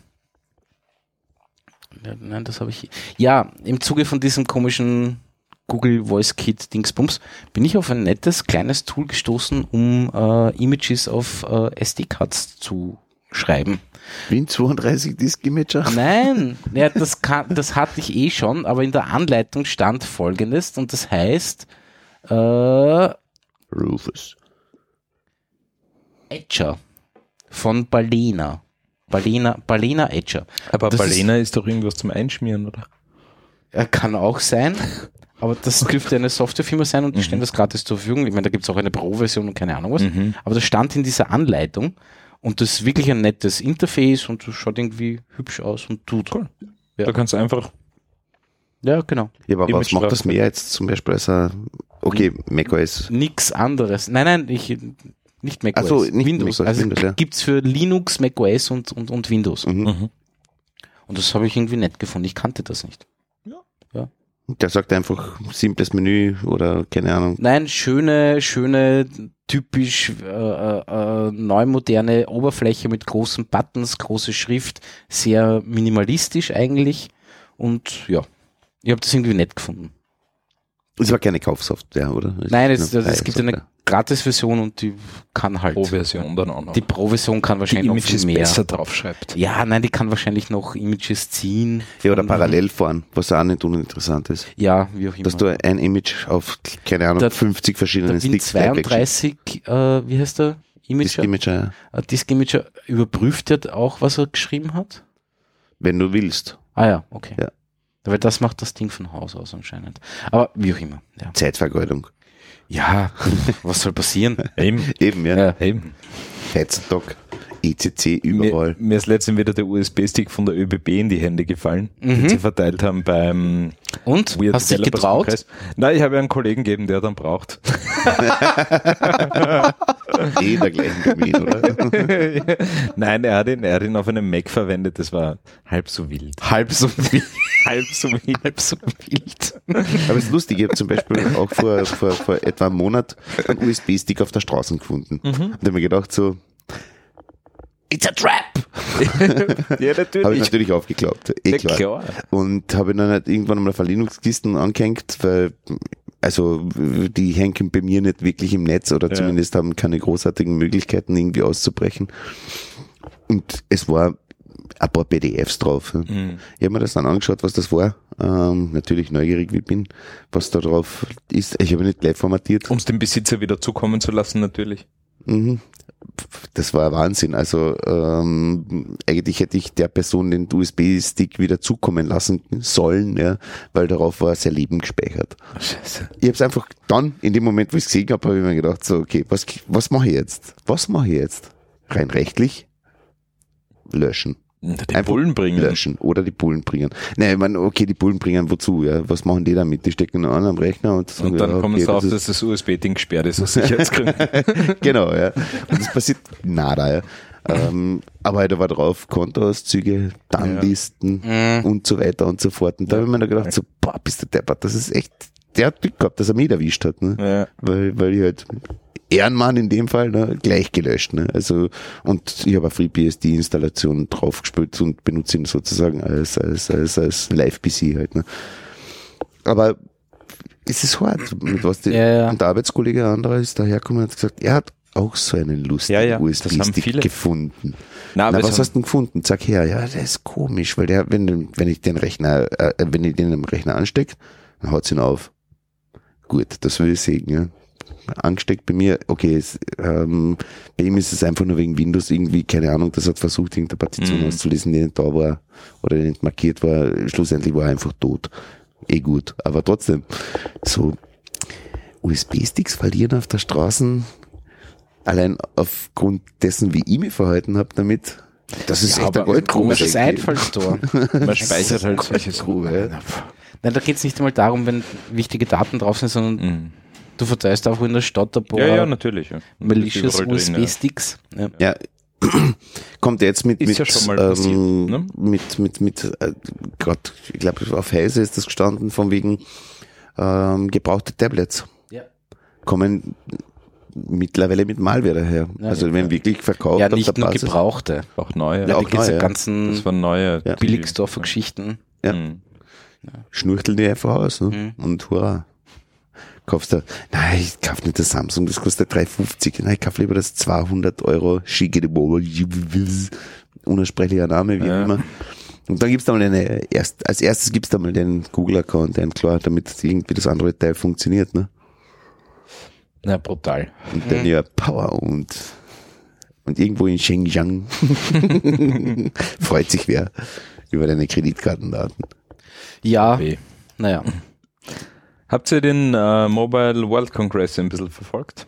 S1: ja, nein, das habe ich. Ja, im Zuge von diesem komischen Google Voice Kit Dingsbums bin ich auf ein nettes kleines Tool gestoßen, um äh, Images auf äh, SD-Cards zu schreiben.
S2: Win 32 Disk Imager.
S1: Nein, ja, das, kann, das hatte ich eh schon, aber in der Anleitung stand folgendes und das heißt äh,
S2: Rufus.
S1: Etcher von Balena. Balena, Balena Etcher.
S3: Aber
S1: Das
S3: Balena ist, doch irgendwas zum Einschmieren, oder?
S1: Äh, kann auch sein, aber das dürfte eine Softwarefirma sein und die stellen das gratis zur Verfügung. Ich meine, da gibt es auch eine Pro-Version und keine Ahnung was. Aber das stand in dieser Anleitung und das ist wirklich ein nettes Interface und das schaut irgendwie hübsch aus und tut.
S3: Cool.
S1: Ja.
S3: Da kannst du einfach.
S1: Ja, genau.
S2: Ja, aber was
S3: Image
S2: macht
S3: drauf.
S2: das mehr jetzt zum Beispiel als ein, okay, macOS.
S1: Nix anderes. Nein, nein, ich nicht macOS.
S2: Ach so, nicht
S1: Windows.
S2: Windows,
S1: also
S2: Windows, ja.
S1: gibt's für Linux, macOS und, und, und Windows.
S3: Mhm.
S1: Und das habe ich irgendwie nett gefunden. Ich kannte das nicht.
S2: Der sagt einfach simples Menü oder keine Ahnung.
S1: Nein, schöne, schöne, typisch äh, äh, neumoderne Oberfläche mit großen Buttons, große Schrift, sehr minimalistisch eigentlich. Und ja, ich habe das irgendwie nett gefunden.
S2: Es war keine Kaufsoftware, oder? Es
S1: Nein,
S2: ist
S1: es,
S2: eine
S1: also es
S2: freie
S1: gibt eine
S2: Software.
S1: Gratis-Version und die kann halt.
S3: Pro-Version dann auch noch.
S1: Die Pro-Version kann wahrscheinlich noch viel mehr.
S3: draufschreibt.
S1: Ja, nein, die kann wahrscheinlich noch Images ziehen.
S2: Ja, oder
S1: Von-
S2: parallel fahren, was auch nicht uninteressant ist.
S1: Ja, wie auch immer.
S2: Dass du ein Image auf, keine Ahnung,
S1: Der-
S2: 50 verschiedenen
S1: der Win
S2: Sticks gleich wegschickst.
S1: 32, äh, wie heißt der?
S2: Disk
S1: Imager.
S2: Imager, ja.
S1: Äh, Disk Imager überprüft ja auch, was er geschrieben hat.
S2: wenn du willst.
S1: Ah ja, okay.
S2: Ja.
S1: Weil das macht das Ding von Haus aus anscheinend. Aber wie auch immer. Ja,
S2: Zeitvergeudung.
S1: ja was soll passieren?
S3: Eben.
S2: Eben, ja.
S1: Ja.
S3: Eben.
S2: Heizdock, ECC
S3: Mir,
S2: überall.
S3: mir ist letztens wieder der USB-Stick von der ÖBB in die Hände gefallen,
S2: Mhm.
S3: den sie verteilt haben beim
S1: Und?
S3: Weird
S1: hast du dich
S3: Developers
S1: getraut?
S3: Kongress. Nein, ich habe ja einen Kollegen gegeben, der dann braucht.
S2: Eh in der gleichen Domain, oder?
S3: Nein, er hat, ihn, er hat ihn auf einem Mac verwendet, das war halb so wild.
S1: Halb so wild.
S3: Halb so wild.
S1: Halb so wild.
S2: Aber es ist lustig, ich habe zum Beispiel auch vor, vor, vor etwa einem Monat einen USB-Stick auf der Straße gefunden.
S1: Mhm.
S2: Und habe mir gedacht, so,
S1: It's a trap!
S3: Ja,
S2: habe ich
S3: natürlich.
S2: natürlich aufgeklappt. Eh
S3: Ja,
S2: klar. Und habe ihn dann halt irgendwann mal auf eine Linux-Kisten angehängt, weil, also, die hängen bei mir nicht wirklich im Netz oder
S3: Ja.
S2: zumindest haben keine großartigen Möglichkeiten, irgendwie auszubrechen. Und es war ein paar PDFs drauf. ja.
S3: Mhm.
S2: Ich habe mir das dann angeschaut, was das war. Ähm, natürlich neugierig wie ich bin, was da drauf ist. Ich habe nicht gleich formatiert.
S3: Um es dem Besitzer wieder zukommen zu lassen, natürlich.
S2: Mhm. Das war Wahnsinn. Also ähm, eigentlich hätte ich der Person den USB-Stick wieder zukommen lassen sollen, ja, weil darauf war sein Leben gespeichert.
S3: Scheiße.
S2: Ich habe es einfach dann, in dem Moment, wo ich es gesehen habe, habe ich mir gedacht, so, okay, was, was mache ich jetzt? Was mache ich jetzt? Rein rechtlich? Löschen.
S3: Den
S2: Einfach
S3: Bullen bringen.
S2: löschen oder die Bullen bringen. Nein, ich meine, okay, die Bullen bringen, wozu? Ja? Was machen die damit? Die stecken einen anderen Rechner und, sagen,
S3: Und dann
S2: ja,
S3: kommen
S2: okay,
S3: sie drauf,
S2: das
S3: dass das USB-Ding gesperrt ist, aus Sicherheitsgründen.
S2: ist- Genau, ja. Und das passiert nada, ja. Ähm, aber da war drauf Kontoauszüge, Dannlisten und so weiter und so fort. Und da habe ich mir dann gedacht, so, boah, bist du deppert, das ist echt, der hat Glück gehabt, dass er mich erwischt hat, ne?
S3: ja.
S2: Weil, weil ich halt Ehrenmann in dem Fall, ne, gleich gelöscht. Ne? Also, und ich habe eine FreeBSD-Installation draufgespielt und benutze ihn sozusagen als, als, als, als Live-PC halt. Ne? Aber es ist hart, mit was die,
S1: Ja, ja.
S2: und der Arbeitskollege ein anderer ist dahergekommen und hat gesagt, er hat auch so einen lustigen
S7: Ja, ja, das
S3: haben viele.
S2: USB-Stick gefunden. Na,
S3: aber es
S2: was
S3: haben-
S2: hast du denn gefunden? Sag her, ja, der ist komisch, weil der, wenn, wenn ich den Rechner, äh, wenn ich den am Rechner anstecke, dann haut's ihn auf. Gut, das will ich sehen, ja. Angesteckt bei mir, okay, es, ähm, bei ihm ist es einfach nur wegen Windows irgendwie, keine Ahnung, das hat versucht, irgendeine Partition
S3: Mhm.
S2: auszulesen, die nicht da war oder die nicht markiert war. Schlussendlich war er einfach tot. Eh gut, aber trotzdem, so USB-Sticks verlieren auf der Straße, allein aufgrund dessen, wie ich mich verhalten habe damit, das ist
S1: Ja,
S2: echt eine
S1: aber
S2: Goldgrube.
S1: komisches
S2: eigentlich.
S1: Einfallstor.
S3: Man speichert halt solche
S2: Goldgrube,
S3: Sachen.
S1: Nein, da geht es nicht einmal darum, wenn wichtige Daten drauf sind, sondern
S3: Mhm.
S1: du verteilst auch in der Stadt ein paar
S3: Ja, ja, natürlich. ja.
S1: malicious
S3: Überall drin, ja.
S1: USB-Sticks. Ja.
S2: Ja. Kommt jetzt mit,
S3: Ist
S2: mit,
S3: ja schon mal passiert,
S2: ähm,
S3: ne?
S2: mit, mit, mit, äh, Gott, ich glaube, auf Heise ist das gestanden, von wegen ähm, gebrauchte Tablets.
S1: Ja.
S2: Kommen mittlerweile mit Malware daher.
S1: Ja,
S2: also,
S1: ja,
S2: wenn wirklich verkauft,
S1: Ja,
S2: auf
S1: nicht
S2: der
S1: nur
S2: Basis- ah,
S1: gebrauchte.
S3: Auch neue.
S2: Ja,
S1: Ja,
S2: auch
S1: die ganze-
S2: neue.
S1: ganzen
S3: Das waren neue.
S2: Ja.
S3: die-
S1: Billigsdorfer Geschichten.
S2: Ja.
S3: Mhm.
S2: schnurchteln die einfach aus ne?
S1: Mhm.
S2: und hurra. Kaufst du, nein, ich kauf nicht das Samsung, das kostet 3,50. Nein, ich kauf lieber das 200 Euro Shigede Unaussprechlicher Name, wie
S3: Ja.
S2: immer. Und dann gibt's da mal eine, erst, als erstes gibt's da mal den Google-Account ein, klar, damit irgendwie das Android-Teil funktioniert, ne?
S3: Na, brutal.
S2: Und dann ja Power und, und irgendwo in Xinjiang freut sich wer über deine Kreditkartendaten.
S1: Ja,
S3: Weh.
S1: naja.
S3: Habt ihr den äh, Mobile World Congress ein bisschen verfolgt?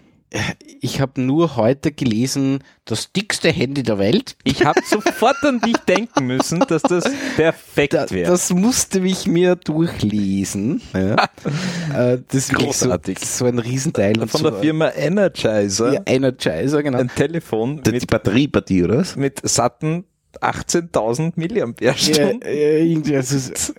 S1: Ich habe nur heute gelesen, das dickste Handy der Welt.
S7: Ich habe sofort an dich denken müssen, dass das perfekt
S1: Da,
S7: wäre.
S1: das musste ich mir durchlesen. Ja. Äh, das ist wirklich so,
S7: Großartig.
S1: so ein Riesenteil. und
S7: Von
S1: so
S7: der Firma Energizer.
S1: Ja, Energizer, genau.
S7: Ein Telefon
S2: Das ist die
S7: mit,
S2: Batteriepartie, oder was?
S7: mit satten 18.000
S1: Ja,
S7: Milliampere-Stunden.
S1: äh, irgendwie, also es ist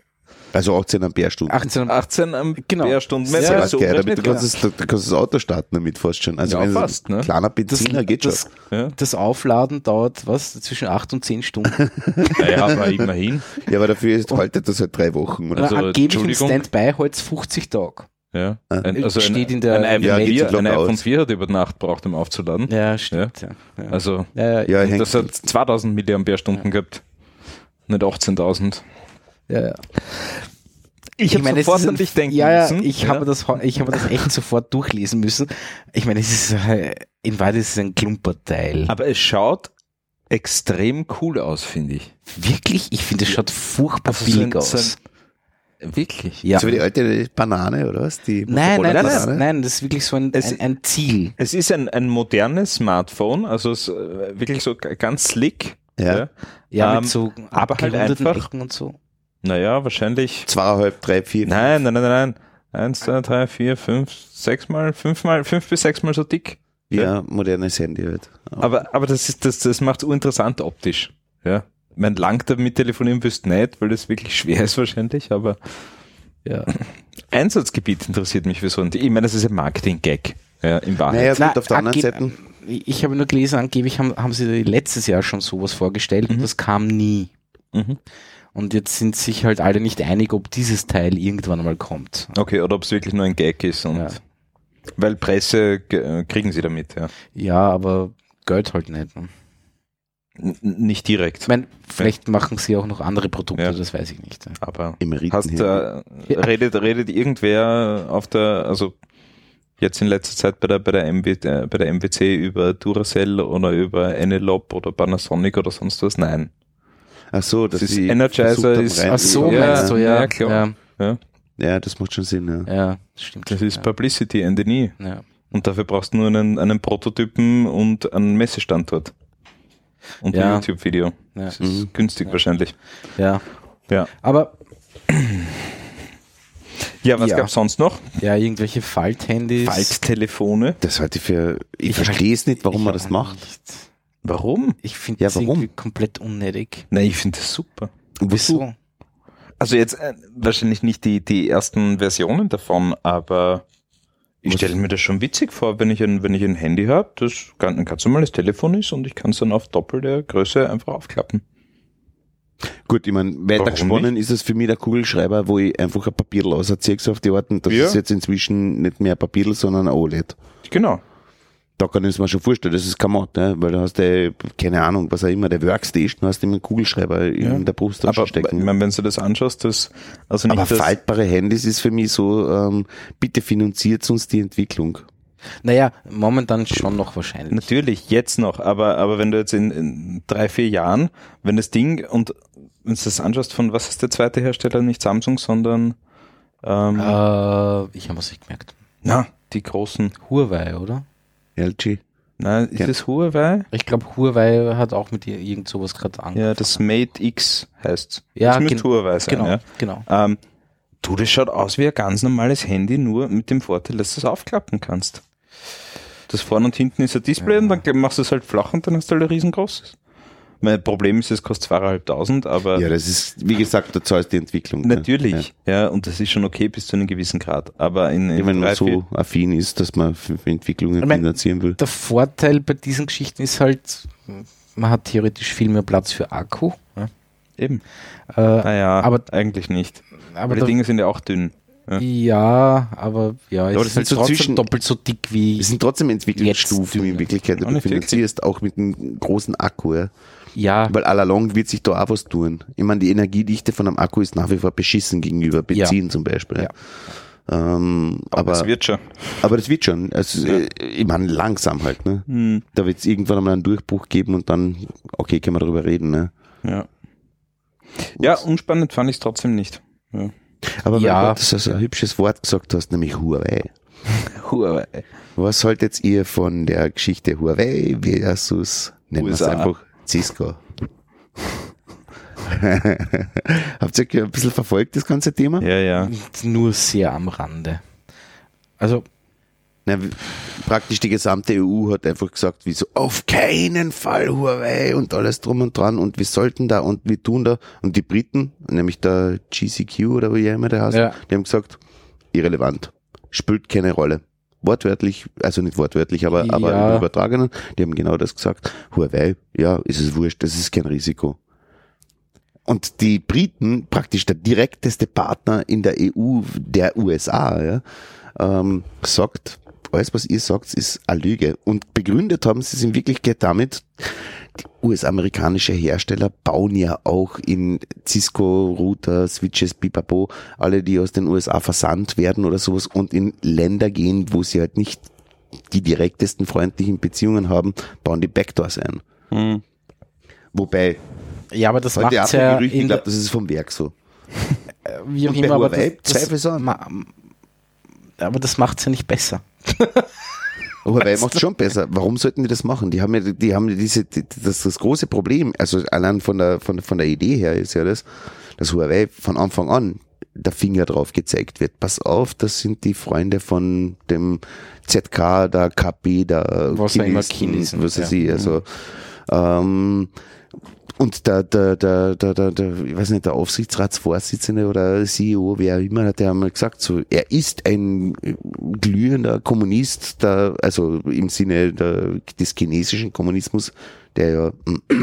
S2: Also 18 Ampere-Stunden.
S1: 18
S7: 18 Ampere-Stunden.
S1: Genau.
S7: Wenn
S1: Sehr
S7: man
S2: Ja,
S7: so
S2: geil, damit
S7: rechnet,
S2: du kannst, das, du kannst das Auto starten damit fast schon. Also
S3: Ja,
S2: wenn
S3: fast,
S2: so ein
S3: ne?
S2: kleiner Benziner geht schon.
S1: das,
S3: Ja.
S1: das Aufladen dauert, was, zwischen 8 und 10 Stunden.
S3: Naja, aber immerhin.
S2: Ja, aber dafür ist, haltet das halt drei Wochen. Oder?
S1: Also,
S3: Also,
S1: Angeblich im
S3: Entschuldigung.
S1: Standby halt 50 Tage.
S3: Ja.
S2: Ah.
S3: Ein, also
S1: Steht
S3: ein,
S1: in der-
S3: ein iPhone,
S2: Ja, geht
S3: 4,
S2: sich
S3: ein
S2: locker
S3: iPhone
S2: aus.
S3: 4 hat über Nacht braucht, um aufzuladen.
S1: Ja, stimmt. Ja. Ja.
S3: Also,
S1: Ja, ja,
S2: Ja, hängt,
S3: das hat 2000 Milliampere-Stunden gehabt. Nicht 18.000.
S1: ja, ja.
S7: ich habe
S1: es
S7: sofort
S1: ist
S7: an
S1: ein-
S7: dich denken
S1: ja, ja,
S7: müssen.
S1: Ich, Habe das, ho- ich habe das echt sofort durchlesen müssen. Ich meine, es ist, äh, in Wahrheit ist es ein Klumperteil.
S3: Aber es schaut extrem cool aus, finde ich.
S1: wirklich, ich finde, es schaut furchtbar
S3: Also
S1: billig aus.
S3: wirklich?
S1: ja.
S2: So wie die alte Banane, oder was? Die
S1: Nein, nein,
S2: Motorola
S1: das,
S2: Banane?
S1: nein, das ist wirklich so ein,
S3: Es-
S1: ein, ein Ziel.
S3: Es ist ein, ein modernes Smartphone, also es, äh, wirklich so g- ganz slick.
S2: Ja.
S1: Ja,
S3: Ähm,
S1: mit so
S3: aber halt
S1: abgerundeten
S3: einfach-
S1: Ecken und so.
S3: Naja, wahrscheinlich.
S2: Zweieinhalb, drei, vier.
S3: Nein, nein, nein, nein. Eins, zwei, drei, vier, fünf, sechs Mal, fünf Mal, fünf bis sechs Mal so dick.
S2: Ja, modernes Handy halt.
S3: Aber, aber das ist, das, das macht es uninteressant optisch. Ja. Man lang damit telefonieren wirst nicht, weil das wirklich schwer ist wahrscheinlich, aber
S1: Ja.
S3: Einsatzgebiet interessiert mich für so ein, ich meine, das ist ein Marketing-Gag. Ja, in Wahrheit.
S2: Naja,
S1: Na,
S2: gut, auf der anderen
S1: angeb-
S2: Seite.
S1: Ich habe nur gelesen, angeblich haben, haben sie letztes Jahr schon sowas vorgestellt und
S3: Mhm.
S1: das kam nie.
S3: Mhm.
S1: Und jetzt sind sich halt alle nicht einig, ob dieses Teil irgendwann mal kommt.
S3: Okay, oder ob es wirklich nur ein Gag ist und
S1: Ja.
S3: weil Presse ge- äh, kriegen sie damit, ja.
S1: Ja, aber Geld halt nicht. ne?
S3: N nicht direkt.
S1: Ich meine, vielleicht machen sie auch noch andere Produkte,
S3: Ja.
S1: das weiß ich nicht. ja.
S3: aber
S2: Im Riten
S3: hast äh, redet, redet irgendwer auf der, also jetzt in letzter Zeit bei der bei der, MW, äh, bei der MWC über Duracell oder über Enelob oder Panasonic oder sonst was? Nein.
S2: Ach so,
S3: Das
S2: das
S3: ist Energizer ist-
S1: Ach so,
S3: Ja,
S1: meinst du, ja.
S3: ja, klar.
S2: Ja, das macht schon Sinn, ja.
S1: Ja, ja stimmt.
S3: Das ist
S1: ja.
S3: Publicity and the knee.
S1: Ja.
S3: Und dafür brauchst du nur einen, einen Prototypen und einen Messestandort. Und
S1: Ja.
S3: ein YouTube-Video.
S1: Ja.
S3: Das ist günstig wahrscheinlich.
S1: ja.
S3: Ja.
S1: Aber
S3: Ja, was
S1: Ja.
S3: gab's sonst noch?
S1: ja, irgendwelche Falthandys.
S3: Falttelefone.
S2: Das halte ich für, ich,
S1: Ich- halt-
S2: verstehe es nicht, warum
S1: Ich
S2: man
S1: auch
S2: das macht.
S1: nicht.
S3: Warum?
S1: Ich finde
S2: Ja,
S1: das
S2: warum?
S1: irgendwie komplett unnötig.
S3: Nein, ich finde das super.
S2: Wozu?
S1: Wieso?
S3: Also jetzt äh, wahrscheinlich nicht die, die ersten Versionen davon, aber Ich stelle mir das schon witzig vor, wenn ich ein, wenn ich ein Handy habe, das ganz- ein ganz normales Telefon ist und ich kann es dann auf Doppel der Größe einfach aufklappen.
S2: Gut, ich meine, weiter
S3: Warum
S2: gesponnen ist es für mich der Kugelschreiber, wo ich einfach ein Papier auserziehe, so auf die Art, und das
S3: Ja.
S2: ist jetzt inzwischen nicht mehr Papier, sondern ein OLED.
S3: Genau.
S2: Da kann ich es mir schon vorstellen, das ist Kamot, ne? weil da hast du, keine Ahnung, was auch immer, der Workstation, hast du immer einen Kugelschreiber in der Brust
S3: Aber
S2: stecken.
S3: ich meine, wenn du das anschaust, das, also nicht
S2: Aber
S3: das,
S2: faltbare Handys ist für mich so, ähm, bitte finanziert uns die Entwicklung.
S1: Naja, momentan schon noch wahrscheinlich.
S3: Natürlich, jetzt noch, aber, aber wenn du jetzt in, in drei, vier Jahren, wenn das Ding und wenn du das anschaust, von was ist der zweite Hersteller, nicht Samsung, sondern ähm,
S1: Äh, ich habe es nicht gemerkt.
S3: na, die großen.
S1: Huawei, oder?
S2: LG.
S3: Na, ist
S2: Ja.
S3: das Huawei?
S1: Ich glaube, Huawei hat auch mit ir- irgend sowas gerade angefangen.
S3: Ja, das Mate X heißt
S1: Ja,
S3: Das
S1: gen-
S3: müsste Huawei sein,
S1: genau,
S3: ja.
S1: genau.
S3: Ähm, du, das schaut aus wie ein ganz normales Handy, nur mit dem Vorteil, dass du es aufklappen kannst. Das vorne und hinten ist ein Display und dann machst du es halt flach und dann hast du halt ein riesengroßes. Mein Problem ist, es kostet 2.500, aber
S2: Ja, das ist, wie gesagt, da zahlst du die Entwicklung. ne?
S3: natürlich, ja. und das ist schon okay bis zu einem gewissen Grad, aber in,
S2: Ja.
S3: in
S2: Wenn man
S3: drei,
S2: so
S3: vier-
S2: affin ist, dass man für für Entwicklungen
S1: Ich mein-
S2: finanzieren will.
S1: Der Vorteil bei diesen Geschichten ist halt, man hat theoretisch viel mehr Platz für Akku. Ja.
S3: eben,
S1: Äh,
S3: naja, aber
S1: aber-
S3: eigentlich nicht. Aber
S1: aber
S3: die
S1: der-
S3: Dinge sind ja auch dünn. Ja.
S1: ja, aber ja, es
S2: das
S1: ist
S2: sind
S1: halt
S2: so
S1: trotzdem
S2: zwischen-
S1: doppelt so dick wie.
S2: Es sind trotzdem Entwicklungsstufen
S1: Jetzt-
S2: in Wirklichkeit, die
S3: Auch
S2: du
S3: nicht wirklich.
S2: finanzierst, auch mit einem großen Akku. Ja.
S1: Ja,
S2: Weil all along wird sich da auch was tun. Ich meine, die Energiedichte von einem Akku ist nach wie vor beschissen gegenüber Benzin zum Beispiel. Ja. Ähm, aber,
S3: das wird schon.
S2: aber das wird schon. Also, äh, Ich meine, langsam halt. Ne?
S3: Hm,
S2: Da wird es irgendwann einmal einen Durchbruch geben und dann, okay, können wir darüber reden. Ne?
S3: Ja. ja, unspannend fand ich es trotzdem nicht. Ja.
S2: Aber
S1: Ja.
S2: mein Gott, dass du so ein hübsches Wort gesagt hast, nämlich Huawei.
S3: Huawei.
S2: Was haltet ihr von der Geschichte Huawei versus, nennen wir es
S3: USA?
S2: einfach, Cisco? Habt ihr ein bisschen verfolgt, das ganze Thema?
S3: Ja, ja.
S1: nur sehr am Rande. Also,
S2: Na, w- praktisch die gesamte EU hat einfach gesagt, wie so, auf keinen Fall Huawei und alles drum und dran und wir sollten da und wir tun da. Und die Briten, nämlich der GCQ oder wie er immer der heißt,
S1: Ja.
S2: die haben gesagt, irrelevant, spielt keine Rolle. Wortwörtlich, also nicht wortwörtlich, aber, aber
S1: Ja.
S2: im Übertragenen, die haben genau das gesagt. Huawei, ja, ist es wurscht, das ist kein Risiko. Und die Briten, praktisch der direkteste Partner in der EU der USA, ja, ähm, sagt, alles was ihr sagt, ist eine Lüge. Und begründet haben sie es in Wirklichkeit damit, die US-amerikanische Hersteller bauen ja auch in Cisco, Router, Switches, Pipapo, alle die aus den USA versandt werden oder sowas und in Länder gehen, wo sie halt nicht die direktesten freundlichen Beziehungen haben, bauen die Backdoors ein. Wobei,
S1: ja, aber Hm. das macht
S2: heute auch
S1: ja
S2: ein Gerücht, ich
S1: in
S2: glaube,
S1: der,
S2: das ist vom Werk so.
S1: wie auch
S2: Und bei
S1: immer, aber das,
S2: Huawei
S1: das,
S2: zweifelsohn.
S1: ma, aber das macht es ja nicht besser.
S2: Huawei macht schon besser. Warum sollten die das machen? Die haben ja, die haben ja diese, die, das, das große Problem, also allein von der, von, von der Idee her ist ja das, dass Huawei von Anfang an der Finger drauf gezeigt wird. Pass auf, das sind die Freunde von dem ZK, der KP, der
S1: Was auch immer Chinesen,
S2: was weiß
S1: ja. Mhm.
S2: ich, also, ähm, und der, der, der, der, der, der, ich weiß nicht, der Aufsichtsratsvorsitzende oder CEO, wer auch immer, hat ja einmal gesagt, so, er ist ein glühender Kommunist, der, also im Sinne der, des chinesischen Kommunismus, der ja,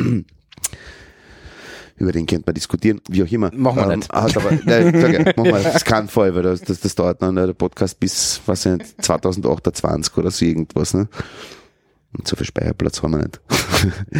S2: über den könnte man diskutieren, wie auch immer.
S1: Machen wir nicht.
S2: Hat aber, nein, sag ja, machen wir, das kann voll, weil das, das, das dauert noch ne, der Podcast bis, was nicht, 2028 oder so irgendwas, ne? Und so viel Speicherplatz haben wir nicht.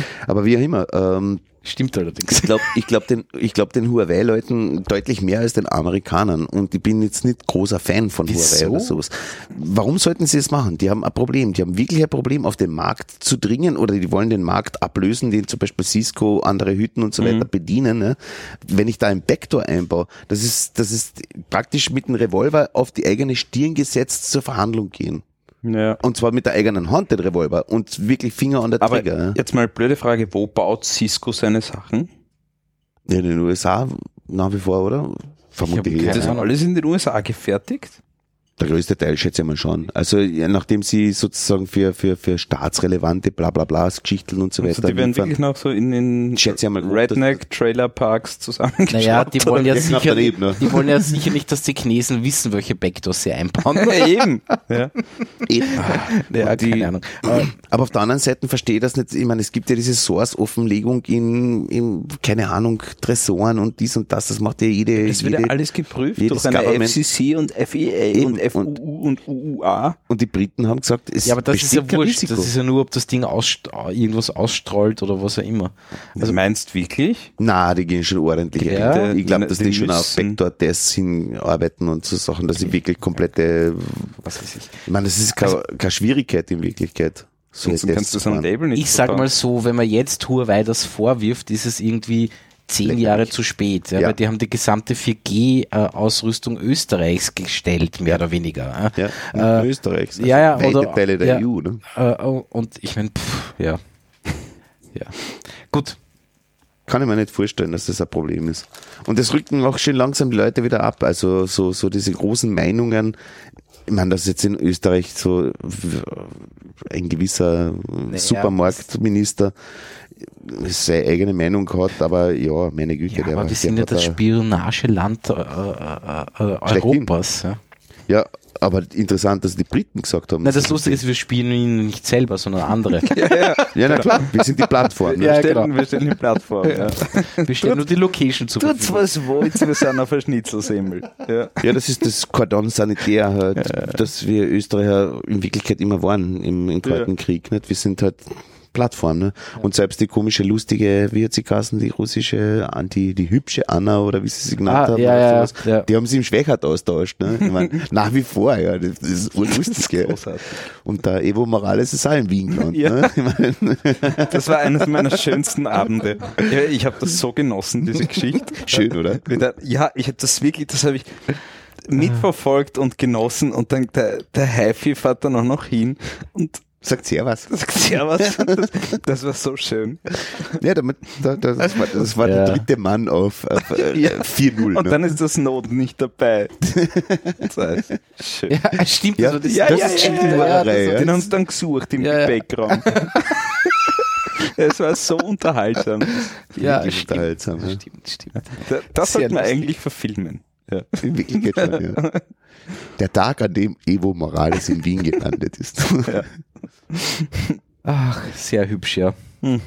S2: aber wie auch immer, ähm,
S1: Stimmt allerdings.
S2: ich glaube, ich glaub den, ich glaub den Huawei-Leuten deutlich mehr als den Amerikanern. Und ich bin jetzt nicht großer Fan von
S1: Wieso?
S2: Huawei oder sowas. Warum sollten sie es machen? Die haben ein Problem. Die haben wirklich ein Problem, auf den Markt zu dringen oder die wollen den Markt ablösen, den zum Beispiel Cisco, andere Hütten und so weiter
S3: Mhm.
S2: bedienen. Ne? Wenn ich da ein Backdoor einbaue, das ist, das ist praktisch mit einem Revolver auf die eigene Stirn gesetzt zur Verhandlung gehen.
S3: ja.
S2: Und zwar mit der eigenen Hand, den Revolver. Und wirklich Finger an der
S3: Aber
S2: Trigger. ja.
S3: jetzt mal blöde Frage, wo baut Cisco seine Sachen?
S2: In den USA nach wie vor, oder? Vermutlich.
S1: keine
S3: Das
S1: Ahnung.
S3: alles in den USA gefertigt?
S2: Der größte Teil schätze ich mal schon. Also ja, nachdem sie sozusagen für, für, für staatsrelevante Blablablas, Geschichten und so weiter.
S3: Also die werden
S2: liefern.
S3: wirklich noch so in den
S2: Schätze ich mal gut,
S3: Redneck-Trailer-Parks zusammengeschraubt.
S1: Naja, die wollen, ja
S2: Ja, knapp
S1: sicher,
S2: daneben, ne?
S1: die wollen ja sicher nicht, dass die Chinesen wissen, welche Backdoors sie einbauen.
S3: Eben.
S1: Ja,
S3: Ja.
S2: Und die-
S1: keine Ahnung.
S2: Aber auf der anderen Seite verstehe ich das nicht. Ich meine, es gibt ja diese Source-Offenlegung in, in, keine Ahnung, Tresoren und dies und das. Das macht ja jede.
S3: Es wird ja
S2: jede
S3: alles geprüft
S2: jedes
S3: durch eine
S2: Government-
S3: FCC und
S2: Eben,
S3: FEA und FUU und UUA.
S2: und die Briten haben gesagt, es
S1: Ja, aber das ist
S2: besteht
S1: ja
S2: kein
S1: wurscht.
S2: Risiko.
S1: Das ist ja nur, ob das Ding aus, irgendwas ausstrahlt oder was auch immer.
S3: Also meinst wirklich?
S2: Na, die gehen schon ordentlich.
S1: Ja.
S2: ein. ich glaube, dass
S3: Die
S2: die, schon auf
S3: müssen-
S2: Backdoor-Tests hinarbeiten und so Sachen, dass sie wirklich komplette,
S1: Was weiß ich.
S2: ich meine, das ist keine, keine Schwierigkeit in Wirklichkeit. So
S3: Sonst
S2: Tests
S3: kannst du
S2: zu
S3: so ein
S2: fahren.
S3: Label nicht
S1: Ich sag
S3: vertrauen.
S1: mal so, wenn man jetzt Huawei das vorwirft, ist es irgendwie zehn
S2: Lächerlich.
S1: Jahre zu spät. Ja,
S2: Ja.
S1: Weil die haben die gesamte 4G-Ausrüstung Österreichs gestellt, mehr oder weniger.
S2: Ja,
S1: Äh,
S2: in Österreich. also
S1: ja, ja,
S2: weite
S1: oder-
S2: Teile der
S1: ja.
S2: EU. Ne?
S1: Äh, und ich meine, ja. ja. Gut.
S2: Kann ich mir nicht vorstellen, dass das ein Problem ist. Und das rücken auch schön langsam die Leute wieder ab. Also so, so diese großen Meinungen. Ich meine, dass jetzt in Österreich so ein gewisser Supermarktminister seine eigene Meinung hat, aber ja, meine Güte,
S1: Ja, aber
S2: war-
S1: wir sind ja
S2: war
S1: das
S2: da-
S1: Spionageland äh, äh, äh,
S2: Schlechthin.
S1: Europas. Ja.
S2: Ja, aber interessant, dass die Briten gesagt haben.
S1: Na, das Lustige ist, wir spielen ihn nicht selber, sondern andere.
S2: Ja, na klar, wir sind die Plattform. ne?
S3: Wir
S1: Ja,
S3: stellen,
S1: genau.
S3: wir stellen die Plattform. ja.
S1: Wir stellen nur die Location zur
S3: Tut's
S1: Verfügung.
S3: was wollt, wir sind auf ein Schnitzelsemmel. Ja.
S2: Ja, das ist das Cordon Sanitär halt, dass wir Österreicher in Wirklichkeit immer waren im, im Kalten Krieg. Nicht? Wir sind halt Plattform. Ne? Und selbst die komische, lustige, wie hat sie geheißen, die russische, Anti, die hübsche Anna oder wie sie sie genannt
S1: Ah,
S2: haben,
S1: ja,
S2: oder
S1: ja,
S2: sowas,
S1: ja.
S2: die haben sie im Schwächert austauscht. Ne? Ich mein, nach wie vor, ja, das ist unlustig. gell? Und der Evo Morales ist auch in Wien gelandet.
S3: Ja.
S2: Ne? Ich mein,
S3: Das war eines meiner schönsten Abende. Ja, ich habe das so genossen, diese Geschichte.
S2: schön, oder?
S3: Wieder- Ja, ich habe das wirklich, das habe ich mitverfolgt und genossen und dann der, der Haifi fährt dann auch noch hin und
S2: Sagt sehr was.
S3: sagt Servus. Das, das war so schön.
S2: Ja, damit, da, da, das war, das war
S1: Ja.
S2: der dritte Mann auf, auf äh,
S3: Ja.
S2: 4-0. ne?
S3: Und dann ist das Not nicht dabei. Das heißt, schön.
S1: Ja, stimmt.
S2: Ja,
S1: also das,
S3: Ja,
S1: das
S3: ja,
S1: ist
S3: ja,
S1: schon
S3: ja,
S1: die
S3: ja,
S1: Ware,
S2: das-
S1: ja.
S3: Den haben sie dann gesucht im
S1: Ja, ja.
S3: Gepäckraum. es war so unterhaltsam.
S1: Ja,
S2: Wirklich
S1: stimmt.
S2: unterhaltsam, ja.
S1: Stimmt, stimmt.
S3: Da- Das
S1: Sehr
S3: sollte man
S1: lustig.
S3: eigentlich verfilmen. Ja.
S2: In Wirklichkeit schon, ja. Der Tag, an dem Evo Morales in Wien gelandet ist.
S1: Ach, sehr hübsch, ja.
S3: Hm.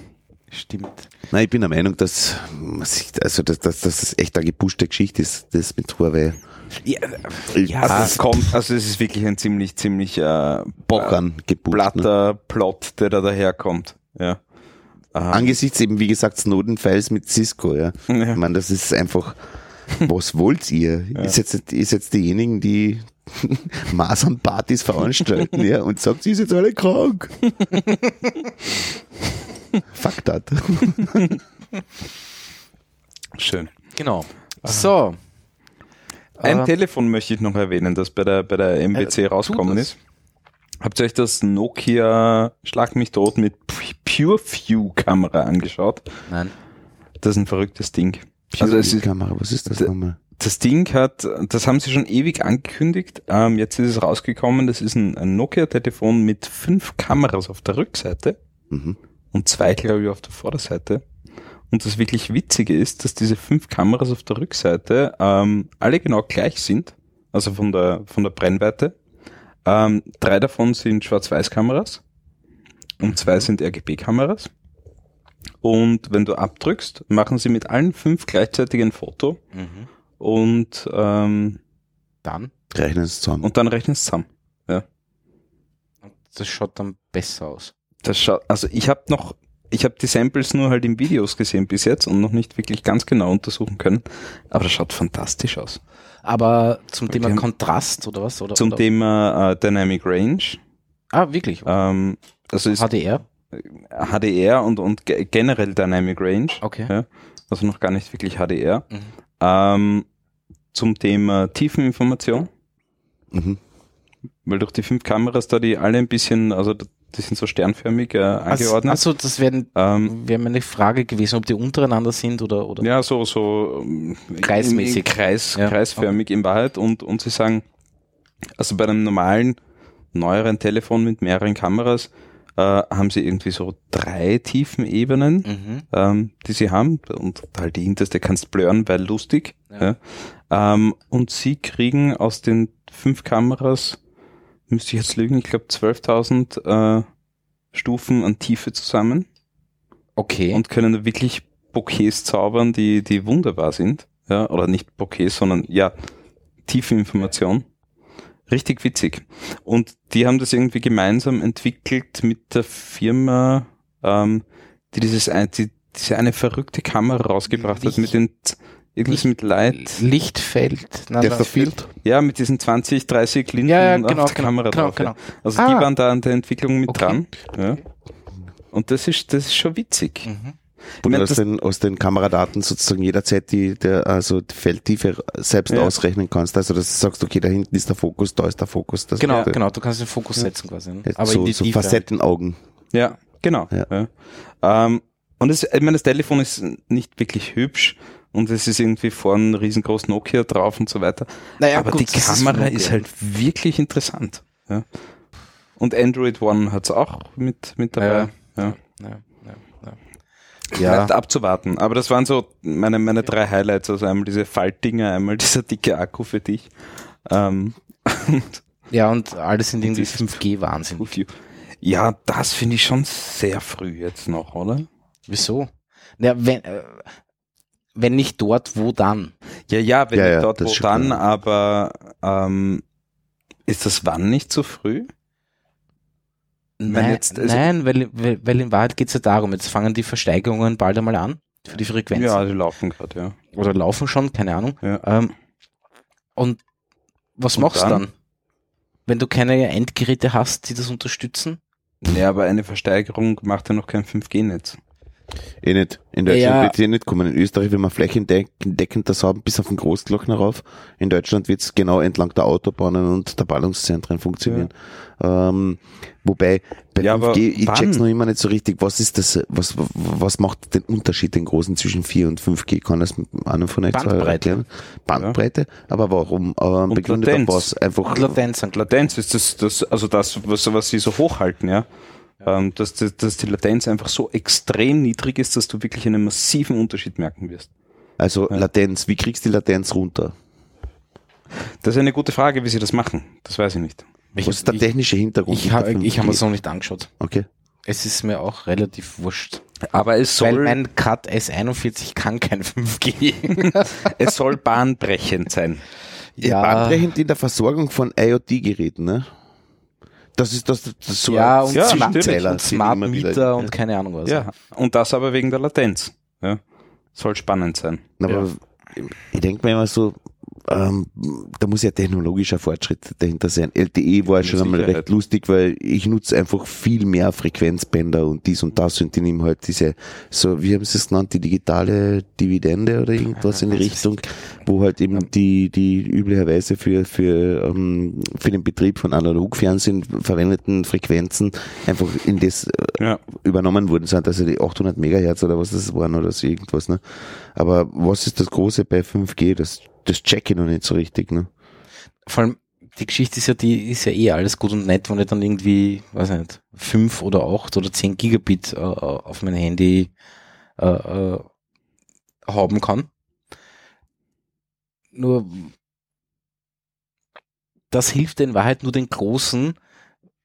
S1: Stimmt.
S2: Nein, ich bin der Meinung, dass, man sich- also, dass, dass, dass das echt eine gepushte Geschichte ist, das mit Huawei.
S1: Ja,
S3: Also
S2: das
S3: es kommt, also es ist wirklich ein ziemlich, ziemlich äh,
S2: Bockern gepusht. Ne?
S3: platter Plot, der da daherkommt. Ja. Aha.
S2: Angesichts eben, wie gesagt, Snowden-Files mit Cisco, ja. Ich
S3: Ja.
S2: meine, das ist einfach, was wollt ihr? Ist, jetzt, ist jetzt diejenigen, die Maß an Partys veranstalten, ja, und sagt, sie ist jetzt alle krank. Fuck that.
S3: Also, Schön.
S1: genau. So.
S3: Ein
S1: Ähm,
S3: Telefon möchte ich noch erwähnen, das bei der, bei der MBC rausgekommen
S1: das.
S3: ist. Habt ihr euch das Nokia Schlag mich tot mit P- PureView Kamera angeschaut?
S1: Nein.
S3: Das ist ein verrücktes Ding. Also es ist,
S2: Kamera, was ist das nochmal?
S3: das Ding hat, das haben sie schon ewig angekündigt. Ähm, jetzt ist es rausgekommen. Das ist ein, ein Nokia-Telefon mit fünf Kameras auf der Rückseite.
S2: Mhm.
S3: und zwei, glaube ich, auf der Vorderseite. Und das wirklich Witzige ist, dass diese fünf Kameras auf der Rückseite ähm, alle genau gleich sind, also von der, von der Brennweite. Ähm, drei davon sind Schwarz-Weiß-Kameras und zwei sind RGB-Kameras. Und wenn du abdrückst, machen sie mit allen fünf gleichzeitig ein Foto
S1: Mhm.
S3: und, ähm,
S1: Dann.
S2: Rechnen Sie zusammen.
S3: und dann rechnen sie zusammen.
S1: Das schaut dann besser aus.
S3: Das schaut, also ich habe noch, ich habe die Samples nur halt in Videos gesehen bis jetzt und noch nicht wirklich ganz genau untersuchen können, aber das schaut fantastisch aus.
S1: Aber zum Thema
S3: haben-
S1: Kontrast oder was? Oder,
S3: Zum
S1: oder?
S3: Thema äh, Dynamic Range,
S1: Ah, wirklich.
S3: ähm, also ist
S1: HDR.
S3: HDR und, und ge- generell Dynamic Range,
S1: Okay.
S3: Ja. also noch gar nicht wirklich HDR.
S1: Mhm.
S3: Ähm, zum Thema Tiefeninformation,
S2: Mhm.
S3: weil durch die fünf Kameras da die alle ein bisschen, also die sind so sternförmig äh, angeordnet.
S1: Also, das werden
S3: ähm,
S1: wäre meine Frage gewesen, ob die untereinander sind oder, oder
S3: Ja, so, so ähm,
S1: Kreismäßig.
S3: im- im Kreis,
S1: Ja.
S3: kreisförmig in Wahrheit und, und sie sagen, Also bei einem normalen, neueren Telefon mit mehreren Kameras äh, haben sie irgendwie so drei tiefen Ebenen,
S1: Mhm.
S3: ähm, die sie haben. Und halt die hinterste kannst blören, weil lustig. Ja. Ähm, und sie kriegen aus den fünf Kameras, müsste ich jetzt lügen, ich glaube 12.000 äh, Stufen an Tiefe zusammen
S1: Okay.
S3: und können da wirklich Bouquets zaubern, die, die wunderbar sind. Ja, oder nicht Bouquets, sondern ja, tiefe Information. Richtig witzig. Und die haben das irgendwie gemeinsam entwickelt mit der Firma, ähm, die dieses ein- die, diese eine verrückte Kamera rausgebracht hat mit den z- irgendwas mit Light.
S1: Lichtfeld. Nein,
S2: Der
S1: nein.
S2: verfehlt.
S3: Ja, mit diesen 20, 30 Linsen
S1: Ja, ja,
S3: auf
S1: genau,
S3: der Kamera
S1: genau,
S3: drauf. ja.
S1: genau.
S3: Also die
S1: Ah.
S3: waren da an der Entwicklung mit
S1: Okay.
S3: dran. Ja. Und das ist, das ist schon witzig.
S1: Mhm.
S3: Ich mein,
S2: aus,
S3: das-
S2: den, aus den Kameradaten sozusagen jederzeit die, der, also die Feldtiefe selbst
S3: Ja.
S2: ausrechnen kannst. Also dass du sagst, okay, da hinten ist der Fokus, da ist der Fokus. Das
S1: Genau,
S2: ist der,
S1: genau. Du kannst den Fokus setzen quasi. Ne?
S2: Aber so,
S1: in die
S2: so
S1: Tiefe.
S2: Facettenaugen.
S3: Ja, genau.
S2: Ja.
S3: Ja. Ähm, und es, ich meine, das Telefon ist nicht wirklich hübsch und es ist irgendwie vorn riesengroß Nokia drauf und so weiter.
S1: Naja,
S3: Aber
S1: gut,
S3: die
S1: das ist
S3: Kamera
S1: Nokia.
S3: ist, halt wirklich interessant. Ja. Und Android One hat's auch mit, mit dabei. Ja.
S1: Ja, ja, ja.
S3: Bleibt abzuwarten. Aber das waren so meine, meine drei Highlights. Also einmal diese Faltdinger, einmal dieser dicke Akku für dich. Ähm,
S1: Ja, und alle sind irgendwie
S3: Das ist
S1: 5G-Wahnsinn.
S3: ja, das finde ich schon sehr früh jetzt noch, oder?
S1: Wieso? Ja, wenn, äh, wenn nicht dort, wo dann?
S3: Ja, ja, wenn
S2: Ja,
S3: ich
S2: ja,
S3: dort
S2: das
S3: wo
S2: ist schon
S3: dann,
S2: klar.
S3: aber ähm, ist das wann nicht zu früh?
S1: Nein,
S3: jetzt- also-
S1: nein weil, weil, weil in Wahrheit geht es ja darum, jetzt fangen die Versteigerungen bald einmal an für die Frequenzen.
S2: genau.
S3: Ja, die also laufen gerade, ja.
S1: Oder laufen schon, keine Ahnung.
S3: Ja.
S1: Ähm, und was
S3: Und
S1: machst du
S3: dann?
S1: dann? Wenn du keine Endgeräte hast, die das unterstützen?
S3: Nee, aber eine Versteigerung macht ja noch kein 5G-Netz.
S2: Eh nicht. In Deutschland
S1: Ja.
S2: wird eh nicht kommen. In Österreich will man flächendeckend das haben, bis auf den Großglockner rauf. In Deutschland wird's genau entlang der Autobahnen und der Ballungszentren funktionieren. Ähm, wobei, bei
S3: Ja,
S2: 5G, ich
S3: aber
S2: check's
S3: wann?
S2: noch immer nicht so richtig, was ist das, was, was macht den Unterschied, den großen zwischen 4 und 5G? Kann das einem von euch zwei
S1: Bandbreite.
S2: erklären? Bandbreite? Aber warum? Ähm,
S3: Und
S2: begründet
S3: Latenz.
S2: auf was? Einfach,
S1: Und Latenz an.
S3: Latenz ist das, das also das, was, was sie so hochhalten, ja. Ähm, dass, die- dass die Latenz einfach so extrem niedrig ist, dass du wirklich einen massiven Unterschied merken wirst.
S2: also
S3: Ja.
S2: Latenz, wie kriegst du die Latenz runter?
S3: Das ist eine gute Frage, wie sie das machen. Das weiß ich nicht.
S1: Ich,
S2: Was ist der
S1: ich,
S2: technische Hintergrund?
S1: ich, hab-
S2: hinter
S1: ich habe mir
S2: 5G?
S1: so nicht angeschaut.
S2: Okay.
S1: Es ist mir auch relativ wurscht.
S3: Aber es soll,
S1: Weil mein Cut S41 kann kein 5G.
S3: es soll bahnbrechend sein.
S2: Ja. Bahnbrechend Äh, in der Versorgung von IoT-Geräten, ne? Das ist das, das ist so
S1: ja,
S2: ein
S1: und
S3: Ja,
S1: Smart,
S2: Zwischenzähler,
S1: und
S2: den
S1: Smart
S2: immer wieder-
S1: Meter und keine Ahnung was.
S3: Ja, und das aber wegen der Latenz. Ja. Soll spannend sein.
S2: Aber ich denke mir immer so, ähm, da muss ja technologischer Fortschritt dahinter sein. LTE war
S3: Mit
S2: schon einmal
S3: Sicherheit.
S2: recht lustig, weil ich nutze einfach viel mehr Frequenzbänder und dies und das und die nehmen halt diese, so wie haben sie es genannt, die digitale Dividende oder irgendwas in die Richtung, wo halt eben die, die üblicherweise für, für, ähm, für den Betrieb von Analogfernsehen verwendeten Frequenzen einfach in das
S3: Ja.
S2: übernommen wurden, sind also die 800 Megahertz oder was das waren oder so irgendwas. Ne? Aber was ist das Große bei 5G? Das, das checke ich noch nicht so richtig. Ne?
S1: Vor allem, die Geschichte ist ja, die ist ja eh alles gut und nett, wenn ich dann irgendwie, weiß nicht, 5 oder 8 oder 10 Gigabit äh, auf mein Handy äh, äh, haben kann. Nur, das hilft in Wahrheit nur den Großen,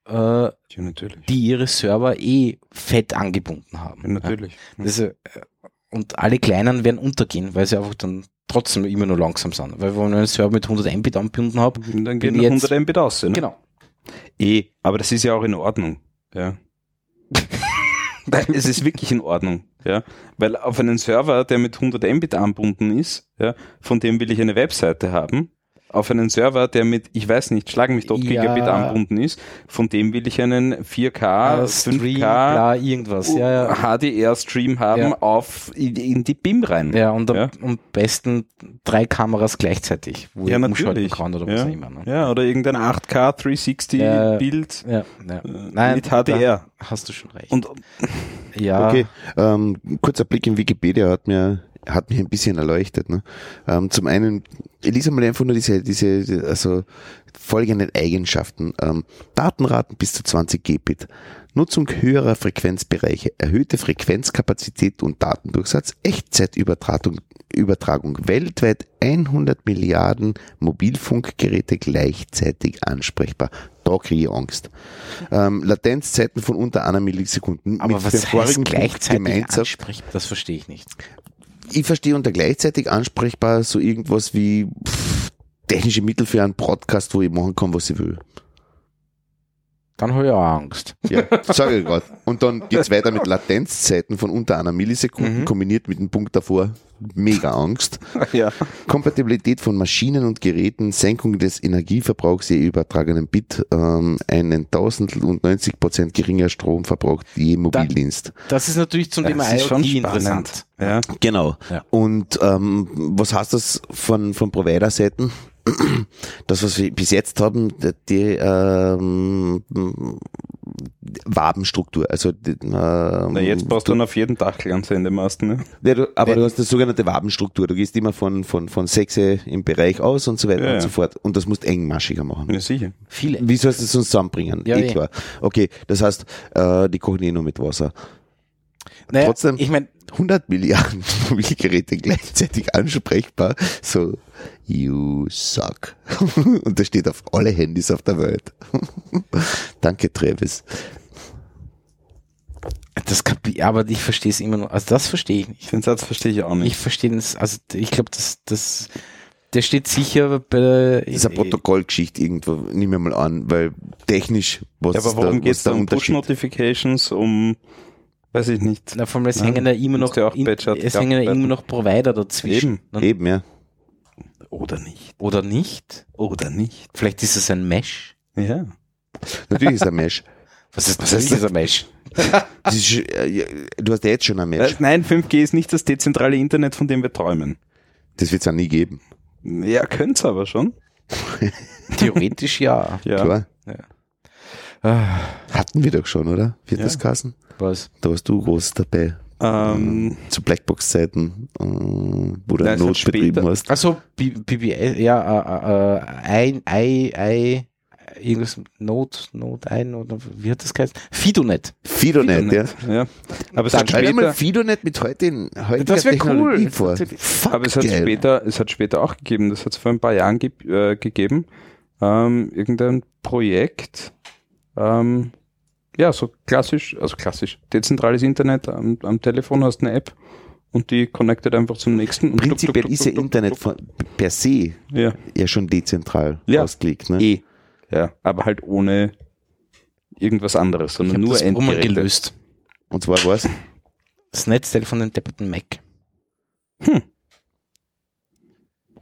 S1: äh,
S3: Ja, natürlich.
S1: die ihre Server eh fett angebunden haben.
S3: Ja, natürlich.
S1: Das, ist, äh, und alle Kleinen werden untergehen, weil sie einfach dann trotzdem immer nur langsam sind. Weil wenn ich einen Server mit 100 Mbit angebunden habe,
S3: Und dann
S1: Bin
S3: gehen noch
S1: jetzt-
S3: 100 Mbit aus. Ne?
S1: genau.
S3: Eh, aber das ist ja auch in Ordnung. Ja. Nein, es ist wirklich in Ordnung. Ja. Weil auf einen Server, der mit 100 Mbit angebunden ist, ja, von dem will ich eine Webseite haben. Auf einen Server, der mit, ich weiß nicht, schlagen mich dort
S1: Ja.
S3: Gigabit angebunden ist, von dem will ich einen 4K,
S1: Äh,
S3: 5K,
S1: Stream, bla, irgendwas. Ja, ja.
S3: HDR-Stream haben
S1: Ja.
S3: auf in, in die BIM rein.
S1: Ja, und am,
S3: Ja.
S1: am besten drei Kameras gleichzeitig, wo
S3: Ja,
S1: ich
S3: natürlich.
S1: umschalten kann oder was
S3: Ja.
S1: auch immer. Ne?
S3: Ja, oder irgendein 8K 360
S1: Ja.
S3: Bild
S1: Ja, ja.
S3: äh,
S1: Nein,
S3: mit HDR.
S1: da Hast du schon recht.
S3: Und
S1: ja,
S2: Okay, ähm, kurzer Blick in Wikipedia hat mir hat mich ein bisschen erleuchtet. Ne? Ähm, zum einen, lies einmal einfach nur diese, diese also folgenden Eigenschaften. Ähm, Datenraten bis zu 20 Gbit. Nutzung höherer Frequenzbereiche, erhöhte Frequenzkapazität und Datendurchsatz, Echtzeitübertragung Übertragung weltweit 100 Milliarden Mobilfunkgeräte gleichzeitig ansprechbar. Da kriege ich Angst. Ähm, Latenzzeiten von unter einer Millisekunde.
S1: Aber was heißt gleichzeitig
S2: gemeinsam,
S1: anspricht, das verstehe ich nicht.
S2: ich verstehe unter gleichzeitig ansprechbar so irgendwas wie pff, technische Mittel für einen Podcast, wo ich machen kann, was ich will.
S1: Dann habe ich auch Angst.
S2: Ja, sage ich grad. Und dann geht's weiter mit Latenzzeiten von unter einer Millisekunde,
S3: Mhm.
S2: kombiniert mit dem Punkt davor. Mega Angst.
S3: Ja.
S2: Kompatibilität von Maschinen und Geräten, Senkung des Energieverbrauchs je übertragenen Bit, ähm, einen Tausendstel und 90 Prozent geringer Stromverbrauch je Mobildienst.
S1: Das ist natürlich zum Thema IoT interessant.
S3: Ja.
S2: Genau.
S1: Ja.
S2: Und ähm, was heißt das von, von Provider-Seiten? Das, was wir bis jetzt haben, die ähm, Wabenstruktur. Also die, ähm,
S3: Na, jetzt brauchst du dann auf jeden Dachglanz in dem ersten. Ne?
S2: Ja, du, aber du hast eine sogenannte Wabenstruktur. Du gehst immer von, von, von Sechse im Bereich aus und so weiter
S3: Ja,
S2: und
S3: ja.
S2: so fort. Und das musst du engmaschiger machen.
S3: Ja, sicher.
S1: Viele.
S2: Wie sollst du es uns zusammenbringen?
S1: Ja,
S2: eh
S1: eh.
S2: klar. Okay, das heißt, äh, die kochen eh nur mit Wasser.
S1: Naja,
S2: trotzdem-
S1: Ich meine,
S2: 100 Milliarden Mobilgeräte gleichzeitig ansprechbar. So, you suck. Und das steht auf alle Handys auf der Welt. Danke, Travis.
S1: das kapi aber ich verstehe es immer noch. Also das verstehe ich nicht.
S3: Den Satz verstehe ich auch
S1: Ich
S3: nicht.
S1: verstehe es, also ich glaube, das, das, der steht sicher bei der.
S2: Das ist eine Protokollgeschichte irgendwo, nehmen wir mal an, weil technisch, was
S3: ja,
S2: ist
S3: aber warum
S2: da,
S3: geht's
S2: da
S3: da um Push-Notifications, um, weiß ich nicht.
S1: Na, vor allem, es
S3: Ja,
S1: hängen ja immer noch,
S3: musst ja auch
S1: in,
S3: Patchart
S1: es hängen ja
S3: gehabt
S1: immer noch Provider dazwischen.
S3: Eben,
S1: Dann-
S2: Eben, ja.
S3: Oder nicht.
S1: Oder nicht?
S3: Oder nicht.
S1: Vielleicht ist es ein Mesh.
S3: Ja.
S2: Natürlich ist ein Mesh.
S1: Was ist,
S2: Was ist das?
S1: dieser Mesh?
S2: Das ist, schon- äh, ja, du hast ja jetzt schon ein
S3: Äh,
S2: Mesh.
S3: nein, 5G ist nicht das dezentrale Internet, von dem wir träumen.
S2: Das wird es ja nie geben.
S3: Ja, könnt's aber schon.
S1: Theoretisch ja.
S3: Ja.
S2: Klar.
S1: Ah,
S2: Hatten wir doch schon, oder? Wird
S3: Ja.
S2: das Kassen?
S1: Was?
S2: Da warst du groß dabei.
S3: Ähm,
S2: Zu Blackbox-Zeiten, äh, wo du einen
S3: Nein, es hat
S2: Not betrieben
S3: später-
S2: hast.
S1: Also BBL, ja, äh, äh, ein, ei, ei, irgendwas, Not, Not, ein, oder wie hat das geheißen? Fidonet.
S2: Fidonet, ja.
S3: Fidonet, ja. Aber es
S1: Dann
S3: hat
S2: Schreib mal
S3: später,
S2: Fidonet mit heute in heutiger
S1: Das wär
S2: Technologie
S1: cool.
S2: vor.
S1: Natürlich.
S2: Fuck,
S3: aber es hat
S2: geil.
S3: später, es hat später auch gegeben, das hat es vor ein paar Jahren ge äh, gegeben, ähm, irgendein Projekt, ähm, ja, so klassisch, also klassisch, dezentrales Internet, am, am Telefon hast eine App und die connectet einfach zum nächsten. und schluck, schluck,
S2: Prinzipiell
S3: schluck,
S2: ist ja
S3: schluck,
S2: Internet
S3: schluck.
S2: von, per se
S3: Ja,
S2: ja schon dezentral
S3: Ja.
S2: ausgelegt. Ne?
S3: eh. Ja, aber halt ohne irgendwas anderes,
S1: Ich
S3: sondern
S1: hab
S3: nur
S1: das Brummen
S3: Endgeräte.
S1: gelöst.
S2: Und zwar was?
S1: Das Netzteil von dem depperten Mac.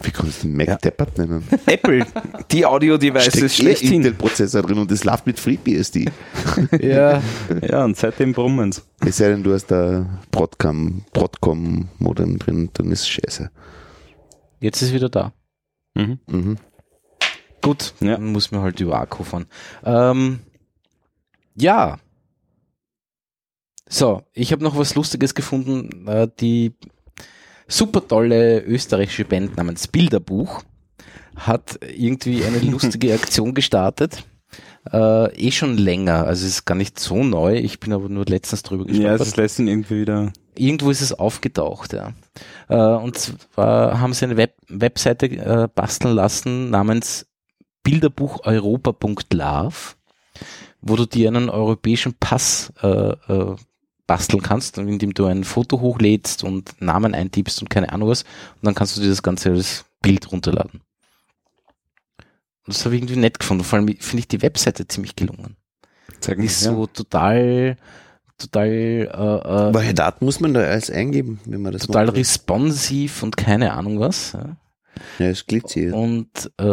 S2: Wie kannst du den Mac
S3: Ja.
S2: Deppert nennen?
S3: Apple, die
S2: Steckt
S3: Audio-Devices
S2: eh ein
S3: schlechthin.
S2: Intel-Prozessor drin und das läuft mit FreeBSD.
S1: Ja.
S3: Ja, und seitdem brummen's.
S2: Es sei denn, du hast da Broadcom, Broadcom Modem drin, dann ist es scheiße.
S1: Jetzt ist wieder da.
S2: Mhm.
S1: Gut,
S3: Ja.
S1: dann muss man halt über Akku fahren. Ähm, ja. So, ich habe noch was Lustiges gefunden. Äh, die super tolle österreichische Band namens Bilderbuch hat irgendwie eine lustige Aktion gestartet. Äh, eh schon länger, also es ist gar nicht so neu. Ich bin aber nur letztens drüber gesprochen.
S3: Ja, es lässt ihn irgendwie wieder.
S1: Irgendwo ist es aufgetaucht, ja. Äh, Und zwar haben sie eine Web Webseite äh, basteln lassen namens bilderbucheuropa.love, wo du dir einen europäischen Pass äh, äh, basteln kannst, indem du ein Foto hochlädst und Namen eintippst und keine Ahnung was. Und dann kannst du dir das Ganze als Bild runterladen. Und das habe ich irgendwie nett gefunden. Vor allem finde ich die Webseite ziemlich gelungen.
S3: Zeig
S1: Die ist so total, total äh, äh,
S2: Welche Daten muss man da alles eingeben, wenn man das
S1: total
S2: macht?
S1: responsiv und keine Ahnung was. Ja.
S2: Ja, es glitzt hier.
S1: Und, äh,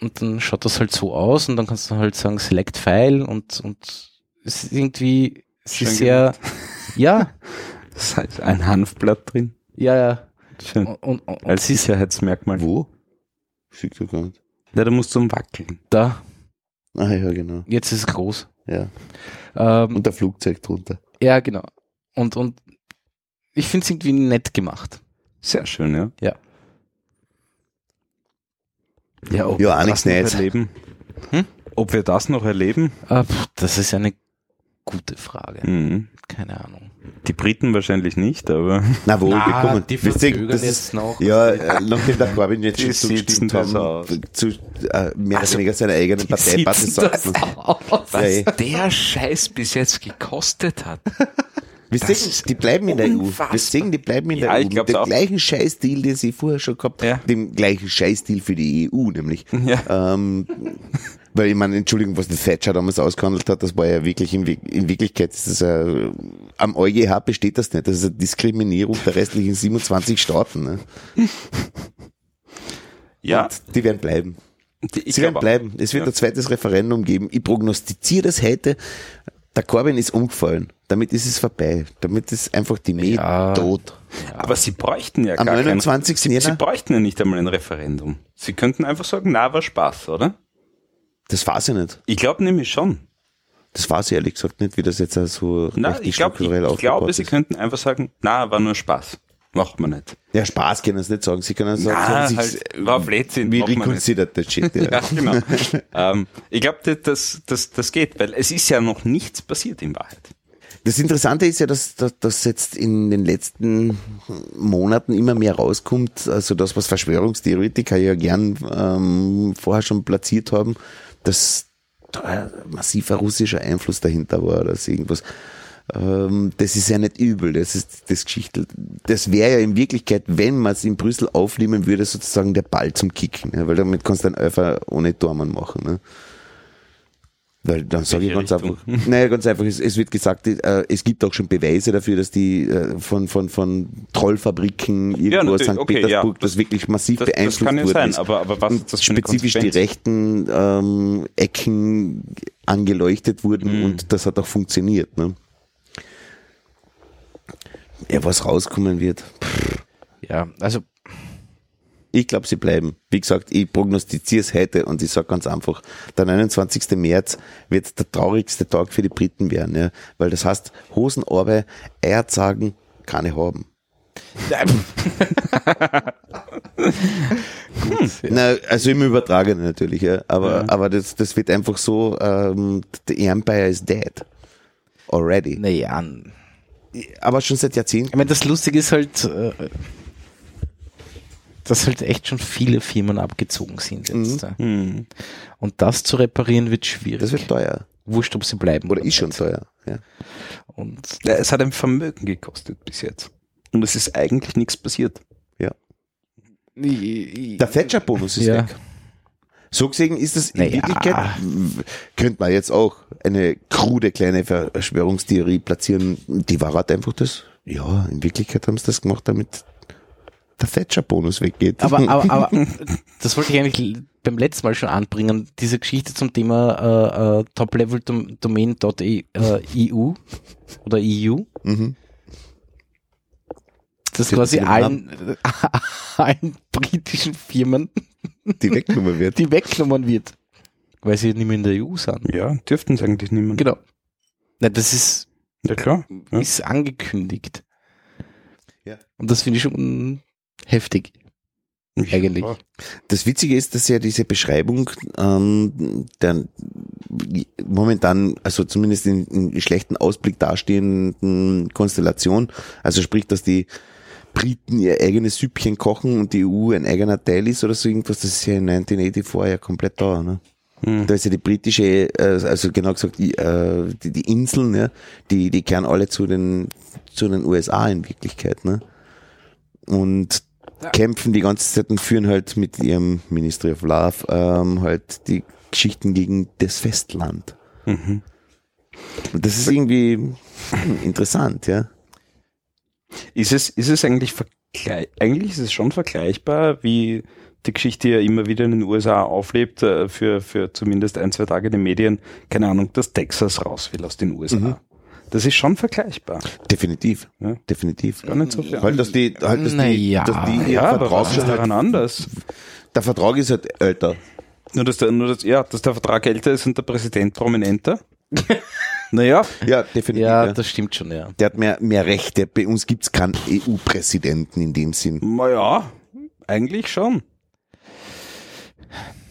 S1: und dann schaut das halt so aus und dann kannst du halt sagen, Select File und, und es ist irgendwie es
S3: Schön
S1: ist sehr, ja,
S3: Das heißt, ein Hanfblatt drin.
S1: ja, ja.
S3: Schön.
S1: Und, und, und
S3: Als Sicherheitsmerkmal.
S2: Wo? Sieht doch gar nicht.
S3: halt Ja, da musst du um umwackeln.
S1: da,
S2: Ah ja, genau.
S1: jetzt ist es groß.
S2: Ja.
S1: Ähm,
S2: Und der Flugzeug drunter.
S1: ja, genau. Und, und ich finde es irgendwie nett gemacht.
S3: Sehr schön, ja.
S1: Ja.
S3: Ja, ob
S2: Ja,
S3: wir
S2: nichts
S3: das noch
S2: Neues.
S3: erleben.
S1: Hm?
S3: Ob wir das noch erleben?
S1: Ah, pf, das ist eine gute Frage.
S3: Mhm.
S1: Keine Ahnung.
S3: Die Briten wahrscheinlich nicht, aber
S2: Na wohl,
S1: Na,
S2: gekommen.
S1: die
S2: Wisst ihr,
S1: verzögern
S2: das
S1: jetzt
S2: ist,
S1: noch.
S2: Ja, äh, nachdem der Corbyn jetzt
S3: Die
S2: schon
S3: sitzen
S2: zugestimmt
S3: das
S2: haben,
S3: aus. Also,
S2: zu, äh, mehr oder weniger seiner eigenen Partei passen sollten. Ja,
S8: Was
S2: eh.
S8: der Scheiß bis jetzt gekostet hat.
S2: Wir sehen, die bleiben in der EU.
S8: unfassbar.
S2: Wir sehen, die bleiben in der
S3: Ja,
S2: EU.
S3: ich
S2: Mit
S3: glaub's
S2: dem
S3: auch.
S2: gleichen Scheißdeal, den sie vorher schon gehabt
S3: Ja.
S2: haben, dem gleichen Scheißdeal für die EU, nämlich.
S3: Ja.
S2: Ähm, weil ich meine, Entschuldigung, was die Thatcher damals ausgehandelt hat, das war ja wirklich, in, Wir- in Wirklichkeit ist das ja, am EuGH besteht das nicht. Das ist eine Diskriminierung der restlichen 27 Staaten. Ne?
S3: ja,
S2: Und die werden bleiben.
S3: die- ich
S2: Sie werden
S3: glaube
S2: bleiben. Es wird
S3: Ja.
S2: ein zweites Referendum geben. Ich prognostiziere das heute. Der Corbyn ist umgefallen. Damit ist es vorbei. Damit ist einfach die Mäh
S1: Ja.
S2: tot.
S3: Aber sie bräuchten ja
S2: Am
S3: gar kein,
S2: 29.
S3: Sie
S2: Jänner.
S3: bräuchten ja nicht einmal ein Referendum. Sie könnten einfach sagen, na, war Spaß, oder?
S2: Das weiß ich nicht.
S3: Ich glaube nämlich schon.
S2: Das weiß ich ehrlich gesagt nicht, wie das jetzt auch so
S3: Na,
S2: richtig
S3: ich, glaub, ich,
S2: strukturell
S3: ich glaube,
S2: aufgebaut
S3: sie
S2: ist.
S3: könnten einfach sagen, na, war nur Spaß. Macht man nicht.
S2: Ja, Spaß können sie nicht sagen. Sie können sagen,
S3: Na,
S2: sie haben sich-
S3: halt, war Blödsinn,
S2: wie
S3: macht man nicht.
S2: reconsidered das shit. Ja.
S3: Ja, genau. ähm, ich glaube, das, das, das geht, weil es ist ja noch nichts passiert in Wahrheit.
S2: Das Interessante ist ja, dass, dass, dass jetzt in den letzten Monaten immer mehr rauskommt, also das, was Verschwörungstheoretiker ja gern ähm, vorher schon platziert haben, dass da ein massiver russischer Einfluss dahinter war oder so irgendwas. Ähm, das ist ja nicht übel, das ist das Geschichtel. Das wäre ja in Wirklichkeit, wenn man es in Brüssel aufnehmen würde, sozusagen der Ball zum Kicken, ne? weil damit kannst du einen Elfer ohne Tormann machen. Ne? Weil dann sage ich
S3: welche
S2: ganz
S3: Richtung?
S2: einfach, naja, ganz einfach, es, es wird gesagt, äh, es gibt auch schon Beweise dafür, dass die äh, von, von, von Trollfabriken irgendwo aus
S3: natürlich,
S2: St.
S3: okay,
S2: Petersburg
S3: ja.
S2: das wirklich massiv
S3: Das, das
S2: beeinflusst
S3: kann ja
S2: worden
S3: sein,
S2: ist
S3: aber, aber was
S2: und
S3: ist das für eine
S2: spezifisch die
S3: Konsequenz?
S2: rechten ähm, Ecken angeleuchtet
S3: Hm.
S2: wurden und das hat auch funktioniert. Ne? Ja, was rauskommen wird.
S1: Ja, also
S2: Ich glaube, sie bleiben. Wie gesagt, ich prognostiziere es heute und ich sage ganz einfach, der 29. März wird der traurigste Tag für die Briten werden, ja? weil das heißt, Hosen Orbe, Eier sagen, keine haben. Na, also im Übertragenen natürlich, ja. aber, aber das, das wird einfach so, ähm, the Empire is dead. Already.
S1: naja,
S2: Aber schon seit
S1: Ich
S2: Jahrzehnten.
S1: meine, das Lustige ist halt, äh, dass halt echt schon viele Firmen abgezogen sind jetzt. äh. Und das zu reparieren wird schwierig.
S2: Mhm. Das wird teuer.
S1: Wurscht, ob sie bleiben.
S2: Oder ist schon
S1: nicht.
S2: teuer. Ja.
S1: Und
S3: Ja, es hat ein Vermögen gekostet bis jetzt. Und es ist eigentlich nichts passiert.
S2: Der Thatcher-Bonus ist
S1: Ja.
S2: weg. So gesehen ist das in
S1: Naja.
S2: Wirklichkeit, w- könnte man jetzt auch eine krude kleine Verschwörungstheorie platzieren. Die war halt einfach das, ja, in Wirklichkeit haben sie das gemacht, damit der Thatcher-Bonus weggeht.
S1: aber, aber, aber das wollte ich eigentlich beim letzten Mal schon anbringen, diese Geschichte zum Thema äh, äh, e, topleveldomain.eu äh, oder E EU,
S2: mhm.
S1: das
S2: Sie-
S1: quasi
S2: sie
S1: allen, allen britischen Firmen
S2: die weggenommen wird.
S1: die weggenommen wird, weil sie nicht mehr in der EU sind.
S3: Ja, dürften es eigentlich niemand.
S1: Genau. Na, das ist,
S3: Ja, klar. Ja.
S1: ist angekündigt.
S2: Ja.
S1: Und das finde ich schon heftig, eigentlich.
S2: Das Witzige ist, dass ja diese Beschreibung ähm, der momentan, also zumindest in, in schlechten Ausblick dastehenden Konstellation, also sprich, dass die Briten ihr eigenes Süppchen kochen und die EU ein eigener Teil ist oder so irgendwas, das ist ja in 1984 ja komplett da. Ne?
S3: Mhm.
S2: Da ist ja die britische, äh, also genau gesagt, die, äh, die, die Inseln, ja, die, die kehren alle zu den, zu den USA in Wirklichkeit, ne? Und kämpfen die ganze Zeit und führen halt mit ihrem Ministry of Love ähm, halt die Geschichten gegen das Festland.
S3: Mhm.
S2: Und das ist irgendwie hm, interessant, ja.
S3: Ist es, ist es eigentlich vergleich, eigentlich ist es schon vergleichbar, wie die Geschichte ja immer wieder in den USA auflebt, äh, für, für zumindest ein, zwei Tage in den Medien, keine Ahnung, dass Texas raus will aus den USA.
S2: Mhm.
S3: Das ist schon vergleichbar.
S2: Definitiv.
S3: Ja.
S2: Definitiv.
S3: Gar nicht so viel.
S2: Halt, dass die, halt, dass die,
S1: Naja.
S2: dass die ihren
S3: ja, aber
S2: Vertrag
S3: was ist
S2: schon halt,
S3: daran anders?
S2: der Vertrag ist halt älter.
S3: Nur dass, der, nur, dass, ja, dass der Vertrag älter ist und der Präsident prominenter. Naja,
S2: Ja, definitiv.
S1: Ja,
S2: ja.
S1: das stimmt schon, ja.
S2: Der hat mehr, mehr Rechte. Bei uns gibt's keinen EU-Präsidenten in dem Sinn.
S3: naja, eigentlich schon.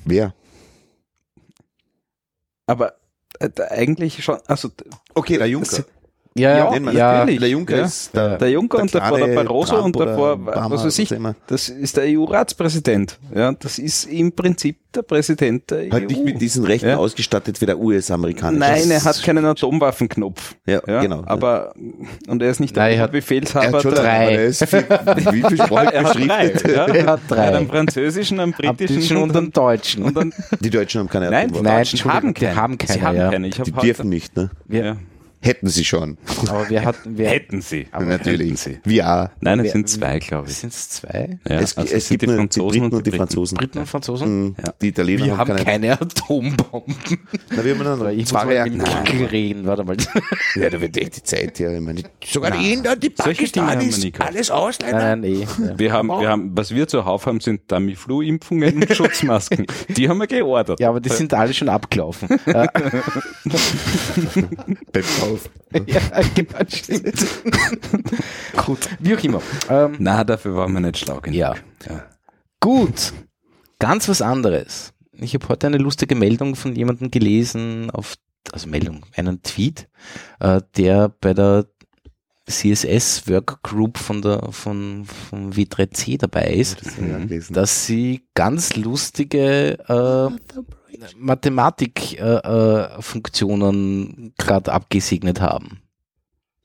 S2: Wer?
S3: Aber äh, da eigentlich schon, also d-
S2: Okay, der Juncker.
S3: Se-
S1: Ja,
S2: Nennt man
S1: ja.
S2: natürlich. Der Juncker
S3: Ja.
S2: ist der,
S3: der Juncker und davor
S2: kleine
S3: der Barroso
S2: Trump
S3: und
S2: oder
S3: davor,
S2: Obama,
S3: was weiß ich,
S2: was immer.
S3: das ist der EU-Ratspräsident. Ja, das ist im Prinzip der Präsident der EU.
S2: Halt nicht mit diesen Rechten
S3: Ja.
S2: ausgestattet wie der US-Amerikaner.
S3: Nein, er
S2: Das-
S3: hat keinen Atomwaffenknopf.
S2: Ja, genau.
S3: Aber, und er ist nicht
S1: Nein, er
S3: der
S1: hat-
S2: Er
S3: Befehlshaber
S2: hat schon
S3: der
S1: drei.
S2: drei. Ist viel, wie viel Sprachen beschriftet?
S3: ja?
S1: Er hat drei.
S3: Einen französischen, einen
S1: Am
S3: britischen
S1: Deutschen und am Deutschen.
S3: und einen-
S2: Die Deutschen haben keine
S3: Nein, die
S2: Atomwaffen.
S1: Nein,
S3: Deutschen haben
S1: Entschuldigung, die
S3: keine.
S1: haben keine,
S3: Sie haben
S1: ja.
S3: keine. Ich
S2: Die
S3: hab heute,
S2: dürfen nicht, ne?
S3: ja.
S2: Hätten sie schon.
S1: Aber wir hatten, wir
S3: Hätten sie.
S1: aber hätten
S2: Natürlich.
S1: sie.
S2: Ja.
S3: Nein, es
S1: Wer-
S3: sind zwei, glaube ich.
S1: Sind es zwei?
S3: Ja,
S2: es
S3: also
S2: es
S3: sind
S2: gibt nur die Briten und die
S3: Briten.
S2: Franzosen.
S1: Briten und Franzosen?
S2: Mhm. Die Italiener
S1: Wir haben
S2: haben keine.
S1: keine Atombomben.
S2: Na, wir haben
S1: Weil
S2: dann
S1: Ich muss
S2: zwei
S1: mal mit dem
S2: Reaktoren.
S1: Mikkel reden, warte mal.
S2: Ja, da wird echt die Zeit her. Ich meine, sogar die Inder, die
S3: Solche Dinge haben wir nie gehabt.
S2: alles Ausländer.
S1: Nein, nein, eh. Ja.
S3: Wir haben, wir haben, was wir zuhauf haben, sind Tamiflu-Impfungen und Schutzmasken. Die haben wir geordert.
S1: Ja, aber die sind alle schon abgelaufen. Äh,
S2: Beim Kauf.
S1: ja, genau, stimmt. Gut, wie auch immer. Ähm,
S3: Na, dafür waren wir nicht schlau genug.
S1: Ja. gut, ganz was anderes. Ich habe heute eine lustige Meldung von jemandem gelesen, auf, also Meldung, einen Tweet, äh, der bei der CSS Workgroup von der von, von W3C dabei ist. dass sie ganz lustige äh, Mathematik-Funktionen gerade äh, abgesegnet haben.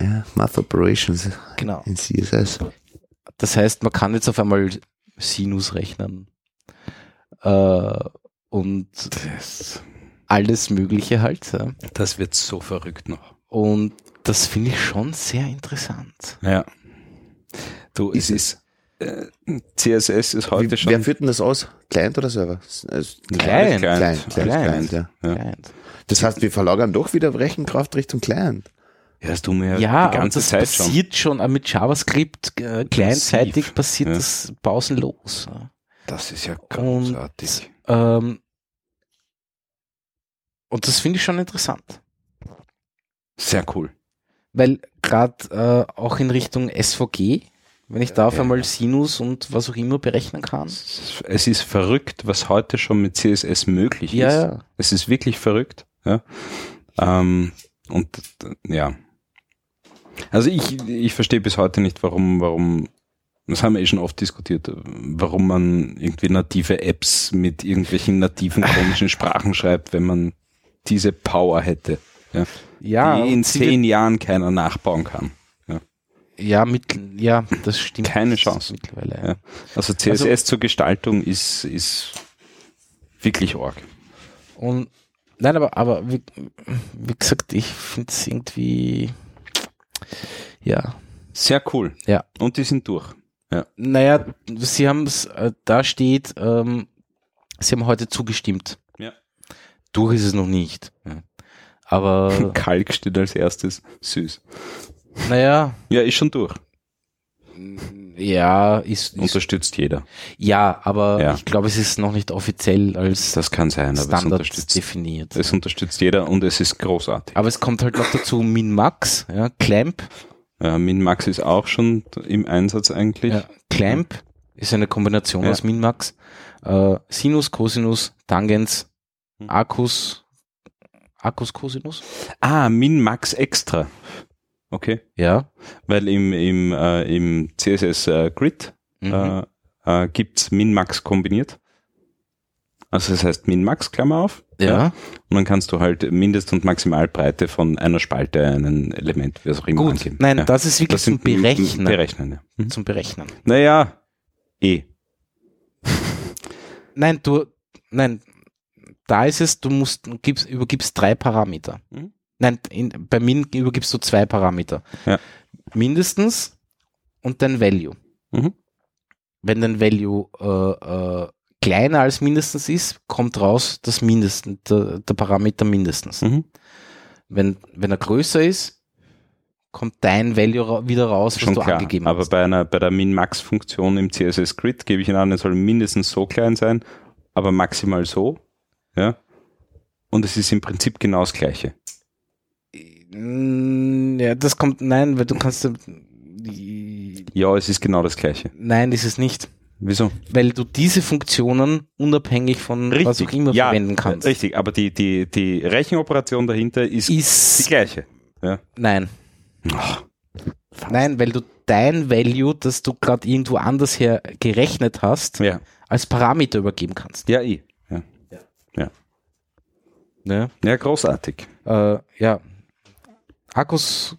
S2: Ja, Math Operations
S1: Genau.
S2: in CSS.
S1: Das heißt, man kann jetzt auf einmal Sinus rechnen äh, und
S3: Das,
S1: alles Mögliche halt. Ja.
S3: das wird so verrückt noch.
S1: Und das finde ich schon sehr interessant.
S3: Ja. Du, es ist, äh, CSS ist heute
S2: Wie,
S3: schon.
S2: wer führt denn das aus? Client oder Server? Also,
S1: Client.
S2: Client, Client,
S3: Client.
S2: Client,
S1: Client.
S2: ja.
S3: Ja.
S1: Client.
S2: Das heißt, wir verlagern doch wieder Rechenkraft Richtung Client.
S3: Ja, das tun wir
S1: Ja,
S3: ja
S1: aber
S3: die ganze
S1: das
S3: Zeit schon.
S1: passiert schon, äh, mit JavaScript äh, kleinzeitig
S3: Massiv,
S1: passiert
S3: ja.
S1: das pausenlos. Ja.
S3: Das ist ja
S1: großartig. Ähm, und das finde ich schon interessant,
S3: Sehr cool.
S1: weil gerade äh, auch in Richtung SVG, wenn ich da auf
S3: Ja.
S1: einmal Sinus und was auch immer berechnen kann.
S3: Es ist verrückt, was heute schon mit CSS möglich
S1: Ja,
S3: ist.
S1: ja.
S3: Es ist wirklich verrückt. Ja. Ähm, und äh, ja. Also ich, ich verstehe bis heute nicht, warum, warum, das haben wir eh schon oft diskutiert, warum man irgendwie native Apps mit irgendwelchen nativen komischen Sprachen schreibt, wenn man diese Power hätte,
S1: ja,
S3: die in
S1: und sie wird-
S3: zehn Jahren keiner nachbauen kann.
S1: ja, mit, ja, das stimmt.
S3: Keine
S1: Das ist
S3: Chance.
S1: Mittlerweile.
S3: Ja. Also CSS zur Gestaltung ist, ist wirklich arg.
S1: Und nein, aber, aber wie, wie gesagt, ich finde es irgendwie, ja,
S3: Sehr cool.
S1: Ja.
S3: Und die sind durch.
S1: Naja, sie haben es, äh, da steht, ähm, sie haben heute zugestimmt.
S3: Ja.
S1: Durch ist es noch nicht. Aber,
S3: Kalk steht als erstes. Süß.
S1: naja,
S3: Ja, ist schon durch.
S1: ja, ist, ist
S3: Unterstützt jeder.
S1: ja, aber
S3: Ja.
S1: ich glaube, es ist noch nicht offiziell als
S3: Das kann sein, aber es
S1: Standard
S3: unterstützt.
S1: definiert.
S3: Es unterstützt jeder und es ist großartig.
S1: Aber es kommt halt noch dazu Min-Max, ja, Clamp.
S3: Äh, MinMax ist auch schon im Einsatz eigentlich.
S1: Ja, Clamp ist eine Kombination
S3: Ja.
S1: aus Min-Max, äh, Sinus, Cosinus, Tangens,
S3: Hm.
S1: Arcus, Arcus, Cosinus,
S3: Ah, MinMax extra. Okay.
S1: ja.
S3: Weil im, im, äh, im CSS äh, Grid
S1: Mhm.
S3: äh, äh, gibt es MinMax kombiniert. Also das heißt MinMax, Klammer auf.
S1: ja.
S3: Und dann kannst du halt Mindest- und Maximalbreite von einer Spalte, einem Element, wie es auch immer
S1: Gut,
S3: angeben.
S1: nein,
S3: ja.
S1: das ist wirklich zum
S3: m- m-
S1: Berechnen.
S3: Berechnen, ja. Mhm.
S1: Zum Berechnen.
S3: Naja, eh.
S1: Nein, du, nein, da ist es, du musst, gibst, übergibst drei Parameter.
S3: Mhm.
S1: Nein, in, bei Min übergibst du zwei Parameter.
S3: Ja.
S1: Mindestens und dein Value.
S3: Mhm.
S1: Wenn dein Value äh, äh, kleiner als mindestens ist, kommt raus das Mindesten, der, der Parameter mindestens.
S3: Mhm.
S1: Wenn, wenn er größer ist, kommt dein Value ra wieder raus, was
S3: Schon
S1: du
S3: klar.
S1: angegeben
S3: Aber
S1: hast.
S3: bei einer bei der Min-Max-Funktion im CSS Grid gebe ich ihn an, er soll mindestens so klein sein, aber maximal so. Ja. Und es ist im Prinzip genau das Gleiche.
S1: Mm, Ja, das kommt, nein, weil du kannst, äh,
S3: Ja, es ist genau das gleiche.
S1: nein, ist es nicht.
S3: Wieso?
S1: Weil du diese Funktionen unabhängig von was auch immer
S3: ja,
S1: verwenden kannst.
S3: Richtig, aber die, die, die Rechenoperation dahinter ist die
S1: Ist,
S3: gleiche.
S1: nein. Nein, weil du dein Value, das du gerade irgendwo anders her gerechnet hast,
S3: Ja.
S1: als Parameter übergeben kannst.
S3: Ja, ich. Ja. Ja.
S1: Ja.
S3: ja, großartig.
S1: Äh, ja. Akkus,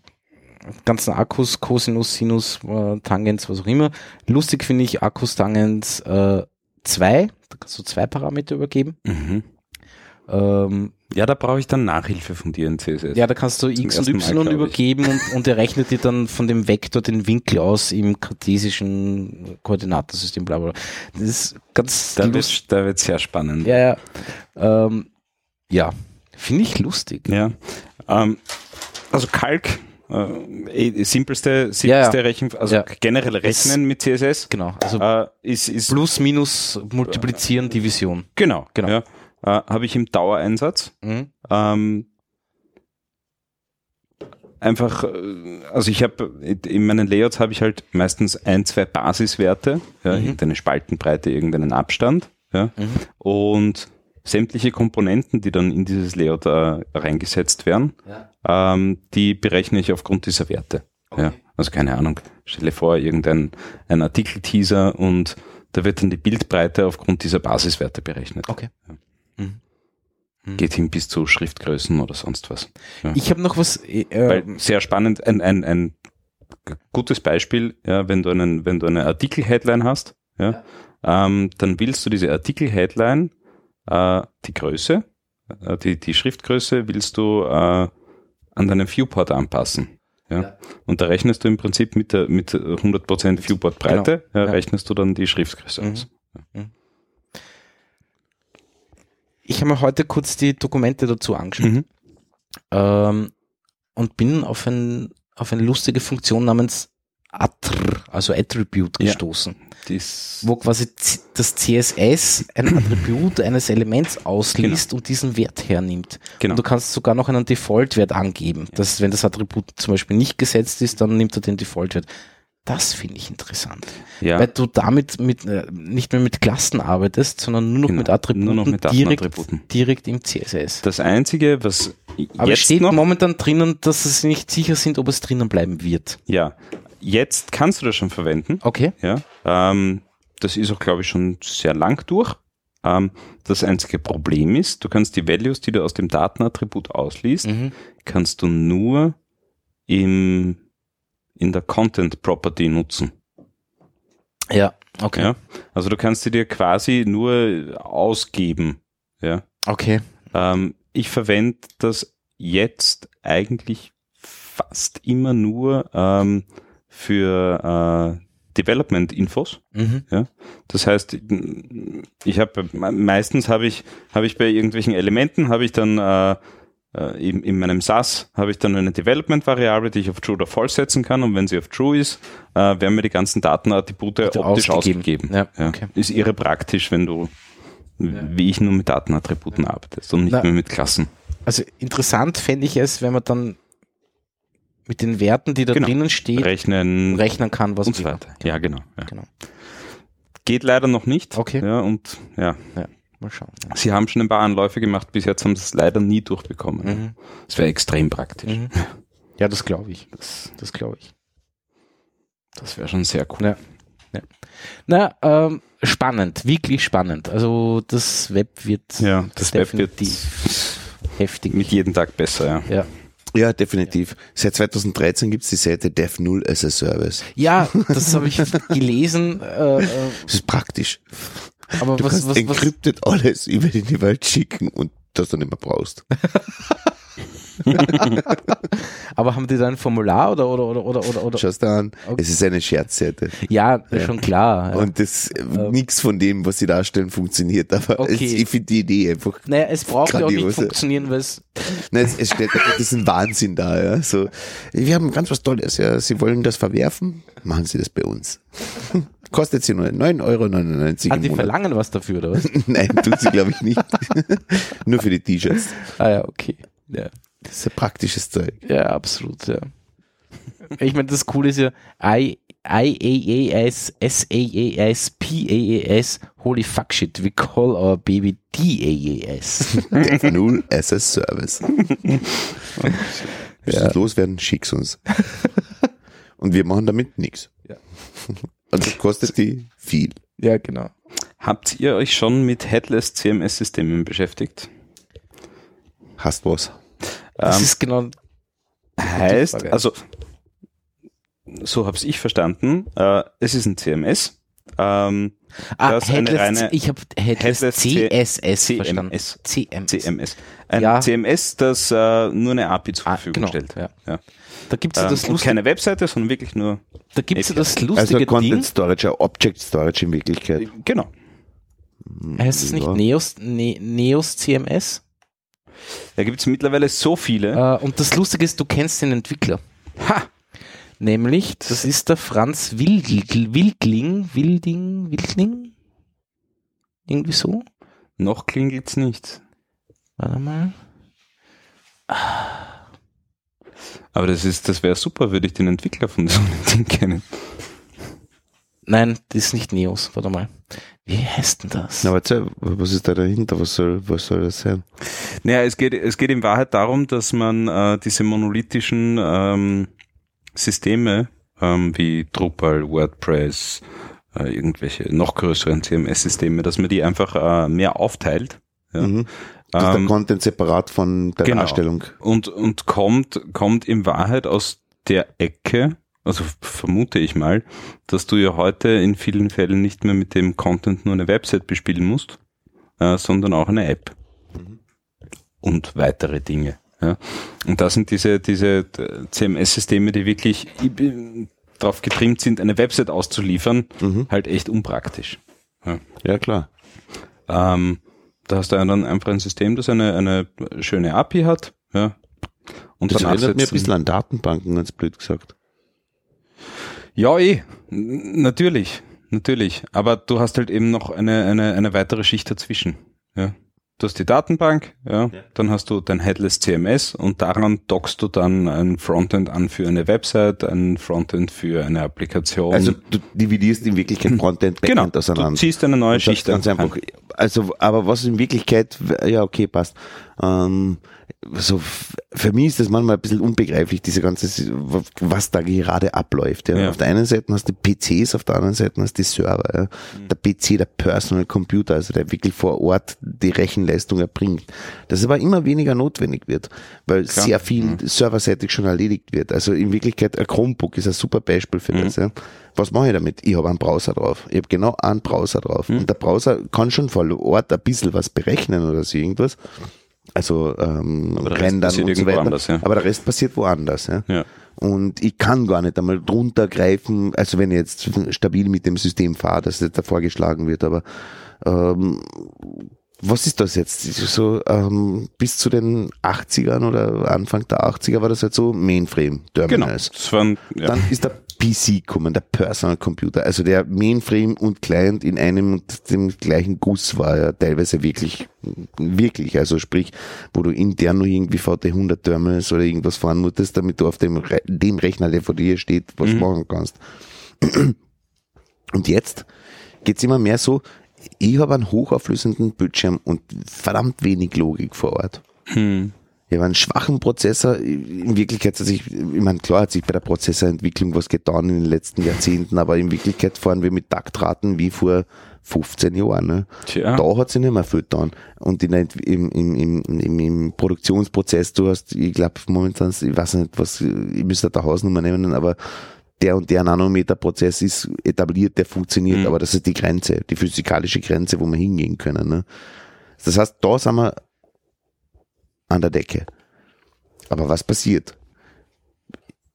S1: ganzen Akkus, Cosinus, Sinus, äh, Tangens, was auch immer. Lustig finde ich Akkus, Tangens 2. da kannst du zwei Parameter übergeben.
S3: Mhm.
S1: Ähm,
S3: Ja, da brauche ich dann Nachhilfe von dir in CSS.
S1: ja, da kannst du X und
S3: ersten Mal,
S1: Y
S3: glaub ich.
S1: übergeben und, und er rechnet dir dann von dem Vektor den Winkel aus im kartesischen Koordinatensystem, bla bla. bla. Das ist ganz
S3: da
S1: lustig.
S3: wird da wird's sehr spannend.
S1: Ja, ja. Ähm, ja. Finde ich lustig.
S3: Ja. Ähm, also Kalk, äh, eh, simpelste, simpelste
S1: Ja, ja.
S3: Rechen, also
S1: Ja.
S3: generell Rechnen mit CSS
S1: Genau. Also
S3: äh, ist, ist
S1: plus, minus, multiplizieren, Division.
S3: genau,
S1: genau.
S3: Ja, äh, Habe ich im Dauereinsatz.
S1: Mhm.
S3: Ähm, einfach, äh, also ich habe in meinen Layouts habe ich halt meistens ein, zwei Basiswerte, ja,
S1: Mhm.
S3: irgendeine Spaltenbreite, irgendeinen Abstand, ja,
S1: Mhm.
S3: und sämtliche Komponenten, die dann in dieses Layout äh, reingesetzt werden, ähm, die berechne ich aufgrund dieser Werte. Ja, also keine Ahnung. Stelle vor, irgendein ein Artikel-Teaser und da wird dann die Bildbreite aufgrund dieser Basiswerte berechnet.
S1: Okay.
S3: Ja.
S1: Mhm. Mhm.
S3: Geht hin bis zu Schriftgrößen oder sonst was.
S1: Ich habe noch was. Äh,
S3: Weil sehr spannend, ein, ein, ein g- gutes Beispiel, ja, wenn du einen, wenn du eine Artikel-Headline hast, ja, Ähm, dann willst du diese Artikel-Headline, äh, die Größe, äh, die, die Schriftgröße willst du äh, an deinen Viewport anpassen. Ja. Und da rechnest du im Prinzip mit der mit 100% Viewport-Breite, ja,
S1: Genau. Ja.
S3: rechnest du dann die Schriftgröße
S1: Mhm.
S3: aus.
S1: ich habe mir heute kurz die Dokumente dazu angeschaut
S3: Mhm.
S1: ähm, und bin auf, ein, auf eine lustige Funktion namens Attr, also Attribute
S3: Ja.
S1: gestoßen,
S3: Das,
S1: wo quasi z- das CSS ein Attribut eines Elements ausliest und diesen Wert hernimmt.
S3: genau.
S1: Und du kannst sogar noch einen Default-Wert angeben, dass wenn das Attribut zum Beispiel nicht gesetzt ist, dann nimmt er den Default-Wert. Das finde ich interessant.
S3: ja.
S1: Weil du damit mit, äh, nicht mehr mit Klassen arbeitest, sondern nur noch
S3: Genau,
S1: mit Attributen,
S3: nur noch mit Datenattributen.
S1: direkt, direkt im CSS.
S3: Das Einzige, was
S1: Aber es
S3: jetzt
S1: steht
S3: noch,
S1: momentan drinnen, dass es nicht sicher sind, ob es drinnen bleiben wird.
S3: ja, jetzt kannst du das schon verwenden.
S1: Okay.
S3: Ja, ähm, das ist auch, glaube ich, schon sehr lang durch. Ähm, das einzige Problem ist, du kannst die Values, die du aus dem Datenattribut ausliest,
S1: Mhm.
S3: kannst du nur im, in der Content Property nutzen.
S1: Ja, okay.
S3: Ja? Also du kannst sie dir quasi nur ausgeben. Ja?
S1: Okay.
S3: Ähm, ich verwende das jetzt eigentlich fast immer nur ähm, für äh, Development-Infos.
S1: Mhm.
S3: Das heißt, ich habe meistens habe ich habe ich bei irgendwelchen Elementen habe ich dann äh, äh, in, in meinem SAS habe ich dann eine Development-Variable, die ich auf True oder False setzen kann und wenn sie auf True ist, äh, werden mir die ganzen Datenattribute
S1: Wird
S3: optisch
S1: ausgegeben.
S3: ausgegeben.
S1: Ja,
S3: Ja,
S1: okay.
S3: Ist irre praktisch, wenn du wie ich nur mit Datenattributen arbeitest und nicht
S1: Na.
S3: mehr mit Klassen.
S1: Also interessant fände ich es, wenn man dann mit den Werten, die da
S3: Genau.
S1: drinnen steht,
S3: Rechnen
S1: rechnen kann, was
S3: und so
S1: immer.
S3: weiter. Ja, genau. Ja.
S1: Genau.
S3: Geht leider noch nicht.
S1: Okay.
S3: Ja, und ja,
S1: Mal schauen.
S3: sie haben schon ein paar Anläufe gemacht, bis jetzt haben sie es leider nie durchbekommen.
S1: Mhm.
S3: Das wäre extrem praktisch.
S1: Mhm. Ja, das glaube ich.
S3: Das,
S1: Das glaube ich.
S3: das wäre schon sehr cool.
S1: Na, ähm, spannend, wirklich spannend. Also das Web wird
S3: das Web wird
S1: heftig.
S3: mit jedem Tag besser, ja.
S1: ja.
S2: Ja, definitiv. Seit 2013 gibt's die Seite Dev0 as a Service.
S1: ja, das habe ich gelesen. Äh, äh,
S2: Das ist praktisch.
S1: aber
S2: Du
S1: was,
S2: kannst
S1: was, was,
S2: encrypted alles über in die Welt schicken und das dann immer brauchst.
S1: aber haben die da ein Formular oder oder oder oder oder, oder?
S2: Schaust du an,
S1: Okay.
S2: es ist eine Scherzseite.
S1: Ja, schon klar. Ja. Ähm.
S2: Und das nichts von dem, was sie darstellen, funktioniert. Aber
S1: Okay. Ne.
S2: es, ich finde die Idee einfach.
S1: naja, es braucht ja auch nicht
S2: Grandiose.
S1: funktionieren, weil es
S2: Nein, es, es stellt einfach diesen Wahnsinn dar. Ja. So, wir haben ganz was Tolles. Ja. Sie wollen das verwerfen? Machen Sie das bei uns. Kostet sie nur 9,99 Euro
S1: ah,
S2: im
S1: die
S2: Monat.
S1: verlangen was dafür oder was?
S2: Nein, tut sie, glaube ich, nicht. Nur für die T-Shirts.
S1: Ah ja, okay. Ja.
S2: Das ist ja praktisches Zeug.
S1: Ja, absolut, ja. Ich meine, das Coole ist ja, I, IAAS, SAAS, PAAS, holy fuck shit, we call our baby DAAS.
S2: Dev Null as a Service. Willst du es loswerden? Schick's uns. Und wir machen damit nichts.
S5: Ja.
S2: Also kostet die viel.
S1: ja, genau.
S3: Habt ihr euch schon mit Headless CMS-Systemen beschäftigt?
S2: Hast was.
S1: Das
S3: Ähm,
S1: ist genau,
S3: heißt,
S1: Frage.
S3: also so habe ich verstanden, äh, es ist ein CMS. Ähm,
S1: ah,
S3: das ist eine
S1: Headless,
S3: reine-
S1: ich habe Headless,
S3: Headless C-
S1: CSS
S3: CMS.
S1: verstanden. CMS.
S3: CMS. Ein
S1: Ja.
S3: CMS, das äh, nur eine API zur
S1: Ah,
S3: Verfügung
S1: genau,
S3: stellt.
S1: ja.
S3: Ja.
S1: Da gibt's ja
S3: Ähm,
S1: das
S3: und
S1: lustige,
S3: keine Webseite, sondern wirklich nur.
S1: da gibt's ja
S3: API.
S1: das
S2: Also
S1: lustige Ding.
S2: Content Storage, ein Object Storage in Wirklichkeit.
S3: Genau.
S1: Heißt es nicht
S2: Ja.
S1: Neos, ne, Neos CMS?
S3: Da gibt es mittlerweile so viele.
S1: Äh, und das Lustige ist, du kennst den Entwickler.
S3: Ha!
S1: Nämlich, das ist der Franz Wildl, Wildling, Wilding, Wildling? Irgendwie so?
S3: Noch klingelt's nicht.
S1: Warte mal.
S3: Aber das ist, das wäre super, würde ich den Entwickler von so einem Ding kennen.
S1: Nein, das ist nicht Neos, warte mal. Wie heißt denn das?
S2: Na, warte, was ist da dahinter? Was soll, was soll das sein?
S3: Naja, es geht, es geht in Wahrheit darum, dass man äh, diese monolithischen ähm, Systeme ähm, wie Drupal, WordPress, äh, irgendwelche noch größeren CMS-Systeme, dass man die einfach äh, mehr aufteilt. Ähm, Ja.
S2: Mhm. Das ist der Content separat von der
S3: genau.
S2: Darstellung.
S3: und, und kommt, kommt in Wahrheit aus der Ecke, also f- vermute ich mal, dass du ja heute in vielen Fällen nicht mehr mit dem Content nur eine Website bespielen musst, äh, sondern auch eine App und weitere Dinge. Ja. Und da sind diese, diese äh, CMS-Systeme, die wirklich darauf getrimmt sind, eine Website auszuliefern,
S2: Mhm.
S3: halt echt unpraktisch.
S2: Ja, klar.
S3: Ähm, da hast du dann einfach ein System, das eine, eine schöne API hat. Ja. Und
S2: Das
S3: dann
S2: erinnert mich ein
S3: absetzen.
S2: bisschen an Datenbanken, ganz blöd gesagt.
S3: Ja, eh. N- Natürlich, natürlich. Aber du hast halt eben noch eine, eine, eine weitere Schicht dazwischen. Ja. Du hast die Datenbank, ja, dann hast du dein Headless CMS und daran dockst du dann ein Frontend an für eine Website, ein Frontend für eine Applikation.
S2: Also du dividierst in Wirklichkeit Frontend, Backend
S3: Um genau,
S2: auseinander.
S3: du ziehst eine neue
S2: Und das
S3: Schicht
S2: ganz
S3: an.
S2: einfach. Also, aber was in Wirklichkeit, ja, okay, passt. Ähm, so, f- für mich ist das manchmal ein bisschen unbegreiflich, diese ganze, Si- was da gerade abläuft. Ja.
S3: Ja.
S2: Auf der einen Seite hast du PCs, auf der anderen Seite hast du die Server. Ja.
S3: Mhm.
S2: Der PC, der Personal Computer, also der wirklich vor Ort die Rechenleistung erbringt. Das aber immer weniger notwendig wird, weil
S3: Klar. Mhm.
S2: sehr viel serverseitig schon erledigt wird. Also in Wirklichkeit, ein Chromebook ist ein super Beispiel für
S3: Mhm.
S2: das. Ja. Was mache ich damit? Ich habe einen Browser drauf. Ich habe genau einen Browser drauf.
S3: Mhm.
S2: Und der Browser kann schon vor Ort ein bisschen was berechnen oder so irgendwas. Also ähm,
S3: der Rest
S2: rendern
S3: passiert
S2: und so
S3: irgendwo
S2: weiter.
S3: anders, ja.
S2: Aber der Rest passiert woanders. Ja.
S3: Ja.
S2: Und ich kann gar nicht einmal drunter greifen, also wenn ich jetzt stabil mit dem System fahre, das jetzt da vorgeschlagen wird, aber ähm, was ist das jetzt? So ähm, bis zu den 80ern oder Anfang der 80er war das halt so
S3: Genau.
S2: Mainframe-Terminals.
S3: Das waren, ja.
S2: Dann ist der PC kommen, der Personal Computer, also der Mainframe und Client in einem und dem gleichen Guss war ja teilweise wirklich, wirklich, also sprich, wo du intern nur irgendwie VT100 Terminals oder irgendwas fahren musstest, damit du auf dem, Re dem Rechner, der vor dir steht, was machen kannst. Und jetzt geht's immer mehr so, ich habe einen hochauflösenden Bildschirm und verdammt wenig Logik vor Ort. Ich habe einen schwachen Prozessor. In Wirklichkeit hat sich, ich meine, klar hat sich bei der Prozessorentwicklung was getan in den letzten Jahrzehnten, aber in Wirklichkeit fahren wir mit Taktraten wie vor 15 Jahren. Ne?
S3: Tja.
S2: Da hat sich nicht mehr viel getan. Und in der, Ent- im, im, im, im, im Produktionsprozess, du hast, ich glaube, momentan, ich weiß nicht, was, ich müsste da Hausnummer nehmen, aber der und der Nanometerprozess ist etabliert, der funktioniert, aber das ist die Grenze, die physikalische Grenze, wo wir hingehen können. Ne? Das heißt, da sind wir an der Decke. Aber was passiert?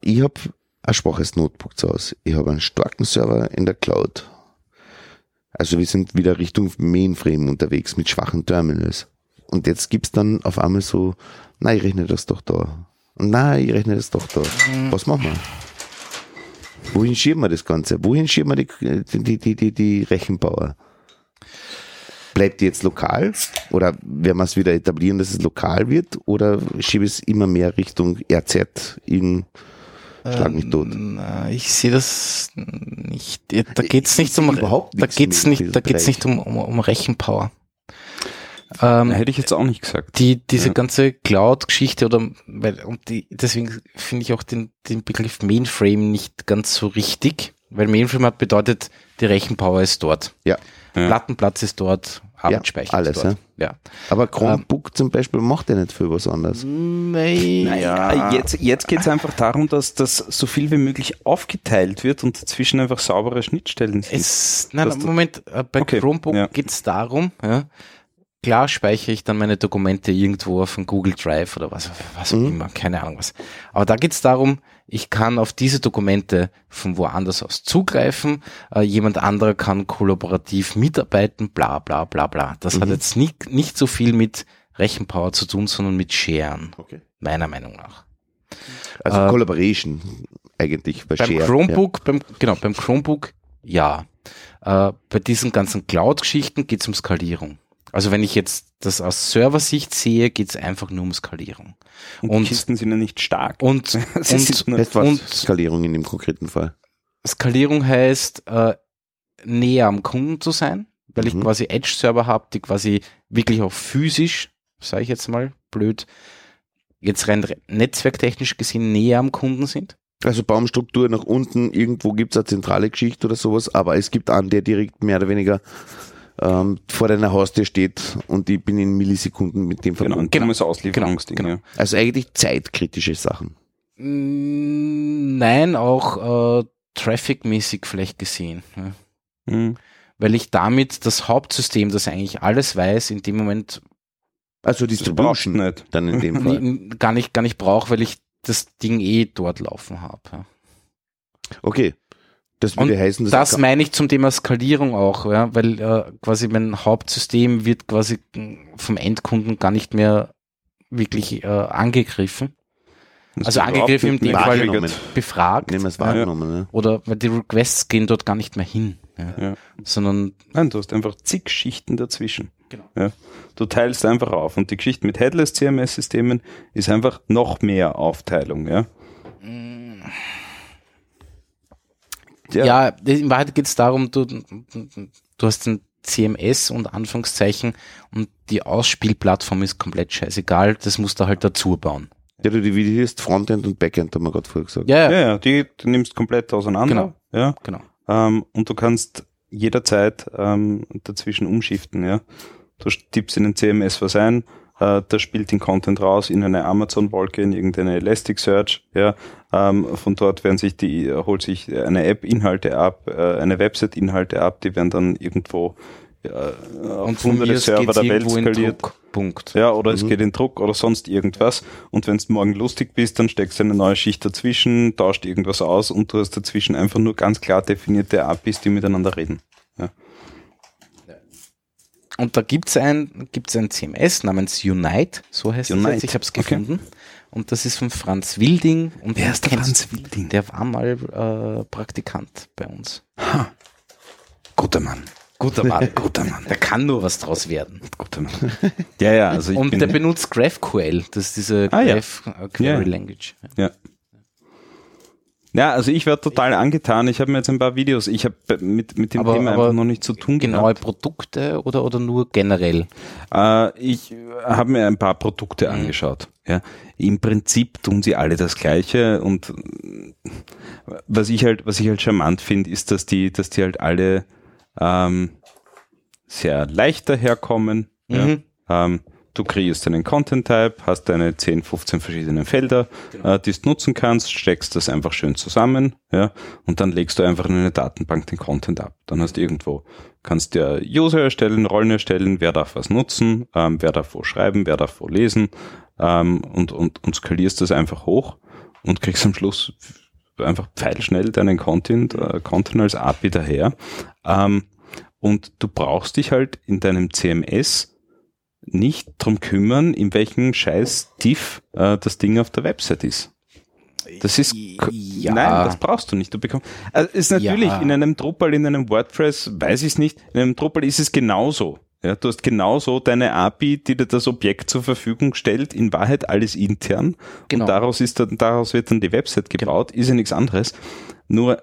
S2: Ich habe ein schwaches Notebook zu Hause. Ich habe einen starken Server in der Cloud. Also wir sind wieder Richtung Mainframe unterwegs mit schwachen Terminals. Und jetzt gibt's dann auf einmal so, na, ich rechne das doch da. Und na, ich rechne das doch da. Was machen wir? Wohin schieben wir das Ganze? Wohin schieben wir die, die, die, die, die Rechenpower? bleibt die jetzt lokal oder werden wir es wieder etablieren, dass es lokal wird oder schiebe es immer mehr Richtung RZ in Schlag mich tot. Äh,
S1: Ähm, na, Ich sehe das nicht. Da geht's nicht um
S2: Überhaupt
S1: da
S2: nichts
S1: geht's
S2: mit
S1: nicht, da
S2: diesem
S1: geht's nicht
S2: Bereich.
S1: um, um, um Rechenpower. Ähm,
S3: Hätte ich jetzt auch nicht gesagt.
S1: die, diese
S3: Ja.
S1: ganze Cloud-Geschichte oder weil, und die, deswegen finde ich auch den, den Begriff Mainframe nicht ganz so richtig, weil Mainframe hat bedeutet, die Rechenpower ist dort.
S2: Ja.
S3: Ja.
S1: Plattenplatz ist dort, Arbeitsspeicher
S2: alles,
S1: ist dort. Ja.
S2: Aber Chromebook zum Beispiel macht ja nicht viel was anderes.
S3: Naja, ah, jetzt, jetzt geht es einfach darum, dass das so viel wie möglich aufgeteilt wird und dazwischen einfach saubere Schnittstellen sind.
S1: Es, nein,
S3: Das-
S1: Moment, äh, bei
S3: Okay,
S1: Chromebook
S3: ja.
S1: geht's darum, ja, klar speichere ich dann meine Dokumente irgendwo auf einen Google Drive oder was, was auch
S2: Mhm.
S1: immer, keine Ahnung was. Aber da geht's darum, ich kann auf diese Dokumente von woanders aus zugreifen, äh, jemand anderer kann kollaborativ mitarbeiten, bla bla bla bla. Das hat jetzt nicht, nicht so viel mit Rechenpower zu tun, sondern mit Sharen,
S2: Okay.
S1: meiner Meinung nach.
S2: Also
S1: Ähm,
S2: Collaboration eigentlich. Bei
S1: Beim
S2: Share,
S1: Chromebook, beim, genau, beim Chromebook, ja. Äh, bei diesen ganzen Cloud-Geschichten geht es um Skalierung. Also wenn ich jetzt das aus Serversicht sehe, geht es einfach nur um Skalierung.
S3: Und, die
S1: und-
S3: Kisten sind ja nicht stark.
S1: Und,
S3: Sie
S1: und
S3: sind nur-
S2: Ja. Heißt was?
S1: Und-
S2: Skalierung in dem konkreten Fall.
S1: Skalierung heißt, äh, näher am Kunden zu sein, weil ich
S2: Mhm.
S1: quasi Edge-Server habe, die quasi wirklich auch physisch, sage ich jetzt mal, blöd, jetzt rein re- netzwerktechnisch gesehen näher am Kunden sind.
S2: Also Baumstruktur nach unten, irgendwo gibt es eine zentrale Geschichte oder sowas, aber es gibt einen, der direkt mehr oder weniger ähm, vor deiner Haustür steht und ich bin in Millisekunden mit dem
S3: genau,
S2: verbunden.
S3: und dummes Auslieferungsding.
S1: genau.
S3: Ja.
S2: Also eigentlich zeitkritische Sachen.
S1: Mm, Nein, auch äh, trafficmäßig vielleicht gesehen. ne? Ja. genau.
S3: Mhm.
S1: Weil ich damit das Hauptsystem, das eigentlich alles weiß, in dem Moment
S2: Also
S3: Das brauchst du
S2: Distribution
S3: nicht.
S2: dann in dem Fall.
S1: nie, gar nicht, gar nicht brauche, weil ich das Ding eh dort laufen habe. Ja.
S2: Okay. Das
S1: Und
S2: würde heißen, dass
S1: Das meine ich zum Thema Skalierung auch, ja, weil äh, quasi mein Hauptsystem wird quasi mh, vom Endkunden gar nicht mehr wirklich äh, angegriffen,
S3: Das
S1: Also
S3: ist
S1: angegriffen
S3: überhaupt
S1: im
S3: nicht
S1: Fall-
S3: wahrgenommen.
S2: wahrgenommen.
S1: befragt.
S2: Nehmen wir es
S1: ja.
S2: wahrgenommen. Ne?
S1: Oder weil die Requests gehen dort gar nicht mehr hin, ja.
S3: Ja.
S1: sondern
S3: Nein, du hast einfach zig Schichten dazwischen.
S1: Genau.
S3: Ja. Du teilst einfach auf und die Geschichte mit Headless CMS-Systemen ist einfach noch mehr Aufteilung. Ja.
S2: Ja.
S1: Mm. Ja, in Wahrheit geht es darum, du, du hast ein CMS und Anführungszeichen und die Ausspielplattform ist komplett scheißegal, das musst du halt dazu bauen.
S2: Ja, du dividierst Frontend und Backend, haben wir gerade vorher gesagt.
S1: Ja,
S3: Ja.
S1: ja,
S3: ja, die du nimmst komplett auseinander. Ja.
S1: genau.
S3: Ähm, und du kannst jederzeit ähm, dazwischen umschiften. Ja. Du tippst in den CMS was ein, äh, das spielt den Content raus in eine Amazon-Wolke, in irgendeine Elasticsearch. Ja. Ähm, von dort werden sich die, äh, holt sich eine App-Inhalte ab, äh, eine Website-Inhalte ab, die werden dann irgendwo äh,
S1: Und
S3: auf
S1: von mir
S3: hunderte
S1: aus geht's
S3: Server der Welt
S1: irgendwo in
S3: skaliert.
S1: Druck. Punkt.
S3: Ja, oder es geht in Druck oder sonst irgendwas. Und wenn du morgen lustig bist, dann steckst du eine neue Schicht dazwischen, tauscht irgendwas aus und du hast dazwischen einfach nur ganz klar definierte APIs, die miteinander reden.
S1: Und da gibt's ein, gibt's ein CMS namens Unite, so heißt es
S3: Unite,
S1: jetzt, ich habe es
S3: okay.
S1: gefunden. Und das ist von Franz Wilding. Und den kennst du.
S3: Wilding?
S1: Der war mal äh, Praktikant bei uns.
S3: guter Mann.
S1: Guter Mann.
S3: Guter Mann.
S1: Da kann nur was draus werden.
S3: Guter Mann. Ja, ja, also ich
S1: Und der
S3: bin,
S1: benutzt GraphQL, das ist diese
S3: Ah, ja.
S1: Graph äh, Query
S3: Ja.
S1: Language.
S3: ja. ja, also ich war total angetan. Ich habe mir jetzt ein paar Videos, ich habe mit, mit dem
S1: Aber-
S3: Thema
S1: aber genau.
S3: einfach noch nicht zu tun
S1: Genaue Produkte oder, oder nur generell?
S3: Äh, ich habe mir ein paar Produkte angeschaut. Ja. Im Prinzip tun sie alle das Gleiche und was ich halt, was ich halt charmant finde, ist, dass die, dass die halt alle ähm, sehr leicht daherkommen.
S1: Mhm.
S3: Ja. Ähm, du kreierst einen Content-Type, hast deine 10, 15 verschiedenen Felder, äh, die du nutzen kannst, steckst das einfach schön zusammen ja, und dann legst du einfach in eine Datenbank den Content ab. Dann hast du irgendwo, kannst dir User erstellen, Rollen erstellen, wer darf was nutzen, ähm, wer darf wo schreiben, wer darf wo lesen ähm, und, und, und skalierst das einfach hoch und kriegst am Schluss einfach pfeilschnell deinen Content, äh, Content als API daher. Ähm, und du brauchst dich halt in deinem CMS nicht drum kümmern, in welchem scheiß Diff äh, das Ding auf der Website ist. Das ist k-
S1: Ja.
S3: nein, das brauchst du nicht. Du bekommst also ist natürlich
S1: Ja.
S3: in einem Drupal, in einem WordPress, weiß ich es nicht. In einem Drupal ist es genauso. Ja, du hast genauso deine API, die dir das Objekt zur Verfügung stellt, in Wahrheit alles intern.
S1: Genau.
S3: Und daraus, ist dann, daraus wird dann die Website gebaut, ist ja nichts anderes. Nur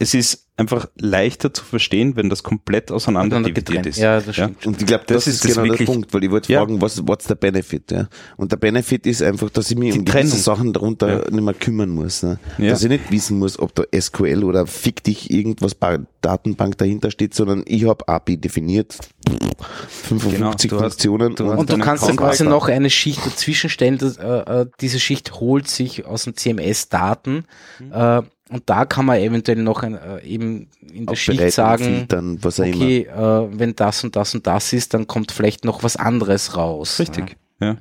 S3: es ist einfach leichter zu verstehen, wenn das komplett auseinander
S1: Voneinander
S3: dividiert ist.
S1: Ja, das stimmt.
S2: Und ich glaube, das,
S3: Das
S2: ist,
S3: ist das
S2: genau der
S3: wirklich-
S2: Punkt, weil ich wollte
S3: Ja.
S2: fragen, was what's der Benefit? Ja? Und der Benefit ist einfach, dass ich mich
S3: Die
S2: um gewisse
S3: Trennung.
S2: Sachen darunter nicht mehr kümmern muss. Ne?
S3: Ja.
S2: Dass ich nicht wissen muss, ob da SQL oder fick dich irgendwas bei Datenbank dahinter steht, sondern ich habe API definiert, 55
S3: Genau, du hast-
S2: Funktionen
S3: du hast
S2: und
S1: Und du
S3: deinen
S1: kannst dann
S3: Contract
S1: quasi
S3: an.
S1: noch eine Schicht dazwischen stellen. Das, äh, äh, diese Schicht holt sich aus dem CMS Daten
S3: Mhm.
S1: äh, und da kann man eventuell noch ein, äh, eben in der Schicht
S2: aufbereiten,
S1: sagen,
S2: filtern, was auch immer.
S1: okay, äh, wenn das und das und das ist, dann kommt vielleicht noch was anderes raus.
S3: Richtig, ja.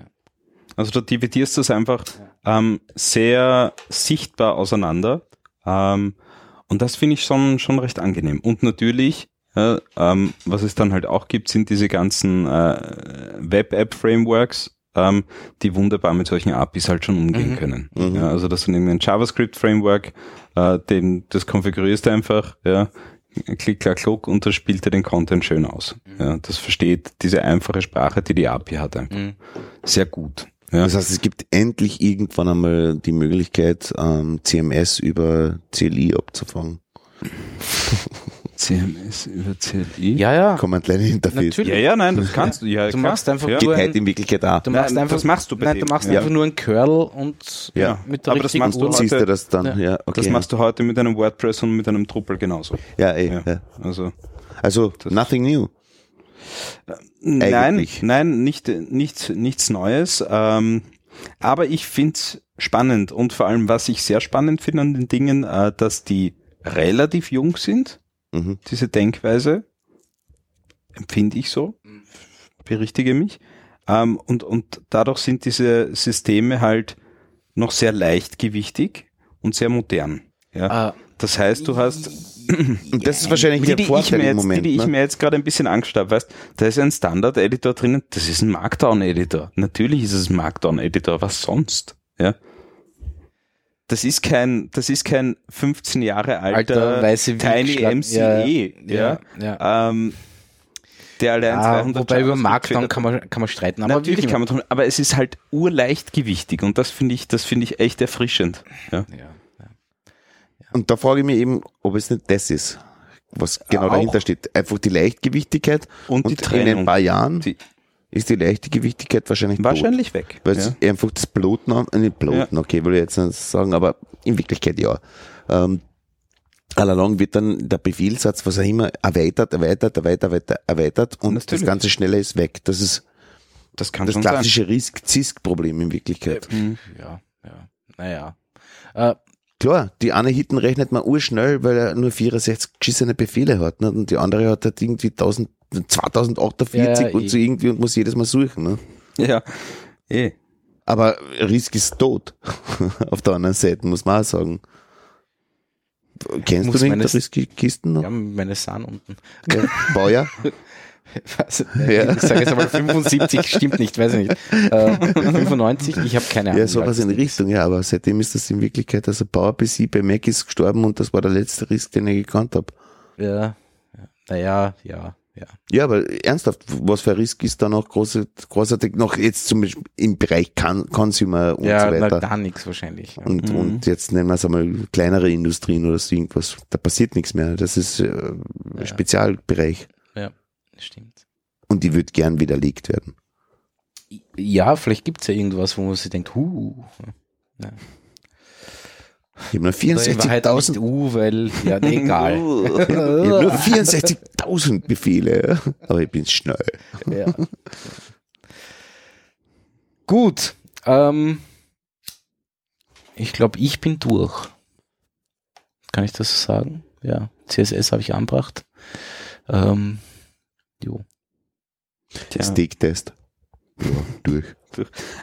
S3: Also du dividierst das einfach ähm, sehr sichtbar auseinander. Ähm, und das finde ich schon, schon recht angenehm. Und natürlich, ja, ähm, was es dann halt auch gibt, sind diese ganzen äh, Web-App-Frameworks, ähm, die wunderbar mit solchen APIs halt schon umgehen
S1: Mhm.
S3: können.
S2: Mhm.
S3: Ja, also dass du irgendein JavaScript-Framework, äh, den, das konfigurierst du einfach, ja, klick, klack, kluck und das spielt dir den Content schön aus.
S1: Mhm.
S3: Ja, das versteht diese einfache Sprache, die die API hat, einfach
S1: Mhm.
S3: sehr gut. Ja.
S2: Das heißt, es gibt endlich irgendwann einmal die Möglichkeit, ähm, CMS über CLI abzufangen.
S3: CMS über CLI.
S1: Ja, ja,
S2: Command Line Interface.
S1: Ah. natürlich.
S3: ja, ja, nein, das kannst du. Ja,
S1: Du
S3: klar.
S1: machst einfach
S3: ja.
S1: nur
S2: Geht
S1: ein,
S2: halt in Wirklichkeit auch.
S1: du machst
S3: Nein,
S1: einfach,
S3: das machst du bei
S1: nein, du
S3: dem.
S1: machst
S3: Ja.
S1: einfach nur ein Curl und
S2: Ja.
S1: mit der
S3: Aber das
S1: richtigen
S3: machst du
S2: Und
S1: Url.
S2: ziehst
S3: heute-
S2: du das dann,
S1: Ja.
S2: ja, okay.
S3: Das machst du heute mit einem WordPress und mit einem Drupal genauso.
S2: ja, ey,
S3: Ja.
S2: ja.
S3: Also
S2: Also, nothing new.
S3: nein,
S2: Eigentlich.
S3: nein, nicht, nichts, nichts Neues. Ähm, aber ich find's spannend und vor allem, was ich sehr spannend finde an den Dingen, äh, dass die relativ jung sind.
S2: Mhm.
S3: diese Denkweise, empfinde ich so, berichtige mich. Ähm, und, und dadurch sind diese Systeme halt noch sehr leichtgewichtig und sehr modern. Ja?
S1: Äh,
S3: Das heißt, du hast,
S2: Und das ist wahrscheinlich
S3: die,
S2: der
S3: die ich mir
S2: Vorteil im
S3: jetzt, die,
S2: Moment.
S3: die ich
S2: ne?
S3: mir jetzt gerade ein bisschen Angst habe, weißt, da ist ein Standard-Editor drinnen, das ist ein Markdown-Editor. Natürlich ist es ein Markdown-Editor, was sonst? Ja? Das ist kein, das ist kein 15 Jahre alter,
S1: alter, weiße
S3: Tiny
S1: Wiegschlag-
S3: MCE. ja.
S1: ja, ja.
S3: Ähm, der allein
S1: Ah,
S3: 200
S1: wobei über
S3: JavaScript
S1: Markdown
S3: Fehler-
S1: kann man, kann man streiten. Aber
S3: Natürlich
S1: wirklich-
S3: kann man drum, aber es ist halt urleichtgewichtig und das finde ich, das finde ich echt erfrischend.
S1: Ja.
S2: Und da frage ich mich eben, ob es nicht das ist, was genau
S3: Auch.
S2: dahinter steht. Einfach die Leichtgewichtigkeit
S3: Und, die
S2: und, in
S3: Trennung
S2: ein paar Jahren
S3: Die-
S2: ist die Leichtgewichtigkeit wahrscheinlich tot.
S3: wahrscheinlich weg.
S2: Weil
S3: ja.
S2: es einfach das Bloten, an- äh, nicht Bloten, okay, will ich jetzt nicht sagen, aber in Wirklichkeit ja. Ähm, all along wird dann der Befehlsatz, was auch immer, erweitert, erweitert, erweitert, erweitert, erweitert und
S3: Natürlich.
S2: das ganze Schneller ist weg. Das ist
S3: Das kann
S2: das
S3: schon sein.
S2: klassische Risk-Zisk-Problem in Wirklichkeit.
S3: Mhm.
S1: Ja, ja. Naja. Äh,
S2: Klar, die eine hinten rechnet man urschnell, weil er nur 64 geschissene Befehle hat ne? und die andere hat halt irgendwie 1000, 2048
S1: Ja, ja, eh.
S2: und so irgendwie und muss jedes Mal suchen. Ne?
S3: Ja. Eh.
S2: Aber Risk ist tot. Auf der anderen Seite muss man auch sagen. Kennst
S1: Muss
S2: du den
S1: meines-
S2: Risk-Kisten noch?
S1: ja, meine Sahn unten.
S2: Ja. Baujahr?
S1: Weiß ich nicht. Ich sage jetzt einmal 75, stimmt nicht, weiß ich nicht. Äh, 95, ich habe keine Ahnung.
S2: Ja, sowas in die Richtung, ja, aber seitdem ist das in Wirklichkeit, also Bauer bis sie bei Mac ist gestorben und das war der letzte Risk, den ich gekannt habe.
S1: Ja, ja. Naja, ja, ja.
S2: Ja, aber ernsthaft, was für ein Risk ist da noch große, großartig, noch jetzt zum Beispiel im Bereich Con Consumer und
S1: ja,
S2: so
S1: na,
S2: weiter.
S1: da Mhm. nichts wahrscheinlich. Ja.
S2: Und, und jetzt nehmen wir es einmal kleinere Industrien oder so irgendwas. Da passiert nichts mehr. Das ist äh, Spezialbereich.
S1: Stimmt.
S2: Und die wird gern widerlegt werden.
S1: Ja, vielleicht gibt's ja irgendwas, wo man sich denkt, huh.
S2: Ich habe nur
S1: Oder in Wahrheit halt nicht
S2: 64.000
S1: uh, weil, ja, nee, egal.
S2: Ich habe nur 64.000 Befehle, aber ich bin schnell.
S1: Ja. Gut. Ähm, ich glaube, ich bin durch. Kann ich das so sagen? Ja. CSS habe ich anbracht. Ähm, jo.
S3: Tja.
S2: Steak-Test. Ja, durch.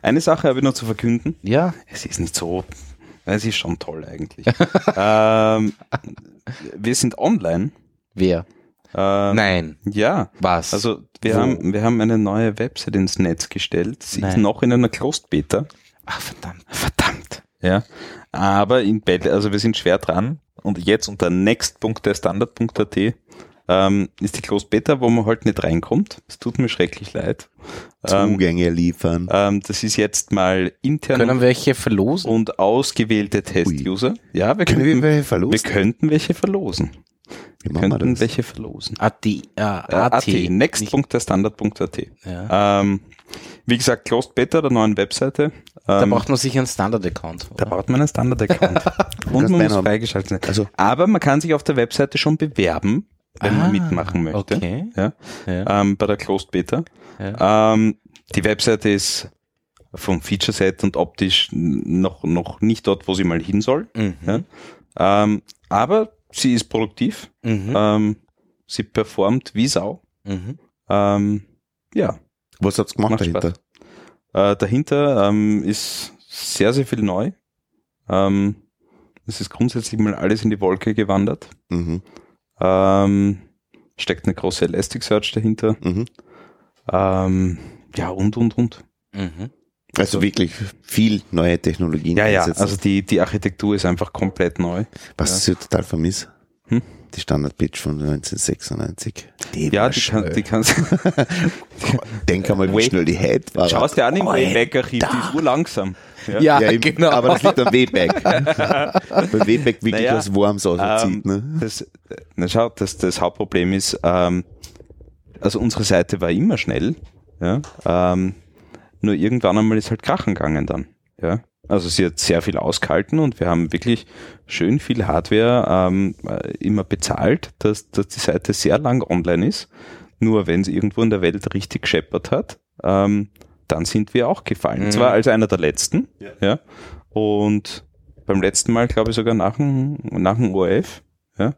S3: Eine Sache habe ich noch zu verkünden.
S1: Ja.
S3: Es ist nicht so. Es ist schon toll eigentlich. ähm, wir sind online.
S1: Wer?
S3: Ähm,
S1: Nein.
S3: Ja.
S1: Was?
S3: Also wir
S1: Wo?
S3: haben, wir haben eine neue Website ins Netz gestellt. Sie ist
S1: Nein.
S3: noch in einer Closed Beta.
S1: Ach, verdammt.
S3: Verdammt. Ja. Aber in Beta, also wir sind schwer dran. Und jetzt unter next.derstandard.at ähm, ist die Closed Beta, wo man halt nicht reinkommt. Es tut mir schrecklich leid. Ähm,
S2: Zugänge liefern.
S3: ähm, das ist jetzt mal intern
S1: Können welche verlosen?
S3: und ausgewählte Test-User. Ja, wir
S2: Können wir
S3: könnten,
S2: welche verlosen?
S3: wir könnten welche verlosen.
S2: Wie
S3: Wir
S2: machen wir
S3: könnten
S2: das?
S3: welche verlosen.
S1: AT. Äh,
S3: Äh,
S1: AT. Nicht-
S3: next.derstandard.at.
S1: Ja.
S3: Ähm, wie gesagt, Closed Beta der neuen Webseite.
S1: Da
S3: Ähm,
S1: braucht man sicher einen Standard-Account.
S3: da
S1: oder?
S3: braucht man einen Standard-Account. Und
S2: kannst
S3: man
S2: deinen
S3: muss
S2: haben.
S3: freigeschaltet sein.
S2: Also,
S3: Aber man kann sich auf der Webseite schon bewerben, wenn
S1: Ah,
S3: man mitmachen möchte.
S1: Okay.
S3: Ja.
S1: Ja.
S3: Ähm, bei der Closed Beta.
S1: Ja.
S3: Ähm, die Webseite ist vom Feature-Set und optisch noch, noch nicht dort, wo sie mal hin soll. ja.
S1: Mhm.
S3: Ähm, aber sie ist produktiv.
S1: Mhm.
S3: Ähm, sie performt wie Sau.
S1: Mhm.
S3: Ähm, ja,
S2: was hat's gemacht
S3: Macht
S2: dahinter?
S3: äh, dahinter ähm, ist sehr, sehr viel neu. Ähm, es ist grundsätzlich mal alles in die Wolke gewandert.
S2: Mhm.
S3: Ähm, steckt eine große Elasticsearch dahinter.
S2: Mhm.
S3: Ähm, ja, und, und, und.
S1: Mhm.
S2: Also wirklich viel neue Technologien
S3: Ja, ja,
S2: einsetzen.
S3: also die, die Architektur ist einfach komplett neu.
S2: was ich total vermisse.
S3: Hm?
S2: Die Standard-Pitch von 1996.
S3: ja, die, kann, die kannst
S2: Denk einmal, wie
S3: Wait.
S2: schnell die Head war. Oh,
S3: Schaust dir an im Wayback-Archiv, die ist urlangsam.
S1: Ja,
S2: ja, eben,
S1: genau.
S2: Aber das liegt am Wayback. Weil Wayback wirklich
S3: Naja,
S2: aus Worms auszieht.
S3: Ähm,
S2: ne?
S3: das, na schau, das, das Hauptproblem ist, ähm, also unsere Seite war immer schnell, ja, ähm, nur irgendwann einmal ist halt krachen gegangen dann. Ja. Also sie hat sehr viel ausgehalten und wir haben wirklich schön viel Hardware ähm, äh, immer bezahlt, dass, dass die Seite sehr lang online ist. Nur wenn sie irgendwo in der Welt richtig gescheppert hat, ähm, dann sind wir auch gefallen.
S1: Mhm.
S3: Zwar als einer der letzten, ja. Und beim letzten Mal, glaube ich, sogar nach dem, nach dem ORF, ja.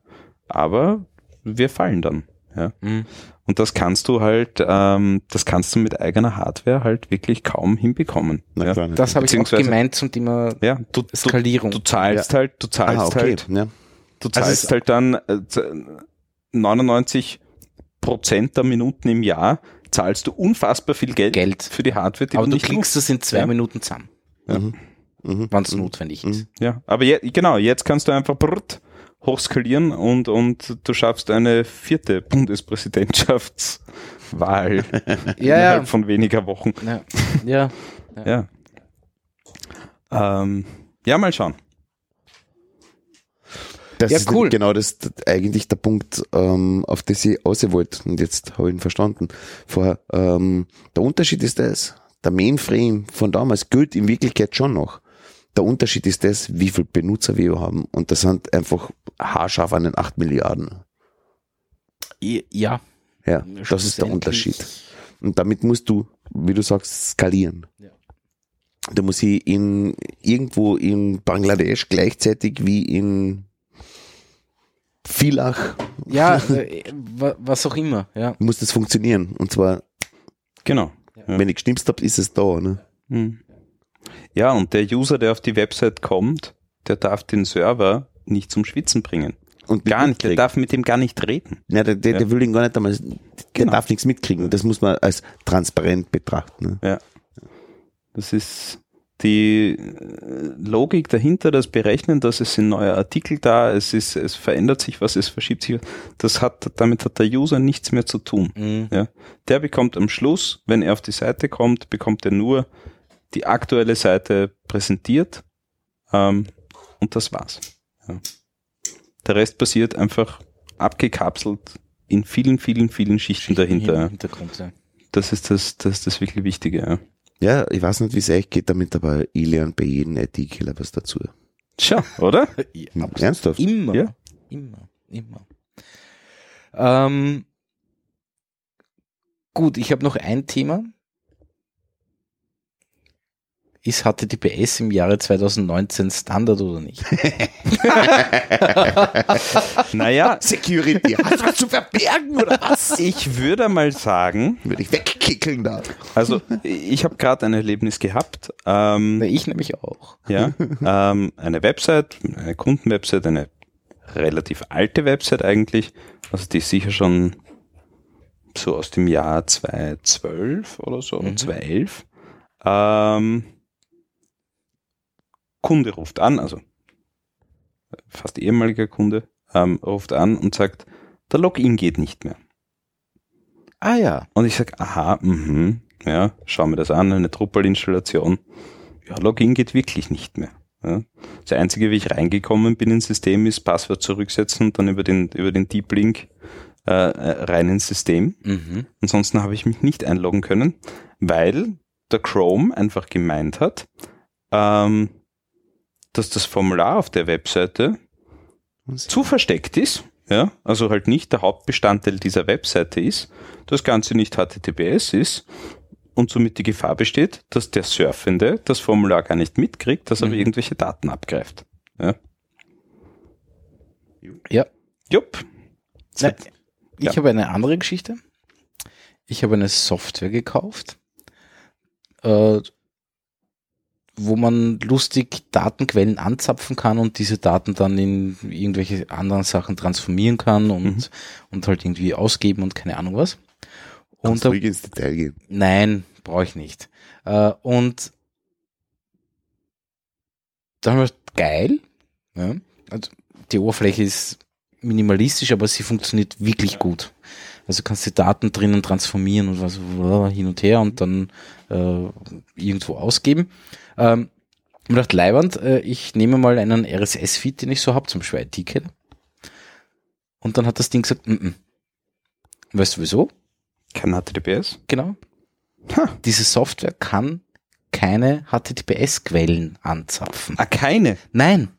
S3: Aber wir fallen dann, ja.
S1: Mhm.
S3: Und das kannst du halt, ähm, das kannst du mit eigener Hardware halt wirklich kaum hinbekommen.
S2: Na,
S3: ja.
S2: klar nicht.
S1: Das habe ich auch
S3: Beziehungsweise-
S1: gemeint zum Thema
S3: ja, du, du,
S1: Skalierung.
S3: du zahlst halt, du zahlst
S2: ah, okay.
S3: halt,
S2: ja.
S3: du
S1: Also
S3: zahlst
S1: es-
S3: halt dann äh, z- 99 Prozent der Minuten im Jahr zahlst du unfassbar viel Geld,
S1: Geld.
S3: für die Hardware, die
S1: aber du
S3: nicht
S1: kriegst das in zwei
S3: Ja.
S1: Minuten zusammen,
S2: Mhm. Mhm.
S1: wenn es notwendig ist.
S3: Ja, aber je, genau, jetzt kannst du einfach brrrt, hochskalieren und, und du schaffst eine vierte Bundespräsidentschaftswahl innerhalb von weniger Wochen.
S1: ja. ja.
S3: Ja. Ähm, ja, mal schauen.
S2: Das
S1: Ja,
S2: ist
S1: cool.
S2: genau das, das eigentlich der Punkt, ähm, auf das ich aussehen wollte. Und jetzt habe ich ihn verstanden. Vorher, ähm, der Unterschied ist das, der Mainframe von damals gilt in Wirklichkeit schon noch. Der Unterschied ist das, wie viel Benutzer wir haben. Und das sind einfach haarscharf an den 8 Milliarden.
S1: Ja.
S2: Ja, das ist der
S1: Schlussendlich-
S2: Unterschied. Und damit musst du, wie du sagst, skalieren.
S1: Ja.
S2: Da muss ich in, irgendwo in Bangladesch gleichzeitig wie in Villach
S1: Ja, äh, wa- was auch immer. Ja.
S2: muss das funktionieren. Und zwar,
S3: Genau. Ja.
S2: wenn ich geschnipst habe, ist es da. Ne?
S3: Hm. Ja, und der User, der auf die Website kommt, der darf den Server nicht zum Schwitzen bringen.
S2: Und
S3: Gar nicht, der
S2: mitkriegen.
S3: darf mit dem gar nicht reden.
S2: Nein, der, der, der will ihn gar nicht einmal, der
S3: Genau.
S2: darf nichts mitkriegen. Das muss man als transparent betrachten. Ne?
S3: Das ist die äh, Logik dahinter, das Berechnen, dass es ein neuer Artikel da, es ist, es verändert sich was, es verschiebt sich was. Das hat, damit hat der User nichts mehr zu tun.
S1: Mhm.
S3: Der bekommt am Schluss, wenn er auf die Seite kommt, bekommt er nur die aktuelle Seite präsentiert. Ähm, und das war's. Ja. Der Rest passiert einfach abgekapselt in vielen, vielen, vielen Schichten
S1: Im
S3: dahinter.
S1: Hintergrund, ja.
S3: Das ist das, das, ist das wirklich Wichtige. Ja.
S2: Ja, ich weiß nicht, wie es euch geht damit, aber ich lerne bei jedem IT-Killer was dazu. Hm.
S3: Tja, oder?
S2: Ernsthaft?
S1: Immer.
S3: Ja.
S1: Immer. Immer. Ähm, gut, ich habe noch ein Thema. Ist HTTPS im Jahre 2019 Standard oder nicht?
S3: Naja,
S2: Security, hast du was zu verbergen oder was?
S3: ich würde mal sagen,
S2: Würde ich wegkickeln da.
S3: also ich habe gerade ein Erlebnis gehabt.
S1: Na,
S3: Ähm,
S1: Ne, ich nämlich auch.
S3: ja, ähm, eine Website, eine Kundenwebsite, eine relativ alte Website eigentlich. Also die ist sicher schon so aus dem Jahr 2012 oder so,
S1: Mhm.
S3: 2011. Ähm, Kunde ruft an, also fast ehemaliger Kunde, ähm, ruft an und sagt, Der Login geht nicht mehr.
S1: Ah ja.
S3: Und ich sag, aha, mhm, ja, schau mir das an, eine Drupal-Installation. Ja, Login geht wirklich nicht mehr. Ja. Das einzige, wie ich reingekommen bin ins System, ist Passwort zurücksetzen und dann über den, über den Deep Link äh, rein ins System.
S1: Mhm.
S3: Ansonsten habe ich mich nicht einloggen können, weil der Chrome einfach gemeint hat, ähm, dass das Formular auf der Webseite zu versteckt ist, ja, also halt nicht der Hauptbestandteil dieser Webseite ist, das Ganze nicht HTTPS ist und somit die Gefahr besteht, dass der Surfende das Formular gar nicht mitkriegt, dass er
S1: Mhm.
S3: irgendwelche Daten abgreift. Ja.
S1: Ja.
S3: Jupp.
S1: Nein, ich
S3: Ja.
S1: habe eine andere Geschichte. Ich habe eine Software gekauft, äh, wo man lustig Datenquellen anzapfen kann und diese Daten dann in irgendwelche anderen Sachen transformieren kann und,
S3: Mhm.
S1: und halt irgendwie ausgeben und keine Ahnung was. Und
S2: Kannst
S1: da
S2: ruhig ins Detail gehen.
S1: Nein, brauche ich nicht. Äh, und da haben wir gedacht, geil. Ja. Also die Oberfläche ist minimalistisch, aber sie funktioniert wirklich gut. Also kannst die Daten drinnen transformieren und was äh, hin und her und dann äh, irgendwo ausgeben. Ähm, ich dachte, Leiwand, äh, ich nehme mal einen RSS-Feed, den ich so habe, zum Beispiel ein Ticket. Und dann hat das Ding gesagt, mm -mm. weißt du wieso?
S3: Kein HTTPS.
S1: Genau.
S3: Ha.
S1: Diese Software kann keine HTTPS-Quellen anzapfen.
S3: Ah, keine.
S1: Nein,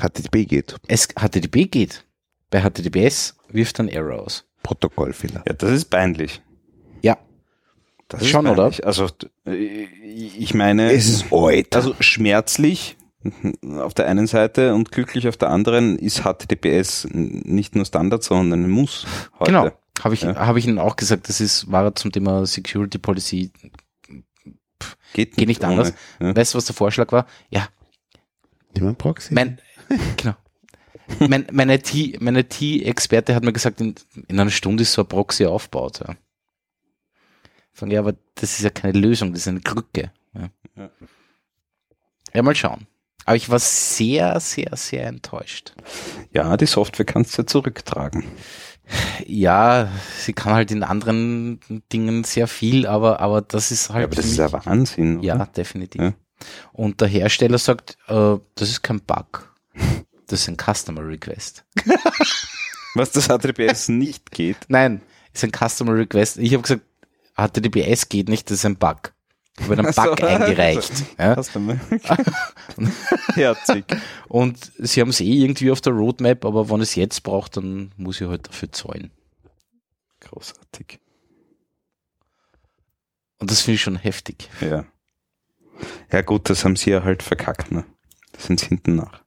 S2: HTTP geht.
S1: es HTTP geht. Bei HTTPS wirft dann Error aus.
S2: Protokollfehler.
S3: Ja, das ist peinlich.
S1: Ja.
S3: Das ist
S1: Schon, oder?
S3: peinlich. Also, äh, ich meine.
S2: Es ist alt.
S3: Äh, Also schmerzlich mhm, auf der einen Seite und glücklich auf der anderen ist HTTPS n- nicht nur Standard, sondern ein Muss heute.
S1: Genau. Habe ich,
S3: Ja.
S1: habe ich Ihnen auch gesagt, das ist, war zum Thema Security Policy.
S3: Geht
S1: Geht nicht
S3: ohne.
S1: anders.
S3: Ja.
S1: Weißt du, was der Vorschlag war? Ja,
S2: Nimm ein Proxy.
S1: mein, genau. Mein, mein IT, mein IT-Experte hat mir gesagt, in, in einer Stunde ist so ein Proxy aufgebaut. Ja. Ich sag, ja, aber das ist ja keine Lösung, das ist eine Krücke. Ja.
S3: Ja.
S1: Ja. mal schauen. Aber ich war sehr, sehr, sehr enttäuscht.
S3: Ja, die Software kannst du ja zurücktragen.
S1: Ja, sie kann halt in anderen Dingen sehr viel, aber, aber das ist halt.
S3: Ja, aber das
S1: für
S3: ist
S1: mich-
S3: ja Wahnsinn. oder?
S1: Ja, definitiv.
S3: Ja.
S1: Und der Hersteller sagt, äh, das ist kein Bug. Das ist ein Customer Request.
S3: Was das HTTPS nicht geht.
S1: Nein, ist ein Customer Request. Ich habe gesagt, ah, HTTPS geht nicht, das ist ein Bug. Ich habe einen Bug
S3: Ach so. also,
S1: eingereicht. Ja?
S3: Hast du mal. Herzig.
S1: Und sie haben es eh irgendwie auf der Roadmap, aber wenn ich es jetzt brauche, dann muss ich halt dafür zahlen.
S3: Großartig.
S1: Und das finde ich schon heftig.
S3: Ja. Ja, gut, das haben sie ja halt verkackt, ne? Das sind hinten nach.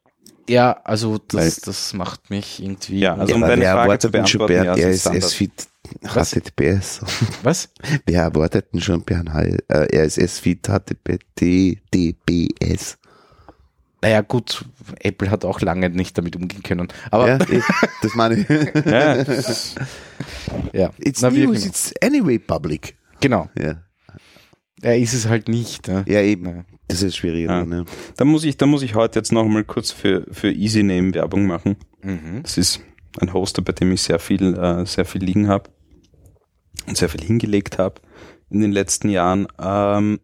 S1: Ja, also das,
S3: Weil-
S1: das macht mich irgendwie.
S3: Ja, also-
S2: ja,
S3: um
S2: aber
S3: deine
S2: wer
S3: Frage
S2: erwartet
S3: zu
S2: denn schon
S3: beantworten,
S2: Bernd
S3: ja, es ist
S2: RSS-Feed
S1: Was?
S2: HTTPS?
S1: was?
S2: Wer erwartet denn schon Bernd äh, RSS-Feed HTTPS?
S1: Naja, gut, Apple hat auch lange nicht damit umgehen können. Aber
S2: Ja,
S1: ja,
S2: ich, das meine ich.
S3: Ja,
S2: It's
S1: Na, wie auch
S2: news,
S1: immer.
S2: it's anyway public.
S1: genau.
S2: Ja,
S1: Er ist es halt nicht. Ne?
S2: ja eben.
S1: Naja.
S2: Das ist schwierig.
S3: Ja.
S2: Ne?
S3: da muss ich, da muss ich heute jetzt noch mal kurz für, für EasyName Werbung machen.
S1: Mhm.
S3: Das ist ein Hoster, bei dem ich sehr viel, äh, sehr viel liegen habe und sehr viel hingelegt habe in den letzten Jahren. Ähm,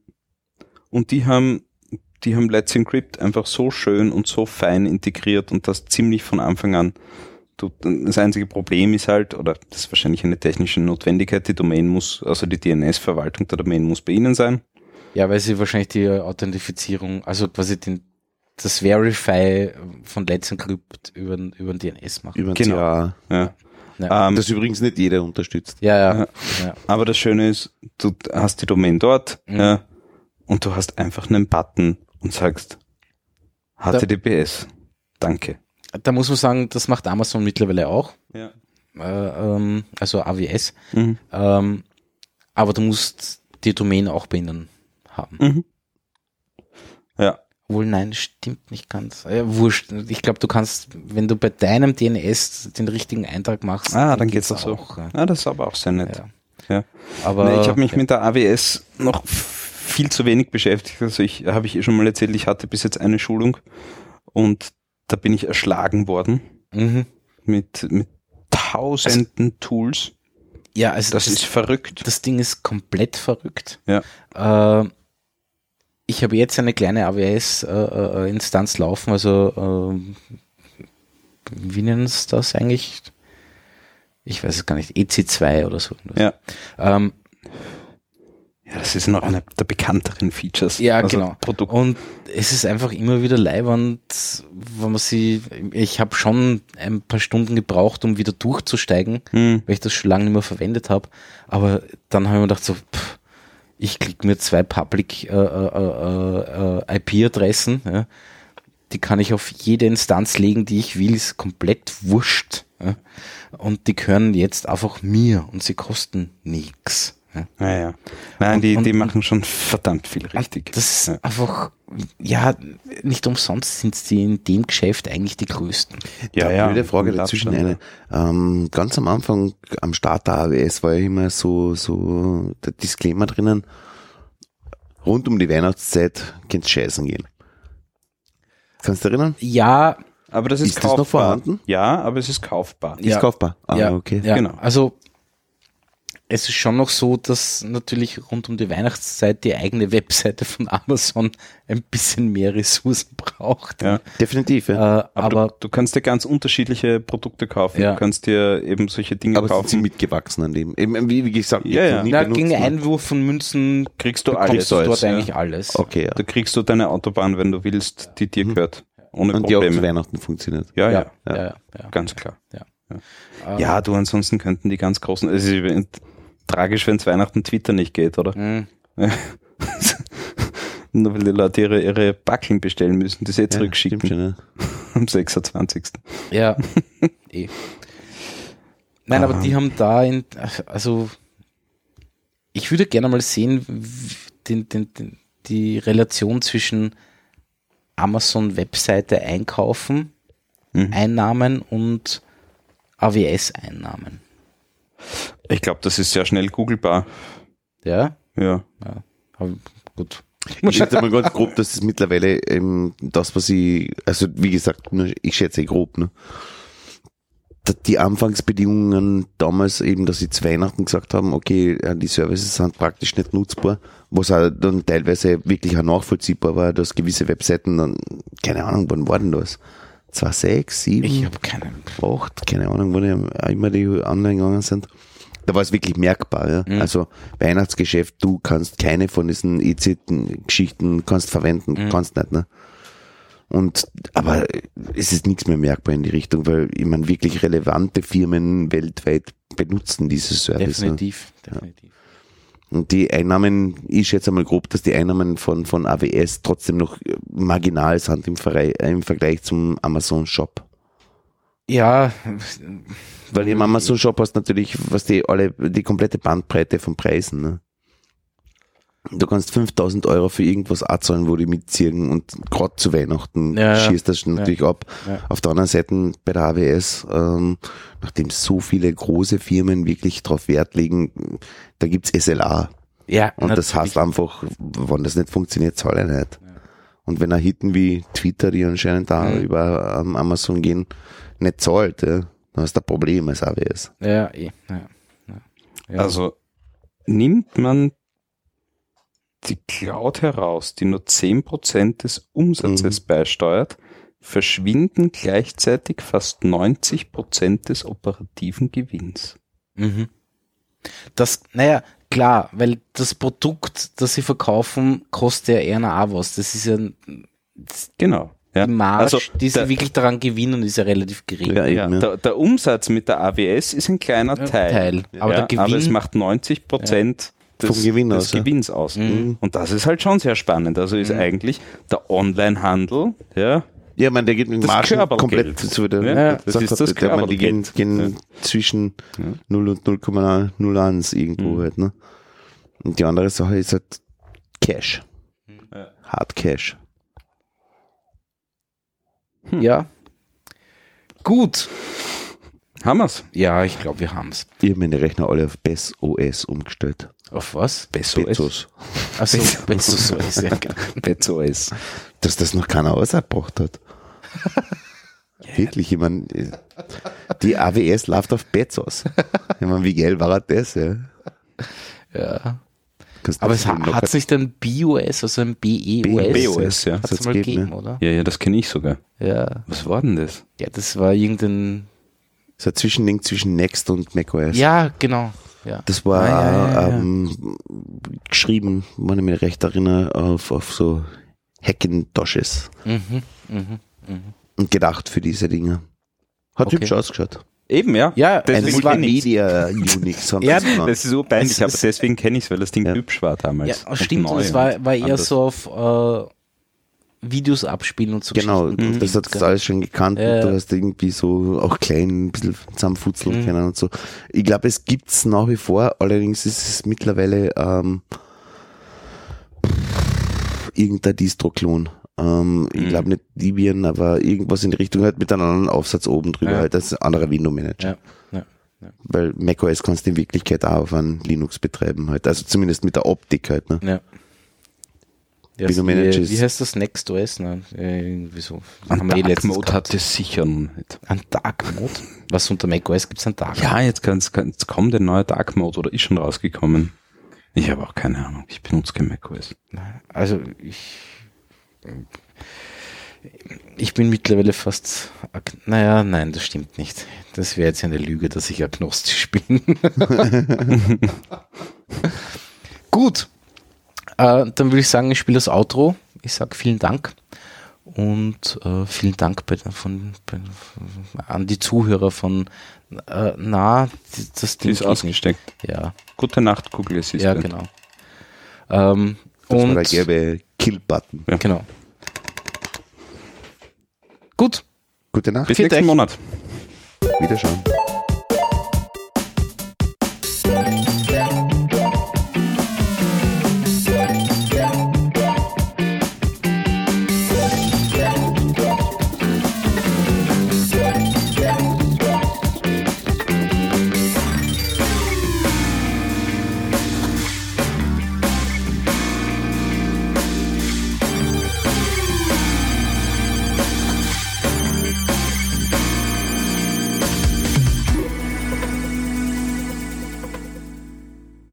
S3: und die haben, die haben Let's Encrypt einfach so schön und so fein integriert und das ziemlich von Anfang an. Du, das einzige Problem ist halt, oder das ist wahrscheinlich eine technische Notwendigkeit, die Domain muss, also die DNS-Verwaltung der Domain muss bei Ihnen sein.
S1: Ja, weil sie wahrscheinlich die Authentifizierung, also quasi den, das Verify von Let's Encrypt über, den- über den DNS machen.
S2: Über
S3: Genau.
S2: genau. Jahr.
S3: Ja.
S1: Ja.
S3: Ähm,
S2: Das übrigens nicht jeder unterstützt.
S1: Ja, ja.
S3: Ja.
S1: ja.
S3: Aber das Schöne ist, du hast die Domain dort
S1: Mhm.
S3: ja, und du hast einfach einen Button und sagst HTTPS. Danke.
S1: Da muss man sagen, das macht Amazon mittlerweile auch,
S3: Ja.
S1: äh, ähm, also AWS.
S3: Mhm.
S1: Ähm, aber du musst die Domain auch bei ihnen haben.
S3: Mhm. Ja.
S1: Obwohl, nein, stimmt nicht ganz. Äh, wurscht. Ich glaube, du kannst, wenn du bei deinem DNS den richtigen Eintrag machst,
S3: Ah, dann geht's doch so.
S1: ja.
S3: Ah, das ist aber auch sehr nett.
S1: Ja.
S3: Ja.
S1: Aber
S3: nee, ich habe mich mit der AWS noch f- viel zu wenig beschäftigt. Also ich habe ich eh schon mal erzählt, ich hatte bis jetzt eine Schulung und da bin ich erschlagen worden.
S1: Mhm.
S3: mit, mit tausenden Tools.
S1: Ja, also
S3: Das ist verrückt.
S1: Das Ding ist komplett verrückt.
S3: Ja.
S1: Äh, ich habe jetzt eine kleine äh, AWS-Instanz laufen, also äh, wie nennen es das eigentlich? Ich weiß es gar nicht, EC2 oder so.
S3: Ja.
S1: Ähm,
S3: Ja, das ist noch einer der bekannteren Features. Also
S1: Ja, genau.
S3: Produkt.
S1: Und es ist einfach immer wieder leibernd, wenn man sie, ich habe schon ein paar Stunden gebraucht, um wieder durchzusteigen,
S3: Hm.
S1: weil ich das schon lange nicht mehr verwendet habe. Aber dann habe ich mir gedacht, so, pff, ich klicke mir zwei Public äh, äh, äh, äh, IP-Adressen, ja. die kann ich auf jede Instanz legen, die ich will, ist komplett wurscht. Ja. Und die gehören jetzt einfach mir und sie kosten nichts. Ja.
S3: Ja, ja. Nein, die,
S1: und-
S3: die machen schon verdammt viel richtig.
S1: Das ist
S3: ja.
S1: einfach, ja, nicht umsonst sind sie in dem Geschäft eigentlich die größten.
S3: ja, ja.
S2: Blöde Frage
S3: Mit
S2: dazwischen eine.
S3: Abstand,
S2: Ähm, ganz am Anfang, am Start der AWS war ja immer so, so der Disclaimer drinnen. Rund um die Weihnachtszeit kannst scheißen gehen. Kannst du dich erinnern?
S1: Ja,
S3: Aber das ist,
S2: Ist das noch
S3: kaufbar.
S2: vorhanden?
S3: Ja, aber es ist kaufbar.
S1: Ja.
S2: Ist kaufbar. Ah,
S1: ja,
S2: okay.
S1: ja,
S3: Genau.
S1: genau. Also, es ist schon noch so, dass natürlich rund um die Weihnachtszeit die eigene Webseite von Amazon ein bisschen mehr Ressourcen braucht.
S3: Ja,
S2: Definitiv,
S1: Äh,
S2: ja.
S1: aber
S3: du, du kannst dir ganz unterschiedliche Produkte kaufen.
S1: Ja.
S3: Du kannst dir eben solche Dinge
S2: Aber sie sind
S3: kaufen. mitgewachsen.
S2: Wachsen an dem. Eben, wie wie gesagt, ich
S3: Ja,
S2: hab
S3: ja.
S2: noch nie
S1: na,
S2: benutzt,
S1: gegen
S2: ne?
S1: Einwurf von Münzen
S3: Kriegst du alles.
S1: bekommst du dort
S3: ja.
S1: eigentlich alles.
S2: Okay, ja.
S3: Da kriegst du deine Autobahn, wenn du willst, die dir gehört. Ohne
S2: Und die auch zu
S3: Probleme.
S2: Weihnachten funktioniert.
S3: Ja, ja,
S1: ja, ja, ja. Äh,
S3: ganz klar.
S1: Ja.
S3: Ja. ja, du, ansonsten könnten die ganz großen, es ist tragisch, wenn es Weihnachten Twitter nicht geht, oder?
S1: Mhm.
S3: Nur weil die Leute ihre, ihre Backeln bestellen müssen, die sie eh zurückschicken
S2: stimmt schon, ja.
S3: am 26.
S1: Ja. eh. Nein, aber die haben da in, also ich würde gerne mal sehen, w- den, den, den, die Relation zwischen Amazon-Webseite einkaufen,
S3: Mhm.
S1: Einnahmen und AWS-Einnahmen.
S3: Ich glaube, das ist sehr schnell googlebar.
S1: Ja,
S3: Ja.
S1: Aber gut.
S2: Ich schätze mal ganz grob, dass es mittlerweile ähm, das, was ich, also wie gesagt, nur ich schätze grob, ne? Da- Die Anfangsbedingungen damals eben, dass sie zu Weihnachten gesagt haben, okay, äh, die Services sind praktisch nicht nutzbar, was auch dann teilweise wirklich auch nachvollziehbar war, dass gewisse Webseiten dann, keine Ahnung, wann war denn das? 2006, 7?
S1: Ich habe keine.
S2: 8, keine Ahnung, wo die auch immer die online gegangen sind. Da war es wirklich merkbar. Ja? Also Weihnachtsgeschäft, du kannst keine von diesen EC-Geschichten kannst verwenden, kannst nicht. Ne? Und aber es ist nichts mehr merkbar in die Richtung, weil ich meine, wirklich relevante Firmen weltweit benutzen diese Service. Ne?
S1: Definitiv, definitiv.
S2: Und die Einnahmen, ich schätze mal grob, dass die Einnahmen von, von AWS trotzdem noch marginal sind im, Verrei- im Vergleich zum Amazon Shop.
S1: Ja,
S2: Weil im
S1: Äh,
S2: Amazon Shop hast du natürlich, was die alle, die komplette Bandbreite von Preisen, ne? Du kannst 5000 Euro für irgendwas anzahlen, wo die mitziehen und gerade zu Weihnachten
S1: Ja, ja.
S2: schießt das schon
S1: Ja.
S2: natürlich ab.
S1: Ja.
S2: Auf der anderen Seite bei der AWS, ähm, nachdem so viele große Firmen wirklich drauf Wert legen, da gibt's SLA.
S1: ja.
S2: Und das heißt einfach, wenn das nicht funktioniert, zahle ich nicht. Und wenn er Hitten wie Twitter, die anscheinend da
S1: Mhm.
S2: über ähm, Amazon gehen, nicht zahlt, ja, dann hast du ein Problem als AWS.
S1: Ja, eh. Ja, ja, ja.
S3: Also nimmt man die Cloud heraus, die nur 10% des Umsatzes
S1: Mhm.
S3: beisteuert, verschwinden gleichzeitig fast 90% des operativen Gewinns.
S1: Mhm. Das, naja, klar, weil das Produkt, das sie verkaufen, kostet ja eher noch auch was. Das ist ja n-
S3: Genau. Ja.
S1: die Marge,
S3: Also,
S1: die
S3: da-
S1: sie wirklich daran gewinnen, ist ja relativ gering.
S2: Ja,
S3: Ja,
S2: eben, ja.
S3: der, der Umsatz mit der AWS ist ein kleiner
S1: Ja,
S3: Teil.
S1: Teil. Aber
S3: ja,
S1: der
S3: aber es
S1: Gewinn-
S3: macht 90 Prozent des,
S2: Vom Gewinn
S3: des
S2: aus, ja.
S3: Gewinns aus.
S1: Mhm.
S3: Und das ist halt schon sehr spannend. Also ist eigentlich der Onlinehandel, ja,
S2: Ja, man, der geht mit
S3: Das
S2: Margen
S3: Körpergeld.
S2: komplett zu der,
S3: Ja, das ist das
S2: der man, die gehen,
S3: Körpergeld.
S2: gehen zwischen 0 und 0,01 irgendwo
S3: Mhm.
S2: halt, ne? Und die andere Sache ist halt Cash.
S3: Ja.
S2: Hard Cash.
S1: Ja. Gut.
S3: Hammers.
S1: Ja, ich glaube, wir haben's.
S2: Ich habe meine Rechner alle auf E BES OS umgestellt.
S1: Auf was?
S2: Bezos.
S1: Also, Bezos OS. Ja, genau.
S3: BetOS.
S2: dass das noch keiner ausgebracht hat. Wirklich, ich meine, Die AWS läuft auf Bezos. Ich meine, wie geil war das? Ja.
S1: Ja.
S2: Kannst
S1: Aber
S2: du
S1: es
S2: das
S1: ha-
S2: locker-
S1: hat's nicht ein BOS, also ein BEOS?
S3: BOS, E ja.
S1: Hat's
S2: Hat's ne?
S1: mal
S2: gegeben,
S1: gegeben,
S2: ja.
S1: oder?
S3: Ja, ja, das kenne ich sogar.
S1: Ja.
S3: Was war denn das?
S1: Ja, das war irgendein.
S2: So ein Zwischending zwischen Next und macOS.
S1: Ja, genau. Ja.
S2: Das war
S3: Ah, ja, ja, ja.
S2: Ähm, geschrieben, wenn ich mich recht erinnere, auf, auf so Hackintoshes
S1: Mhm, mhm, mhm.
S2: und gedacht für diese Dinge. Hat
S1: Okay.
S2: hübsch ausgeschaut.
S3: Eben, ja.
S1: Ja,
S3: Das
S2: Ein
S3: ist
S2: Multimedia Unix haben
S1: Ja,
S2: das genannt.
S3: Das ist so peinlich,
S1: Es
S3: aber
S1: ist-
S3: deswegen kenne ich es, weil das Ding
S2: Ja.
S3: hübsch war damals.
S1: ja, stimmt. Und es war, war eher so auf äh, Videos abspielen und so.
S2: Genau,
S1: Geschichten.
S2: das hat es alles schon gekannt.
S1: Ja,
S2: und
S1: ja.
S2: Du hast irgendwie so auch klein ein bisschen zusammenfutzeln
S1: Mhm.
S2: können und so. Ich glaube, es gibt es nach wie vor, allerdings ist es mittlerweile ähm, pff, irgendein Distro-Klon. Ähm, Ich
S3: Mhm.
S2: glaube nicht Debian, aber irgendwas in die Richtung halt mit einem anderen Aufsatz oben drüber,
S1: Ja.
S2: halt als anderer Window-Manager.
S1: Ja, ja, ja.
S2: Weil macOS kannst du in Wirklichkeit auch auf einem Linux betreiben halt. Also zumindest mit der Optik halt. Ne?
S1: Ja. Ja,
S2: Wie
S1: wie,
S2: du managest.
S1: wie heißt das Next OS? Nein, äh, irgendwie so.
S3: An Dark
S1: eh letztens
S3: Mode
S1: gehabt.
S3: hat es sicher noch nicht.
S1: Ein Dark Mode? Was unter macOS gibt es einen Dark
S3: Ja, jetzt, kann's, kann, jetzt kommt der neue Dark Mode oder ist schon rausgekommen. Ich habe auch keine Ahnung. Ich benutze kein macOS.
S1: Also ich, ich bin mittlerweile fast, ag- naja, nein, das stimmt nicht. Das wäre jetzt eine Lüge, dass ich agnostisch bin. Gut, äh, dann würde ich sagen, ich spiele das Outro. Ich sage vielen Dank und äh, vielen Dank bei, der- von, bei, an die Zuhörer von, äh, na, die- das
S3: Die
S1: Ding
S3: ist
S1: geht nicht.
S3: ausgesteckt.
S1: Ja,
S3: Gute Nacht, Google Assistant.
S1: ja genau. Ähm,
S2: Das
S1: und
S2: war der gelbe Kill-Button.
S1: Genau. Gut.
S2: Gute Nacht,
S3: Bis
S1: Viert
S3: nächsten
S1: euch.
S3: Monat.
S2: Wiederschauen.